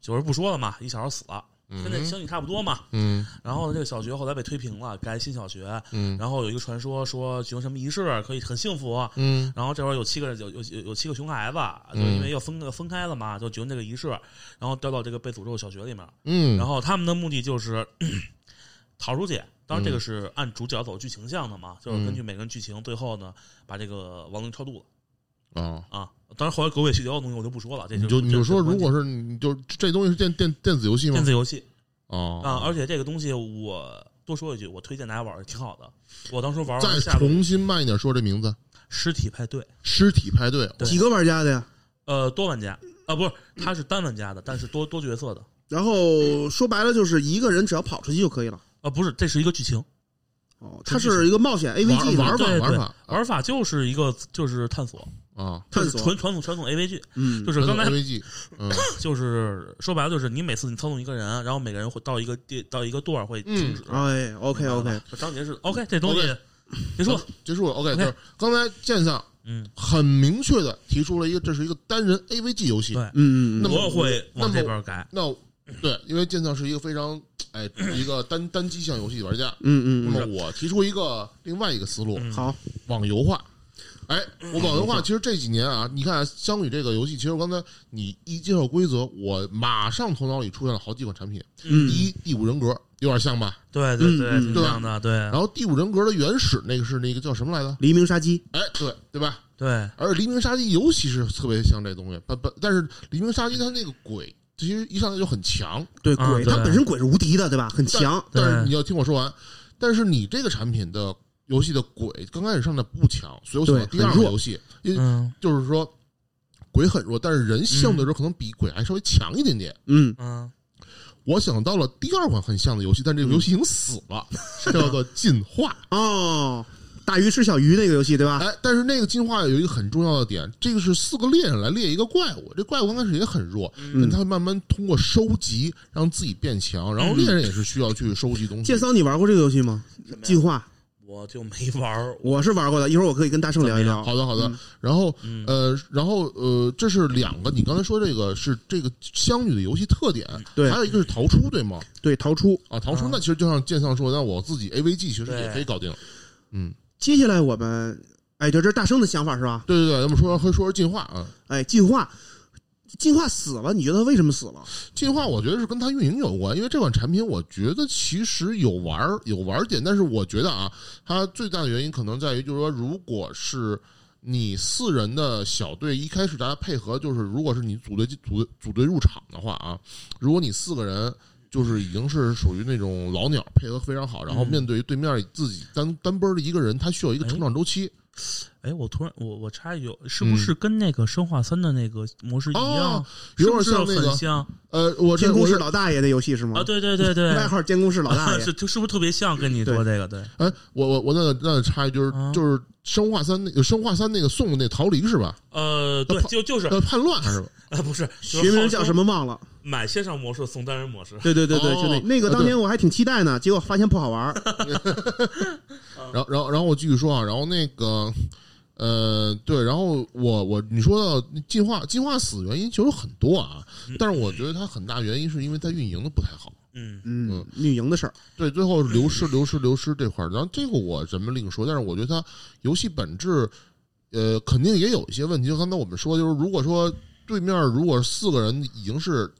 Speaker 2: 就是不说了嘛，一小孩死了，跟那
Speaker 1: 嗯
Speaker 2: 相你差不多嘛。
Speaker 1: 嗯
Speaker 2: 然后呢，这个小学后来被推平了，改新小学。
Speaker 1: 嗯
Speaker 2: 然后有一个传说说举行什么仪式可以很幸福。
Speaker 1: 嗯
Speaker 2: 然后这会儿有七个有有有有七个熊孩子，就
Speaker 1: 嗯
Speaker 2: 因为要分分开了嘛，就举行这个仪式，然后调到这个被诅咒的小学里面。
Speaker 1: 嗯，
Speaker 2: 然后他们的目的就是 [COUGHS] 逃出去。当
Speaker 1: 嗯
Speaker 2: 然，这个是按主角走剧情向的嘛，就是根据每个人剧情，最后呢把这个亡灵超度
Speaker 1: 啊，
Speaker 2: 了啊。当然，后来狗尾续貂的东西我就不说了，这
Speaker 1: 你就
Speaker 2: 就这
Speaker 1: 你就是说，如
Speaker 2: 关键
Speaker 1: 果是你就这东西是电电电子游戏吗
Speaker 2: 电？子游戏
Speaker 1: 哦
Speaker 2: 啊，而且这个东西我多说一句，我推荐大家玩儿，挺好的。我当时玩
Speaker 1: 再
Speaker 2: 完下路
Speaker 1: 重新慢一点说这名字，《
Speaker 2: 尸体派对，
Speaker 1: 尸体派对》
Speaker 2: 对
Speaker 3: 几个玩家的呀？
Speaker 2: 呃，多玩家啊，不是，它是单玩家的，但是多多角色的
Speaker 3: 然后说白了就是一个人只要跑出去就可以了。
Speaker 2: 啊，不是，这是一个剧情
Speaker 3: 哦，它是一个冒险 AVG
Speaker 1: 玩
Speaker 3: 的
Speaker 1: 玩法
Speaker 2: 对对
Speaker 1: 玩法
Speaker 2: 玩法，就是一个就是探索，
Speaker 1: 啊，
Speaker 2: 就是
Speaker 3: 探索
Speaker 2: 纯传统传统 AVG，
Speaker 3: 嗯
Speaker 2: 就，是刚才
Speaker 1: AVG，嗯
Speaker 2: [LAUGHS] 就是说白了，就是你每次你操纵一个人，然后每个人会到一个地到一个段儿会停止。
Speaker 3: 哎，OK OK，
Speaker 2: 章节是 OK，这东西
Speaker 1: OK
Speaker 2: 别说了，
Speaker 1: 呃结束了，OK，
Speaker 2: OK
Speaker 1: 就是刚才剑上
Speaker 2: 嗯，
Speaker 1: 很明确的提出了一个，这是一个单人 AVG 游戏
Speaker 2: 对。
Speaker 3: 嗯，
Speaker 1: 那么
Speaker 2: 我会
Speaker 1: 那
Speaker 2: 往
Speaker 1: 么
Speaker 2: 这边改。
Speaker 1: 那我对，因为剑藏是一个非常哎一个单单机向游戏玩家，那
Speaker 3: 嗯嗯
Speaker 1: 么我提出一个另外一个思路，
Speaker 2: 嗯
Speaker 3: 嗯，好，
Speaker 1: 网游化。哎，我网游化，其实这几年啊，你看啊《相与》这个游戏，其实我刚才你一介绍规则，我马上头脑里出现了好几款产品。第
Speaker 3: 嗯
Speaker 1: 一，《第五人格》有点像吧？
Speaker 2: 对对对，
Speaker 3: 嗯
Speaker 2: 挺
Speaker 1: 对吧
Speaker 2: 像的，对
Speaker 1: 然后《第五人格》的原始那个是那个叫什么来着？
Speaker 3: 黎明杀机，
Speaker 1: 哎，对对吧？
Speaker 2: 对，
Speaker 1: 而《黎明杀机》尤其是特别像这东西，但但但是《黎明杀机》它那个鬼其实一上来就很强，
Speaker 3: 对
Speaker 2: 啊
Speaker 3: 鬼，
Speaker 2: 对
Speaker 3: 它本身鬼是无敌的，对吧？很强，
Speaker 1: 但是
Speaker 2: 对
Speaker 1: 你要听我说完，但是你这个产品的游戏的鬼刚开始上的不强，所以我想到
Speaker 3: 对
Speaker 1: 第二
Speaker 3: 很
Speaker 1: 个
Speaker 3: 弱
Speaker 1: 游戏，因为
Speaker 2: 嗯
Speaker 1: 就是说鬼很弱，但是人相对来说可能比鬼还稍微强一点点。
Speaker 3: 嗯，
Speaker 2: 嗯，
Speaker 1: 我想到了第二款很像的游戏，但这个游戏已经死了，
Speaker 3: 嗯
Speaker 1: 叫做进
Speaker 3: [LAUGHS]
Speaker 1: 化。
Speaker 3: 哦，大鱼吃小鱼那个游戏，对吧？
Speaker 1: 哎，但是那个进化有一个很重要的点，这个是四个猎人来猎一个怪物，这怪物刚开始也很弱，
Speaker 2: 嗯
Speaker 1: 但他慢慢通过收集让自己变强，然后猎人也是需要去收集东西
Speaker 3: 剑。桑，你玩过这个游戏吗？进化，
Speaker 2: [LAUGHS] 我就没玩儿，
Speaker 3: 我是玩过的，一会儿我可以跟大圣聊一聊。
Speaker 1: 好的，好的
Speaker 3: 嗯。
Speaker 1: 然后
Speaker 2: 嗯
Speaker 1: 呃，然后呃，这是两个，你刚才说这个是这个相遇的游戏特点，
Speaker 3: 对
Speaker 1: 还有一个是逃出，对吗？
Speaker 3: 对，逃出。
Speaker 1: 啊，逃出
Speaker 2: 啊
Speaker 1: 那其实就像剑上说，那我自己 AVG 其实
Speaker 2: 对
Speaker 1: 也可以搞定。嗯，
Speaker 3: 接下来我们，哎，这这是大圣的想法是吧？
Speaker 1: 对对对，咱们说说说进化啊，
Speaker 3: 哎，进化，进化死了，你觉得他为什么死了？
Speaker 1: 进化我觉得是跟它运营有关，因为这款产品我觉得其实有玩儿有玩儿点，但是我觉得啊，它最大的原因可能在于就是说，如果是你四人的小队一开始大家配合，就是如果是你组队组组队入场的话啊，如果你四个人。就是已经是属于那种老鸟，配合非常好，然后
Speaker 2: 嗯
Speaker 1: 面对对面自己单单奔儿的一个人，他需要一个成长周期。
Speaker 2: 哎，我突然我我插一句，是不是跟那个《生化三》的那个模式一样
Speaker 1: 哦？
Speaker 2: 是
Speaker 1: 有
Speaker 2: 不
Speaker 1: 点
Speaker 2: 是
Speaker 1: 像那
Speaker 2: 很
Speaker 1: 个
Speaker 2: 像
Speaker 1: 呃，我这
Speaker 3: 监
Speaker 1: 我
Speaker 3: 工
Speaker 1: 是
Speaker 3: 室老大爷那游戏是吗？
Speaker 2: 啊？对对对对，
Speaker 3: 外号监工室老大爷
Speaker 2: [LAUGHS] 是。就是不是特别像？跟你说这个，对，
Speaker 1: 哎，我我我那那插一句，就是
Speaker 2: 啊
Speaker 1: 就是生化三那个生化三那个送的那逃离是吧？
Speaker 2: 呃，对，就就是 [LAUGHS]
Speaker 1: 呃，叛乱还是
Speaker 2: 呃，不是
Speaker 3: 学名叫什
Speaker 2: 么？
Speaker 3: 么忘了？
Speaker 2: 买线上模式送单人模式，
Speaker 3: 对对对对，
Speaker 1: 哦
Speaker 3: 就那那个当年我还挺期待呢，结果发现不好玩儿。
Speaker 1: 然后，然后，然后我继续说啊，然后那个，呃，对，然后我我你说到进化进化死原因其实有很多啊，但是我觉得它很大原因是因为它运营的不太好，
Speaker 2: 嗯
Speaker 3: 嗯，运营的事儿，
Speaker 1: 对，最后流失流失流失这块儿，然后这个我咱们另说，但是我觉得它游戏本质，呃，肯定也有一些问题，就刚才我们说，就是如果说对面如果四个人已经是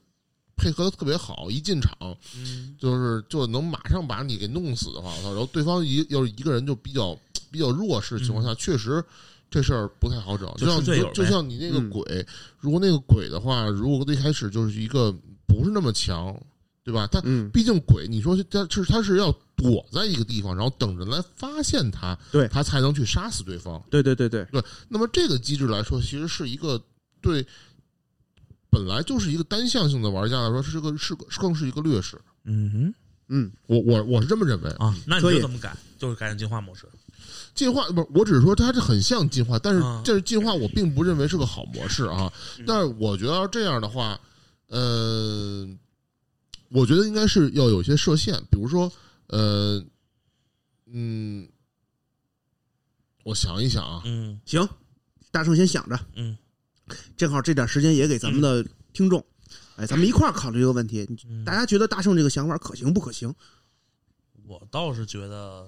Speaker 1: 配合的特别好，一进场
Speaker 2: 嗯
Speaker 1: 就是就能马上把你给弄死的话，我操！然后对方一要是一个人就比较比较弱势的情况
Speaker 3: 嗯
Speaker 1: 下，确实这事儿不太好整。就
Speaker 2: 就
Speaker 1: 像
Speaker 2: 是队
Speaker 1: 你
Speaker 2: 友
Speaker 1: 就
Speaker 2: 呗
Speaker 1: 像你那个
Speaker 3: 嗯
Speaker 1: 鬼，如果那个鬼的话，如果一开始就是一个不是那么强，对吧？他
Speaker 3: 嗯，
Speaker 1: 毕竟鬼，你说他是他是要躲在一个地方，然后等着来发现他，
Speaker 3: 对
Speaker 1: 他才能去杀死对方。
Speaker 3: 对对对对，
Speaker 1: 那么这个机制来说，其实是一个对本来就是一个单向性的玩家来说，是个是个更是一个劣势。
Speaker 2: 嗯
Speaker 3: 嗯，
Speaker 1: 我我我是这么认为啊
Speaker 2: 哼啊，那你
Speaker 3: 所以
Speaker 2: 就怎么改？就是改成进化模式，
Speaker 1: 进化不是，我只是说它是很像进化，但是
Speaker 2: 嗯
Speaker 1: 这是进化，我并不认为是个好模式啊。
Speaker 3: 嗯
Speaker 1: 但是我觉得要这样的话，呃，我觉得应该是要有一些设限，比如说，呃，嗯，我想一想啊，
Speaker 2: 嗯
Speaker 3: 行，大圣先想着，
Speaker 2: 嗯
Speaker 3: 正好这点时间也给咱们的听众，哎，咱们一块儿考虑这个问题。
Speaker 2: 嗯，
Speaker 3: 大家觉得大圣这个想法可行不可行？
Speaker 2: 我倒是觉得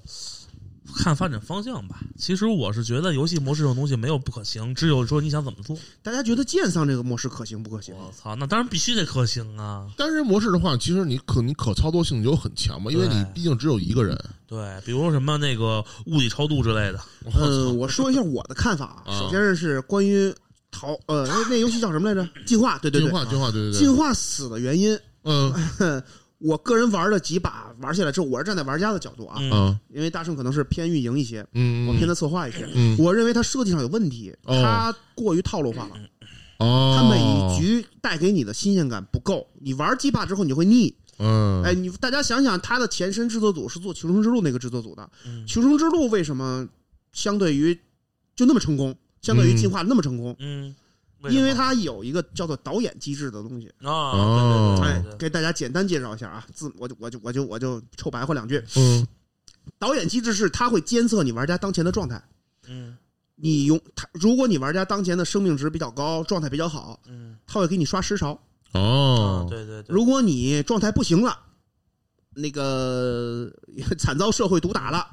Speaker 2: 看发展方向吧。其实我是觉得游戏模式这种东西没有不可行，只有说你想怎么做。
Speaker 3: 大家觉得剑桑这个模式可行不可行？
Speaker 2: 我操，那当然必须得可行啊！
Speaker 1: 单人模式的话，其实你可你可操作性就很强嘛，因为
Speaker 2: 对
Speaker 1: 你毕竟只有一个人。
Speaker 2: 对，比如说什么那个物理超度之类的，
Speaker 1: 我
Speaker 3: 嗯，
Speaker 1: 操，
Speaker 3: 我说一下我的看法啊。
Speaker 1: 啊
Speaker 3: 首先是关于逃，呃，那那游戏叫什么来着？进化，对对
Speaker 1: 进
Speaker 3: 对，
Speaker 1: 化进化，对对对，
Speaker 3: 进化死的原因。
Speaker 1: 嗯
Speaker 3: 我个人玩了几把，玩下来之后，我是站在玩家的角度啊，
Speaker 2: 嗯
Speaker 1: 啊
Speaker 3: 因为大圣可能是偏运营一些，
Speaker 1: 嗯，
Speaker 3: 我偏在策划一些。
Speaker 1: 嗯
Speaker 3: 我认为它设计上有问题，
Speaker 1: 哦
Speaker 3: 它过于套路化了。
Speaker 1: 哦，
Speaker 3: 它每一局带给你的新鲜感不够，你玩几把之后你会腻。
Speaker 1: 嗯
Speaker 3: 哎，你大家想想，它的前身制作组是做《求生之路》那个制作组的，
Speaker 2: 嗯
Speaker 3: 《求生之路》为什么相对于就那么成功，相对于
Speaker 1: 嗯
Speaker 3: 进化那么成功？
Speaker 2: 嗯，
Speaker 3: 因
Speaker 2: 什
Speaker 3: 为
Speaker 2: 么
Speaker 3: 它有一个叫做导演机制的东西。
Speaker 2: 啊，对
Speaker 3: 哎
Speaker 2: 对对，对对
Speaker 3: 给大家简单介绍一下啊，字我就我就我就我就臭白话两句。
Speaker 1: 嗯
Speaker 3: 导演机制是它会监测你玩家当前的状态。
Speaker 2: 嗯
Speaker 3: 你用它，如果你玩家当前的生命值比较高，状态比较好，
Speaker 2: 嗯
Speaker 3: 它会给你刷时潮。
Speaker 1: 哦
Speaker 2: 啊，，对对对，
Speaker 3: 如果你状态不行了，那个 [LAUGHS] 惨遭社会毒打了，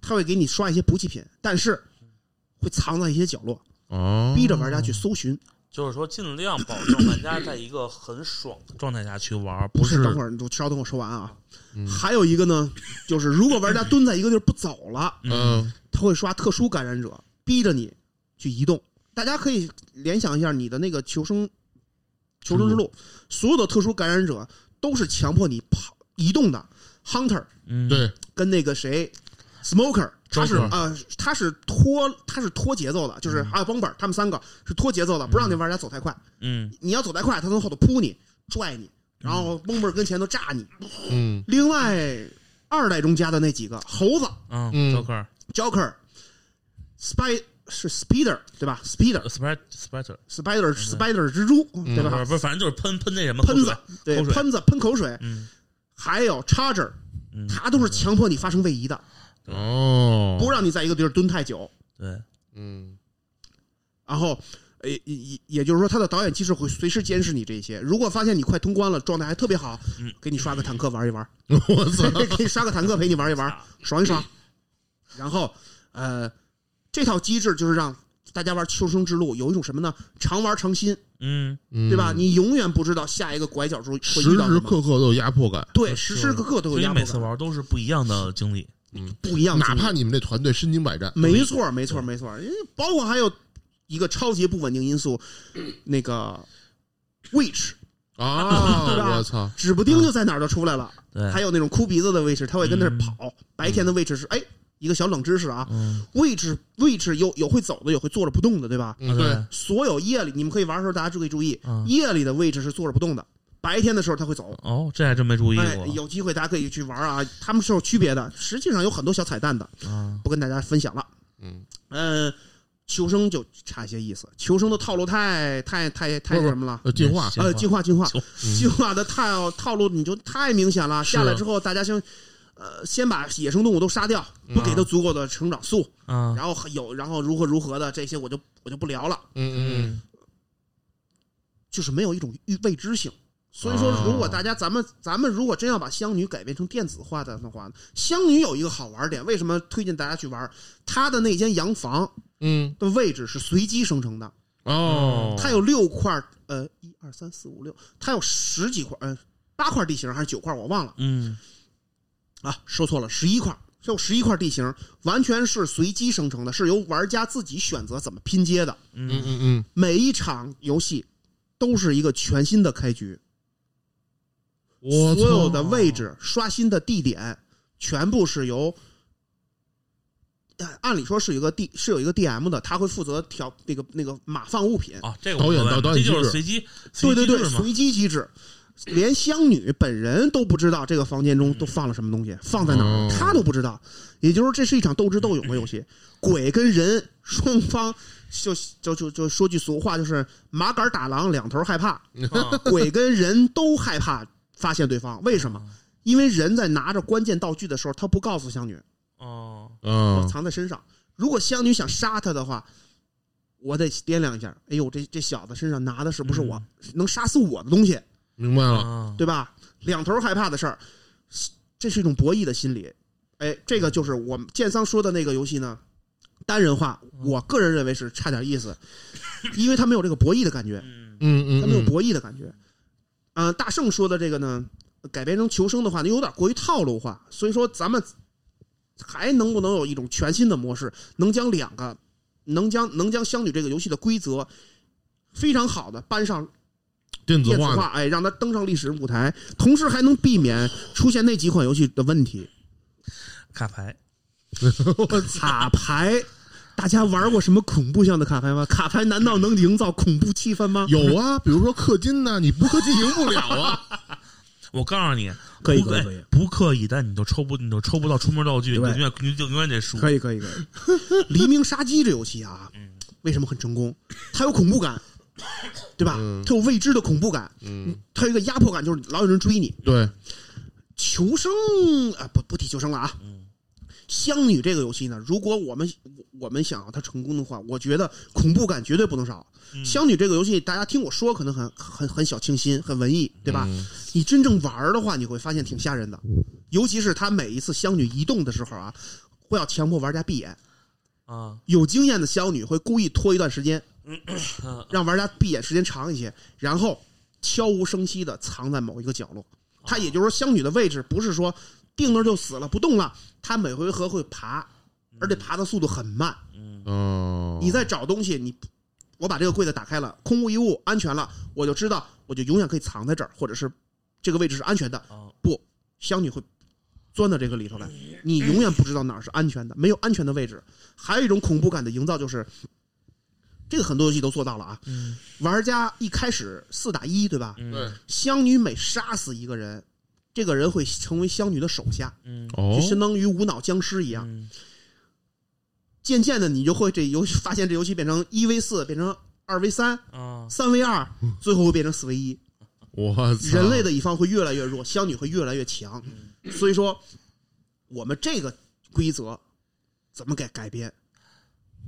Speaker 3: 他会给你刷一些补给品，但是会藏在一些角落，
Speaker 1: 哦，
Speaker 3: 逼着玩家去搜寻。
Speaker 2: 就是说尽量保证玩家在一个很爽的状态下去玩，不
Speaker 3: 是，
Speaker 2: 是
Speaker 3: 等会儿你就稍等我说完啊。
Speaker 1: 嗯
Speaker 3: 还有一个呢，就是如果玩家蹲在一个地儿不走了，
Speaker 1: 嗯
Speaker 3: 他会刷特殊感染者，逼着你去移动。大家可以联想一下你的那个求生求生之路，所有的特殊感染者都是强迫你跑移动的。Hunter
Speaker 2: 嗯，
Speaker 1: 对，
Speaker 3: 跟那个谁，Smoker，他是
Speaker 1: Joker
Speaker 3: 呃，他是拖他是拖节奏的，就是还有 Bomber，他们三个是拖节奏的，不让那玩家走太快。
Speaker 2: 嗯
Speaker 3: 你要走太快，他从后头扑你、拽你，然后 Bomber 跟前头炸你。
Speaker 1: 嗯
Speaker 3: 另外，二代中加的那几个猴子
Speaker 2: 嗯
Speaker 1: 嗯
Speaker 2: ，Joker
Speaker 3: Joker、Spy 是 Spider 对吧？Spider、
Speaker 2: Spider Spider
Speaker 3: Spider、Spider 蜘蛛对
Speaker 2: 不是
Speaker 3: 吧？
Speaker 2: 不是，反正就是喷喷那什么
Speaker 3: 喷
Speaker 2: 口
Speaker 3: 子
Speaker 2: 水嗯
Speaker 3: 对
Speaker 2: 口水
Speaker 3: 喷子喷口水，
Speaker 2: 嗯
Speaker 3: 还有 Charger，
Speaker 2: 嗯，
Speaker 3: 他都是强迫你发生位移的，
Speaker 1: 哦，
Speaker 3: 不让你在一个地儿蹲太久。
Speaker 2: 对，
Speaker 1: 嗯
Speaker 3: 然后，呃，也也也就是说，他的导演机制会随时监视你这些。如果发现你快通关了，状态还特别好
Speaker 2: 嗯，
Speaker 3: 给你刷个坦克玩一玩，
Speaker 1: 我操，
Speaker 3: [LAUGHS] 给你刷个坦克陪你玩一
Speaker 2: 啊
Speaker 3: 玩，爽一爽。然后，呃，这套机制就是让大家玩《求生之路》有一种什么呢？常玩常新，
Speaker 2: 嗯
Speaker 1: 对
Speaker 3: 对吧？你永远不知道下一个拐角处
Speaker 1: 时
Speaker 3: 会遇到什
Speaker 1: 时
Speaker 3: 么。
Speaker 1: 刻刻都有压迫感，
Speaker 3: 对，时时刻刻都有
Speaker 2: 所以
Speaker 3: 压迫
Speaker 2: 每次
Speaker 3: 感，
Speaker 2: 玩都是不一样的经历，
Speaker 3: 不一样的
Speaker 1: 哪
Speaker 3: 经历。
Speaker 1: 怕你们这团队身经百战，
Speaker 3: 没错，没错，没错。因为包括还有一个超级不稳定因素，那个 witch 对吧
Speaker 1: 啊，我操，
Speaker 3: 指不定就在哪儿就出来了。
Speaker 1: 嗯
Speaker 2: 对，
Speaker 3: 还有那种哭鼻子的位置，他会跟那儿跑。白天的位置是哎，一个小冷知识啊，
Speaker 2: 嗯
Speaker 3: 位置位置有有会走的，有会坐着不动的，对吧？
Speaker 1: 嗯对，
Speaker 3: 所有夜里你们可以玩的时候，大家注意注意，
Speaker 2: 啊嗯
Speaker 3: 夜里的位置是坐着不动的，白天的时候他会走。
Speaker 2: 哦，这还真没注意
Speaker 3: 哎，
Speaker 2: 过
Speaker 3: 有机会大家可以去玩啊，他们是有区别的，实际上有很多小彩蛋的，
Speaker 2: 啊，
Speaker 3: 不跟大家分享了。
Speaker 1: 嗯
Speaker 3: 嗯，求生就差一些意思，求生的套路太太太太
Speaker 1: 不是
Speaker 3: 什么了。
Speaker 1: 呃，进化，
Speaker 3: 呃，进化进化
Speaker 2: 求
Speaker 3: [LAUGHS] 进化的套套路你就太明显了。
Speaker 2: 是
Speaker 3: 下来之后，大家先呃先把野生动物都杀掉，不给它足够的成长素，
Speaker 2: 啊，
Speaker 3: 然后还有然后如何如何的这些我就我就不聊了，
Speaker 1: 嗯嗯
Speaker 3: 就是没有一种预未知性。所以说
Speaker 1: 哦，
Speaker 3: 如果大家咱们咱们如果真要把香女改编成电子化的的话，香女有一个好玩点，为什么推荐大家去玩？它的那间洋房
Speaker 1: 嗯，
Speaker 3: 的位置是随机生成的，
Speaker 1: 哦，
Speaker 3: 它有六块，呃，一二三四五六，它有十几块，呃，八块地形还是九块，我忘了
Speaker 2: 嗯
Speaker 3: 啊，说错了，十一块，有十一块地形，完全是随机生成的，是由玩家自己选择怎么拼接的。
Speaker 1: 嗯
Speaker 2: 嗯，
Speaker 1: 嗯嗯，
Speaker 3: 每一场游戏都是一个全新的开局，
Speaker 1: 我
Speaker 3: 所有
Speaker 1: 操
Speaker 3: 的位置、刷新的地点，全部是由。呃按理说是有一个 D 是有一个 DM 的，他会负责调那个那个码放物品，
Speaker 2: 啊，这个
Speaker 1: 导演
Speaker 2: 我明白
Speaker 1: 导导
Speaker 2: 这
Speaker 1: 演
Speaker 2: 就
Speaker 1: 机
Speaker 2: 是
Speaker 1: 制
Speaker 2: 随机，随
Speaker 3: 对
Speaker 2: 机
Speaker 3: 对对
Speaker 2: 制，嘛
Speaker 3: 随机机制，连香女本人都不知道这个房间中都放了什么东西，放在哪
Speaker 1: 哦
Speaker 3: 儿，她都不知道。也就是这是一场斗智斗勇的游戏，鬼跟人双方就就就就说句俗话，就是麻杆打狼，两头
Speaker 2: [LAUGHS]
Speaker 3: 害怕，
Speaker 1: [LAUGHS]
Speaker 2: 啊
Speaker 3: 鬼跟人都害怕发现对方。为什么？因为人在拿着关键道具的时候，他不告诉香女，
Speaker 2: 哦，
Speaker 1: 啊
Speaker 3: 我，藏在身上。如果香女想杀他的话，我得掂量一下，哎呦，这这小子身上拿的是不是我、
Speaker 2: 嗯
Speaker 3: 能杀死我的东西？
Speaker 1: 明白了，
Speaker 2: 啊，
Speaker 3: 对吧？两头害怕的事儿，这是一种博弈的心理。哎，这个就是我们建桑说的那个游戏呢，单人化，我个人认为是差点意思，因为他没有这个博弈的感觉，
Speaker 2: 嗯
Speaker 1: 嗯嗯，
Speaker 3: 他没有博弈的感觉。嗯、大圣说的这个呢，改编成求生的话，有点过于套路化，所以说咱们还能不能有一种全新的模式，能将两个，能将能将香女这个游戏的规则非常好的搬上
Speaker 1: 电子
Speaker 3: 电子
Speaker 1: 化的，
Speaker 3: 化，哎，让它登上历史舞台，同时还能避免出现那几款游戏的问题。
Speaker 2: 卡牌，
Speaker 3: 呃卡牌， [LAUGHS] 大家玩过什么恐怖向的卡牌吗？卡牌难道能营造恐怖气氛吗？
Speaker 1: 有啊，比如说氪金呢，你不氪金赢不了啊，
Speaker 2: 我告诉你，
Speaker 4: 可以
Speaker 2: 不
Speaker 4: 可以
Speaker 2: 哎
Speaker 4: 可以
Speaker 2: 不刻意，但你都抽不，你都抽不到出门道具，你就
Speaker 4: 对
Speaker 2: 永远你就永远得输。
Speaker 3: 可以，可以，可以。 [LAUGHS] 黎明杀机这游戏啊，为什么很成功？它有恐怖感，对吧？它有未知的恐怖感，
Speaker 1: [LAUGHS] 嗯，
Speaker 3: 它有一个压迫感，就是老有人追你。
Speaker 1: 对，
Speaker 3: 求生啊，不不提求生了啊。
Speaker 2: 嗯
Speaker 3: 香女这个游戏呢，如果我们我们想让它成功的话，我觉得恐怖感绝对不能少。
Speaker 2: 嗯
Speaker 3: 香女这个游戏，大家听我说可能很很很小清新，很文艺，对吧？
Speaker 1: 嗯
Speaker 3: 你真正玩儿的话，你会发现挺吓人的，尤其是她每一次香女移动的时候啊，会要强迫玩家闭眼。
Speaker 2: 啊，
Speaker 3: 有经验的香女会故意拖一段时间，
Speaker 2: 啊
Speaker 3: [CLEARS THROAT] 让玩家闭眼时间长一些，然后悄无声息的藏在某一个角落。她也就是说，香女的位置不是说定那儿就死了不动了，她每回合会爬，而且爬的速度很慢。
Speaker 2: 嗯
Speaker 1: 哦，
Speaker 3: 你在找东西，你我把这个柜子打开了，空无一物，安全了，我就知道，我就永远可以藏在这儿，或者是这个位置是安全的。
Speaker 2: 啊，
Speaker 3: 不，香女会钻到这个里头来，你永远不知道哪儿是安全的，没有安全的位置。还有一种恐怖感的营造就是，这个很多游戏都做到了啊。
Speaker 2: 嗯
Speaker 3: 玩家一开始四打一，对吧？
Speaker 1: 对
Speaker 2: 嗯，
Speaker 3: 香女每杀死一个人，这个人会成为香女的手下，
Speaker 2: 嗯
Speaker 1: 哦
Speaker 3: 就，相当于无脑僵尸一样。
Speaker 2: 嗯
Speaker 3: 渐渐的，你就会这游戏发现这游戏变成一 v 四，变成二 v 三，
Speaker 2: 啊，
Speaker 3: 三 v 二，最后会变成四 v 一。
Speaker 1: 我操，
Speaker 3: 人类的一方会越来越弱，香女会越来越强。所以说，我们这个规则怎么改改编？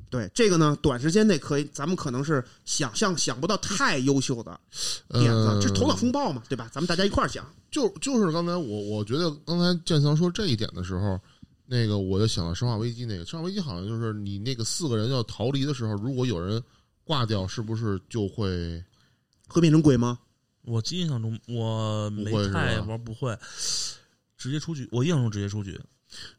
Speaker 3: 对这个呢，短时间内可以，咱们可能是想象想不到太优秀的点子
Speaker 2: 嗯
Speaker 1: 呃，
Speaker 3: 这头脑风暴嘛，对吧？咱们大家一块儿想，
Speaker 1: 就就是刚才我我觉得刚才建强说这一点的时候，那个我就想到《生化危机》那个，《生化危机》好像就是你那个四个人要逃离的时候，如果有人挂掉，是不是就会
Speaker 3: 会变成鬼吗？
Speaker 2: 我印象中我没
Speaker 1: 不会是吧
Speaker 2: 太玩，不会，直接出局。我印象中直接出局。嗯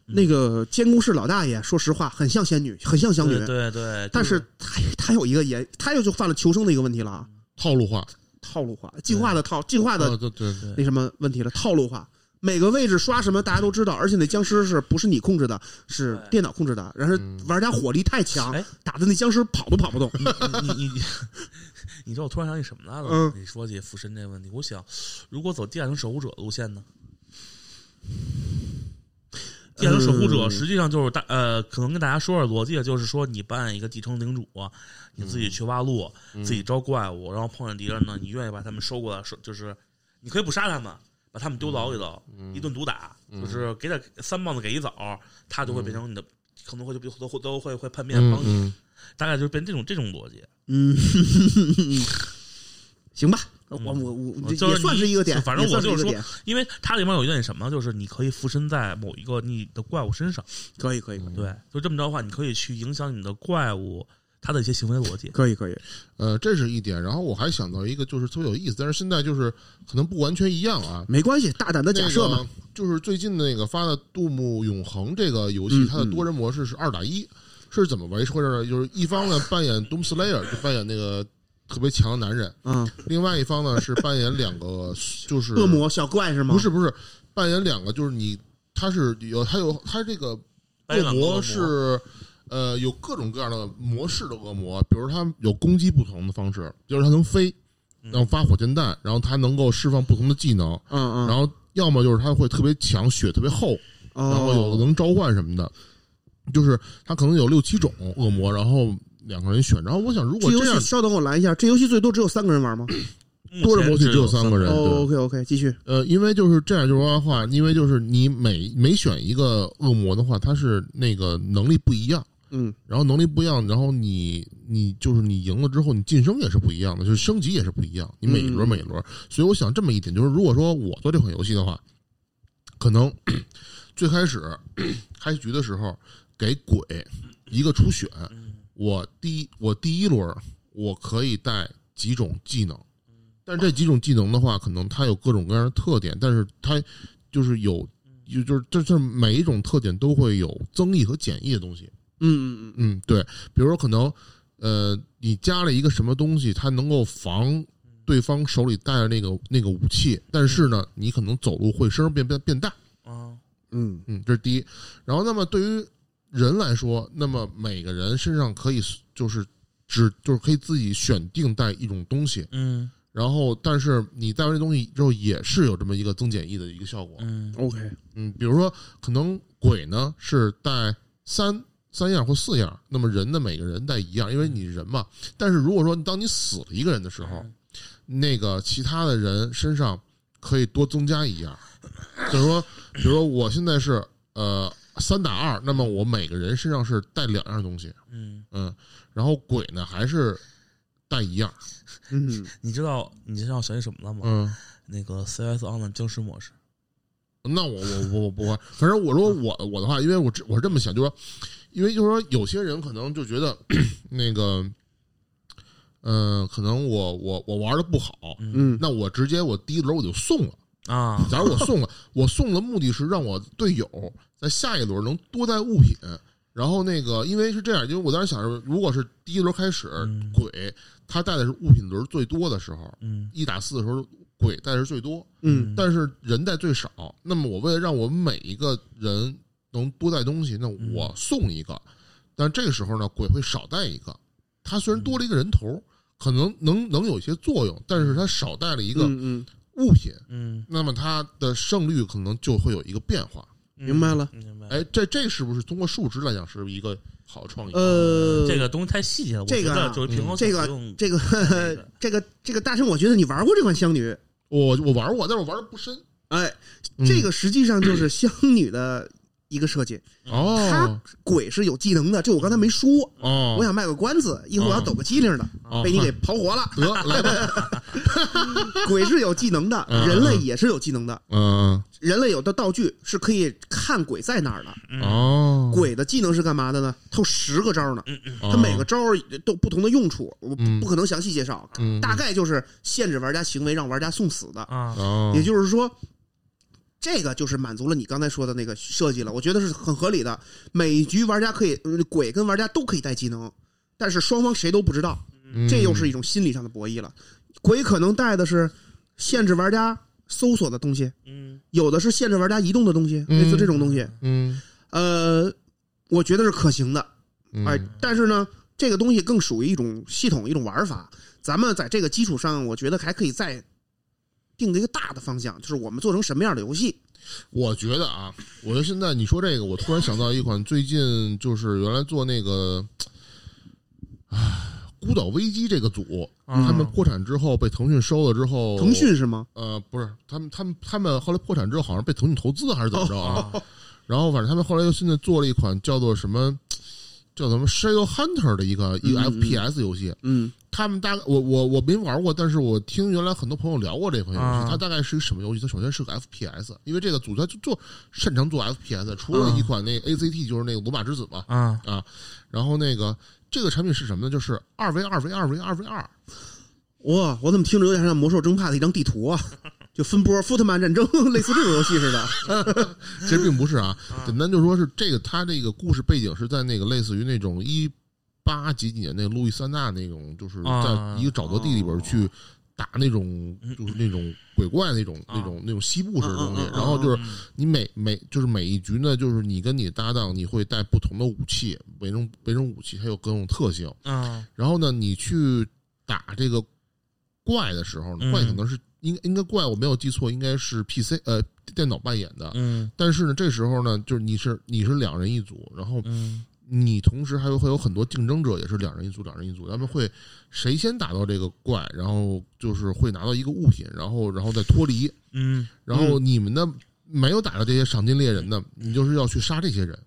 Speaker 3: 那个监工室老大爷，说实话，很像仙女，很像香女
Speaker 2: 对，对对，
Speaker 3: 但
Speaker 2: 就是
Speaker 3: 他他有一个也，他又就犯了求生的一个问题了啊，
Speaker 1: 套路化？
Speaker 3: 套路化、进化的套、进化的
Speaker 1: 啊对对，
Speaker 2: 对
Speaker 3: 那什么问题了，套路化。每个位置刷什么大家都知道，而且那僵尸是不是你控制的，是
Speaker 2: 对
Speaker 3: 电脑控制的。然后
Speaker 1: 嗯
Speaker 3: 玩家火力太强
Speaker 2: 哎，
Speaker 3: 打的那僵尸跑都
Speaker 2: [LAUGHS]
Speaker 3: 跑不动。
Speaker 2: 你你你，你知道我突然想起什么来了？
Speaker 3: 嗯
Speaker 2: 你说起附身这个问题，
Speaker 4: 呃
Speaker 2: 我想如果走地下城守护者路线呢？地下城守护者
Speaker 3: 嗯
Speaker 2: 实际上就是大呃，可能跟大家说说逻辑，啊就是说你扮演一个地城领主，啊你自己去挖路，
Speaker 4: 嗯
Speaker 2: 自己招怪物，然后碰见敌人呢，你愿意把他们收过来，收就是你可以不杀他们，把他们丢牢里头，
Speaker 4: 嗯
Speaker 2: 一顿毒打，就是给点三棒子给一枣，他就会变成你的，可能会就比都会都会会叛变帮你，
Speaker 4: 嗯，
Speaker 2: 大概就是变这种这种逻辑。
Speaker 3: 嗯，行吧，我
Speaker 2: 嗯
Speaker 3: 我我
Speaker 2: 就是
Speaker 3: 这也算
Speaker 2: 你
Speaker 3: 是一个点，
Speaker 2: 反正
Speaker 3: 也算
Speaker 2: 我就是
Speaker 3: 一个
Speaker 2: 说
Speaker 3: 点，
Speaker 2: 因为它里面有一点什么，就是你可以附身在某一个你的怪物身上，
Speaker 3: 可以可以
Speaker 2: 对，就这么着的话，你可以去影响你的怪物它的一些行为逻辑。
Speaker 3: 可以可以，
Speaker 1: 呃，这是一点。然后我还想到一个，就是特别有意思，但是现在就是可能不完全一样啊。
Speaker 3: 没关系，大胆的假设嘛，
Speaker 1: 那个就是最近那个发的《杜牧永恒》这个游戏，
Speaker 3: 嗯
Speaker 1: 它的多人模式是二打一，是怎么回事呢？就是一方呢扮演 Doom Slayer，就扮演那个特别强的男人，
Speaker 3: 嗯，
Speaker 1: 另外一方呢是扮演两个就是
Speaker 3: 恶，魔小怪是吗？
Speaker 1: 不是不是扮演两个就是你，他是有他有他这个
Speaker 2: 白
Speaker 1: 恶
Speaker 2: 狼恶
Speaker 1: 魔
Speaker 2: 魔
Speaker 1: 是。呃，有各种各样的模式的恶魔，比如他有攻击不同的方式，就是他能飞，
Speaker 2: 嗯
Speaker 1: 然后发火箭弹，然后他能够释放不同的技能，
Speaker 3: 嗯嗯，
Speaker 1: 然后要么就是他会特别强，血特别厚，
Speaker 3: 哦
Speaker 1: 然后有的能召唤什么的，就是他可能有六七种恶魔，然后两个人选。然后我想，如
Speaker 3: 这
Speaker 1: 果这
Speaker 3: 游
Speaker 1: 样
Speaker 3: 戏稍等我拦一下，这游戏最多只有三个人玩吗
Speaker 2: 目
Speaker 1: 多人
Speaker 2: 前
Speaker 1: 模式只有三个人，
Speaker 3: 哦
Speaker 1: 对，
Speaker 3: ？OK OK，继续，
Speaker 1: 呃，因为就是这样就是说的话，因为就是你每每选一个恶魔的话，他是那个能力不一样。
Speaker 3: 嗯
Speaker 1: 然后能力不一样，然后你你就是你赢了之后，你晋升也是不一样的，就是升级也是不一样，你每一轮
Speaker 3: 嗯
Speaker 1: 每一轮。所以我想这么一点，就是如果说我做这款游戏的话，可能 [COUGHS] 最开始 [COUGHS] 开局的时候给鬼一个初选，
Speaker 2: 嗯
Speaker 1: 我第一我第一轮我可以带几种技能，但是这几种技能的话，可能它有各种各样的特点，但是它就是有。就就是这这每一种特点都会有增益和减益的东西，
Speaker 3: 嗯嗯嗯，
Speaker 1: 嗯，对，比如说可能，呃，你加了一个什么东西，它能够防对方手里带的那个那个武器，但是呢，你可能走路会声儿变变变大，
Speaker 2: 啊，
Speaker 3: 嗯
Speaker 1: 嗯，这是第一。然后，那么对于人来说，那么每个人身上可以就是只就是可以自己选定带一种东西，
Speaker 2: 嗯
Speaker 1: 然后但是你带完这东西之后，也是有这么一个增减益的一个效果，
Speaker 2: 嗯，
Speaker 3: ，OK，
Speaker 1: 嗯，比如说可能鬼呢是带三三样或四样，那么人呢每个人带一样，因为你人嘛。但是如果说当你死了一个人的时候，那个其他的人身上可以多增加一样，就是说，比如说我现在是呃三打二，那么我每个人身上是带两样东西，
Speaker 2: 嗯，
Speaker 1: 嗯，然后鬼呢还是带一样，
Speaker 3: 嗯，
Speaker 2: 你知道你知道选什么了吗？
Speaker 1: 嗯。
Speaker 2: 那个 CS on 的僵尸模式，
Speaker 1: 那我我我我不会，反正我说我我的话，因为我这我是这么想，就是说，因为就是说有些人可能就觉得那个，呃，可能我我我玩的不好，
Speaker 2: 嗯
Speaker 3: 嗯
Speaker 1: 那我直接我第一轮我就送了，
Speaker 2: 啊，
Speaker 1: 假如我送了，我送的目的是让我队友在下一轮能多带物品，然后那个因为是这样，因为我当时想着，如果是第一轮开始，
Speaker 2: 嗯
Speaker 1: 鬼他带的是物品轮最多的时候，
Speaker 2: 嗯
Speaker 1: 一打四的时候鬼带的是最多，
Speaker 3: 嗯
Speaker 1: 但是人带最少。那么我为了让我每一个人能多带东西，那
Speaker 2: 嗯
Speaker 1: 我送一个，但这个时候呢，鬼会少带一个。他虽然多了一个人
Speaker 3: 嗯
Speaker 1: 头，可能能能有一些作用，但是他少带了一个
Speaker 3: 嗯嗯，
Speaker 1: 物品，
Speaker 2: 嗯，
Speaker 1: 那么他的胜率可能就会有一个变化。
Speaker 3: 明白了
Speaker 2: 嗯，明白。
Speaker 1: 哎，这这是不是通过数值来讲是一个好创意？
Speaker 3: 呃，
Speaker 2: 这个东西太细节了，我
Speaker 3: 这个
Speaker 2: 觉得
Speaker 3: 啊
Speaker 2: 就是平衡
Speaker 3: 这个
Speaker 2: 不用
Speaker 3: 这个
Speaker 2: 那个
Speaker 3: 这个 [LAUGHS] 这个大圣，我觉得你玩过这款香女，
Speaker 1: 我我玩过，但是我玩的不深。
Speaker 3: 哎，
Speaker 1: 嗯
Speaker 3: 这个实际上就是香女的一个设计，
Speaker 1: 哦
Speaker 3: 它鬼是有技能的，这我刚才没说。
Speaker 1: 哦，
Speaker 3: 我想卖个关子，一会儿我要抖个机灵的，
Speaker 1: 哦
Speaker 3: 被你给刨活
Speaker 1: [LAUGHS]
Speaker 3: 了。
Speaker 1: 得来
Speaker 3: [LAUGHS]
Speaker 1: 吧，
Speaker 3: 鬼是有技能的，
Speaker 1: 嗯
Speaker 3: 人类也是有技能的。
Speaker 1: 嗯
Speaker 3: 人类有的道具是可以看鬼在哪儿的。
Speaker 2: 嗯
Speaker 1: 哦，
Speaker 3: 鬼的技能是干嘛的呢？它有十个招呢，
Speaker 1: 哦
Speaker 3: 它每个招儿都有不同的用处，我
Speaker 1: 嗯
Speaker 3: 不可能详细介绍，
Speaker 1: 嗯
Speaker 3: 大概就是限制玩家行为，让玩家送死的。
Speaker 2: 啊，
Speaker 1: 哦，
Speaker 3: 也就是说，这个就是满足了你刚才说的那个设计了，我觉得是很合理的。每一局玩家可以，呃鬼跟玩家都可以带技能，但是双方谁都不知道，
Speaker 1: 嗯
Speaker 3: 这又是一种心理上的博弈了。鬼可能带的是限制玩家搜索的东西，
Speaker 2: 嗯
Speaker 3: 有的是限制玩家移动的东西，
Speaker 1: 嗯
Speaker 3: 类似这种东西。
Speaker 1: 嗯
Speaker 3: 呃，我觉得是可行的，
Speaker 1: 嗯
Speaker 3: 哎，但是呢，这个东西更属于一种系统、一种玩法。咱们在这个基础上，我觉得还可以再定一个大的方向，就是我们做成什么样的游戏。
Speaker 1: 我觉得啊，我觉得现在你说这个，我突然想到一款最近就是原来做那个，唉，孤岛危机这个组，他们破产之后被腾讯收了之后，
Speaker 3: 腾讯是吗？
Speaker 1: 呃不是他们他们他们后来破产之后好像被腾讯投资还是怎么着啊？
Speaker 3: 哦
Speaker 1: [LAUGHS] 然后反正他们后来又现在做了一款叫做什么叫什么 Shadow Hunter 的一个一个
Speaker 3: 嗯嗯嗯
Speaker 1: FPS 游戏，
Speaker 3: 嗯，
Speaker 1: 他们大概我我我没玩过，但是我听原来很多朋友聊过这款游戏，
Speaker 2: 啊
Speaker 1: 它大概是一个什么游戏？它首先是个 FPS，因为这个组它就做擅长做 FPS，除
Speaker 3: 嗯
Speaker 1: 了一款那个 ACT 就是那个罗马之子嘛，
Speaker 2: 啊
Speaker 1: 然后那个这个产品是什么呢？就是二 v 二 v 二 v 二 v 二，
Speaker 3: 哇，我怎么听着有点像《魔兽争霸》的一张地图啊？就分波、福特曼战争，类似这种游戏似的。
Speaker 1: 其实并不是啊，
Speaker 3: 嗯
Speaker 1: 简单就说是这个它这个故事背景是在那个类似于那种一八几几年那个路易斯安那那种，就是
Speaker 2: 啊
Speaker 1: 在一个沼泽地里边去打那种就是那种鬼怪那种
Speaker 2: 啊
Speaker 1: 那种那种西部式的东西
Speaker 3: 嗯嗯嗯嗯，嗯
Speaker 1: 然后就是。
Speaker 2: 嗯
Speaker 1: 你每每就是每一局呢，就是你跟你搭档，你会带不同的武器，每种每种武器它有各种特性。
Speaker 2: 啊
Speaker 1: 然后呢，你去打这个怪的时候呢，
Speaker 2: 嗯
Speaker 1: 怪可能是应应该怪我没有记错，应该是 PC 呃电脑扮演的。
Speaker 2: 嗯
Speaker 1: 但是呢，这时候呢，就是你是你是两人一组，然后
Speaker 2: 嗯
Speaker 1: 你同时还有会有很多竞争者，也是两人一组，两人一组，他们会谁先打到这个怪，然后就是会拿到一个物品，然后然后再脱离。
Speaker 2: 嗯
Speaker 1: 然后你们呢没有打到这些赏金猎人的，你就是要去杀这些人，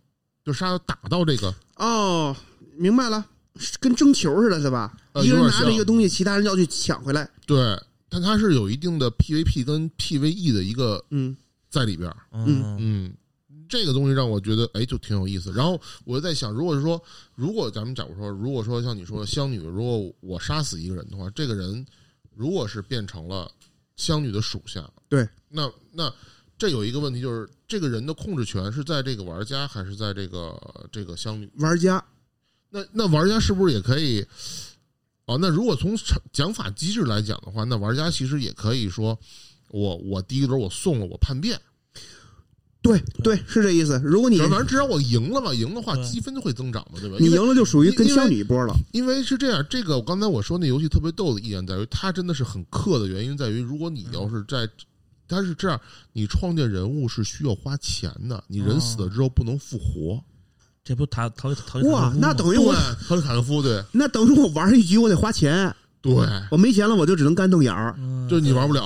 Speaker 1: 就杀打到这个
Speaker 3: 哦，明白了，跟争球似的，对吧？
Speaker 1: 呃
Speaker 3: 一个人
Speaker 1: 有点
Speaker 3: 拿着
Speaker 1: 像
Speaker 3: 一个东西，其他人要去抢回来。
Speaker 1: 对，但它是有一定的 PVP 跟 PVE 的一个
Speaker 3: 嗯，
Speaker 1: 在里边儿，
Speaker 2: 嗯
Speaker 1: 嗯。这个东西让我觉得，哎，就挺有意思。然后我就在想，如果是说，如果咱们假如说，如果说像你说的香女，如果我杀死一个人的话，这个人如果是变成了香女的属下，
Speaker 3: 对，
Speaker 1: 那那这有一个问题就是，这个人的控制权是在这个玩家还是在这个这个香女？
Speaker 3: 玩家
Speaker 1: 那那玩家是不是也可以？哦，那如果从惩奖法机制来讲的话，那玩家其实也可以说，我我第一轮我送了，我叛变，
Speaker 3: 对对是这意思。如果你
Speaker 1: 只要反正只要我赢了嘛，赢的话
Speaker 2: 对
Speaker 1: 积分就会增长嘛，对吧？
Speaker 3: 你
Speaker 1: 因为
Speaker 3: 赢了，就属于跟
Speaker 1: 因为
Speaker 3: 香女一波了。
Speaker 1: 因为是这样，这个我刚才我说那游戏特别逗的一点在于，它真的是很氪的原因在于，如果你要是在。它是这样，你创建人物是需要花钱的，你人死了之后不能复活。
Speaker 2: 这不塔陶陶
Speaker 3: 哇，那等于 [LAUGHS] 我
Speaker 1: 对，特里卡特夫，对
Speaker 3: 那等于我玩一局，我得花钱，
Speaker 1: 对，
Speaker 3: 嗯我没钱了，我就只能干瞪眼儿。
Speaker 2: 嗯
Speaker 1: 就是你玩不了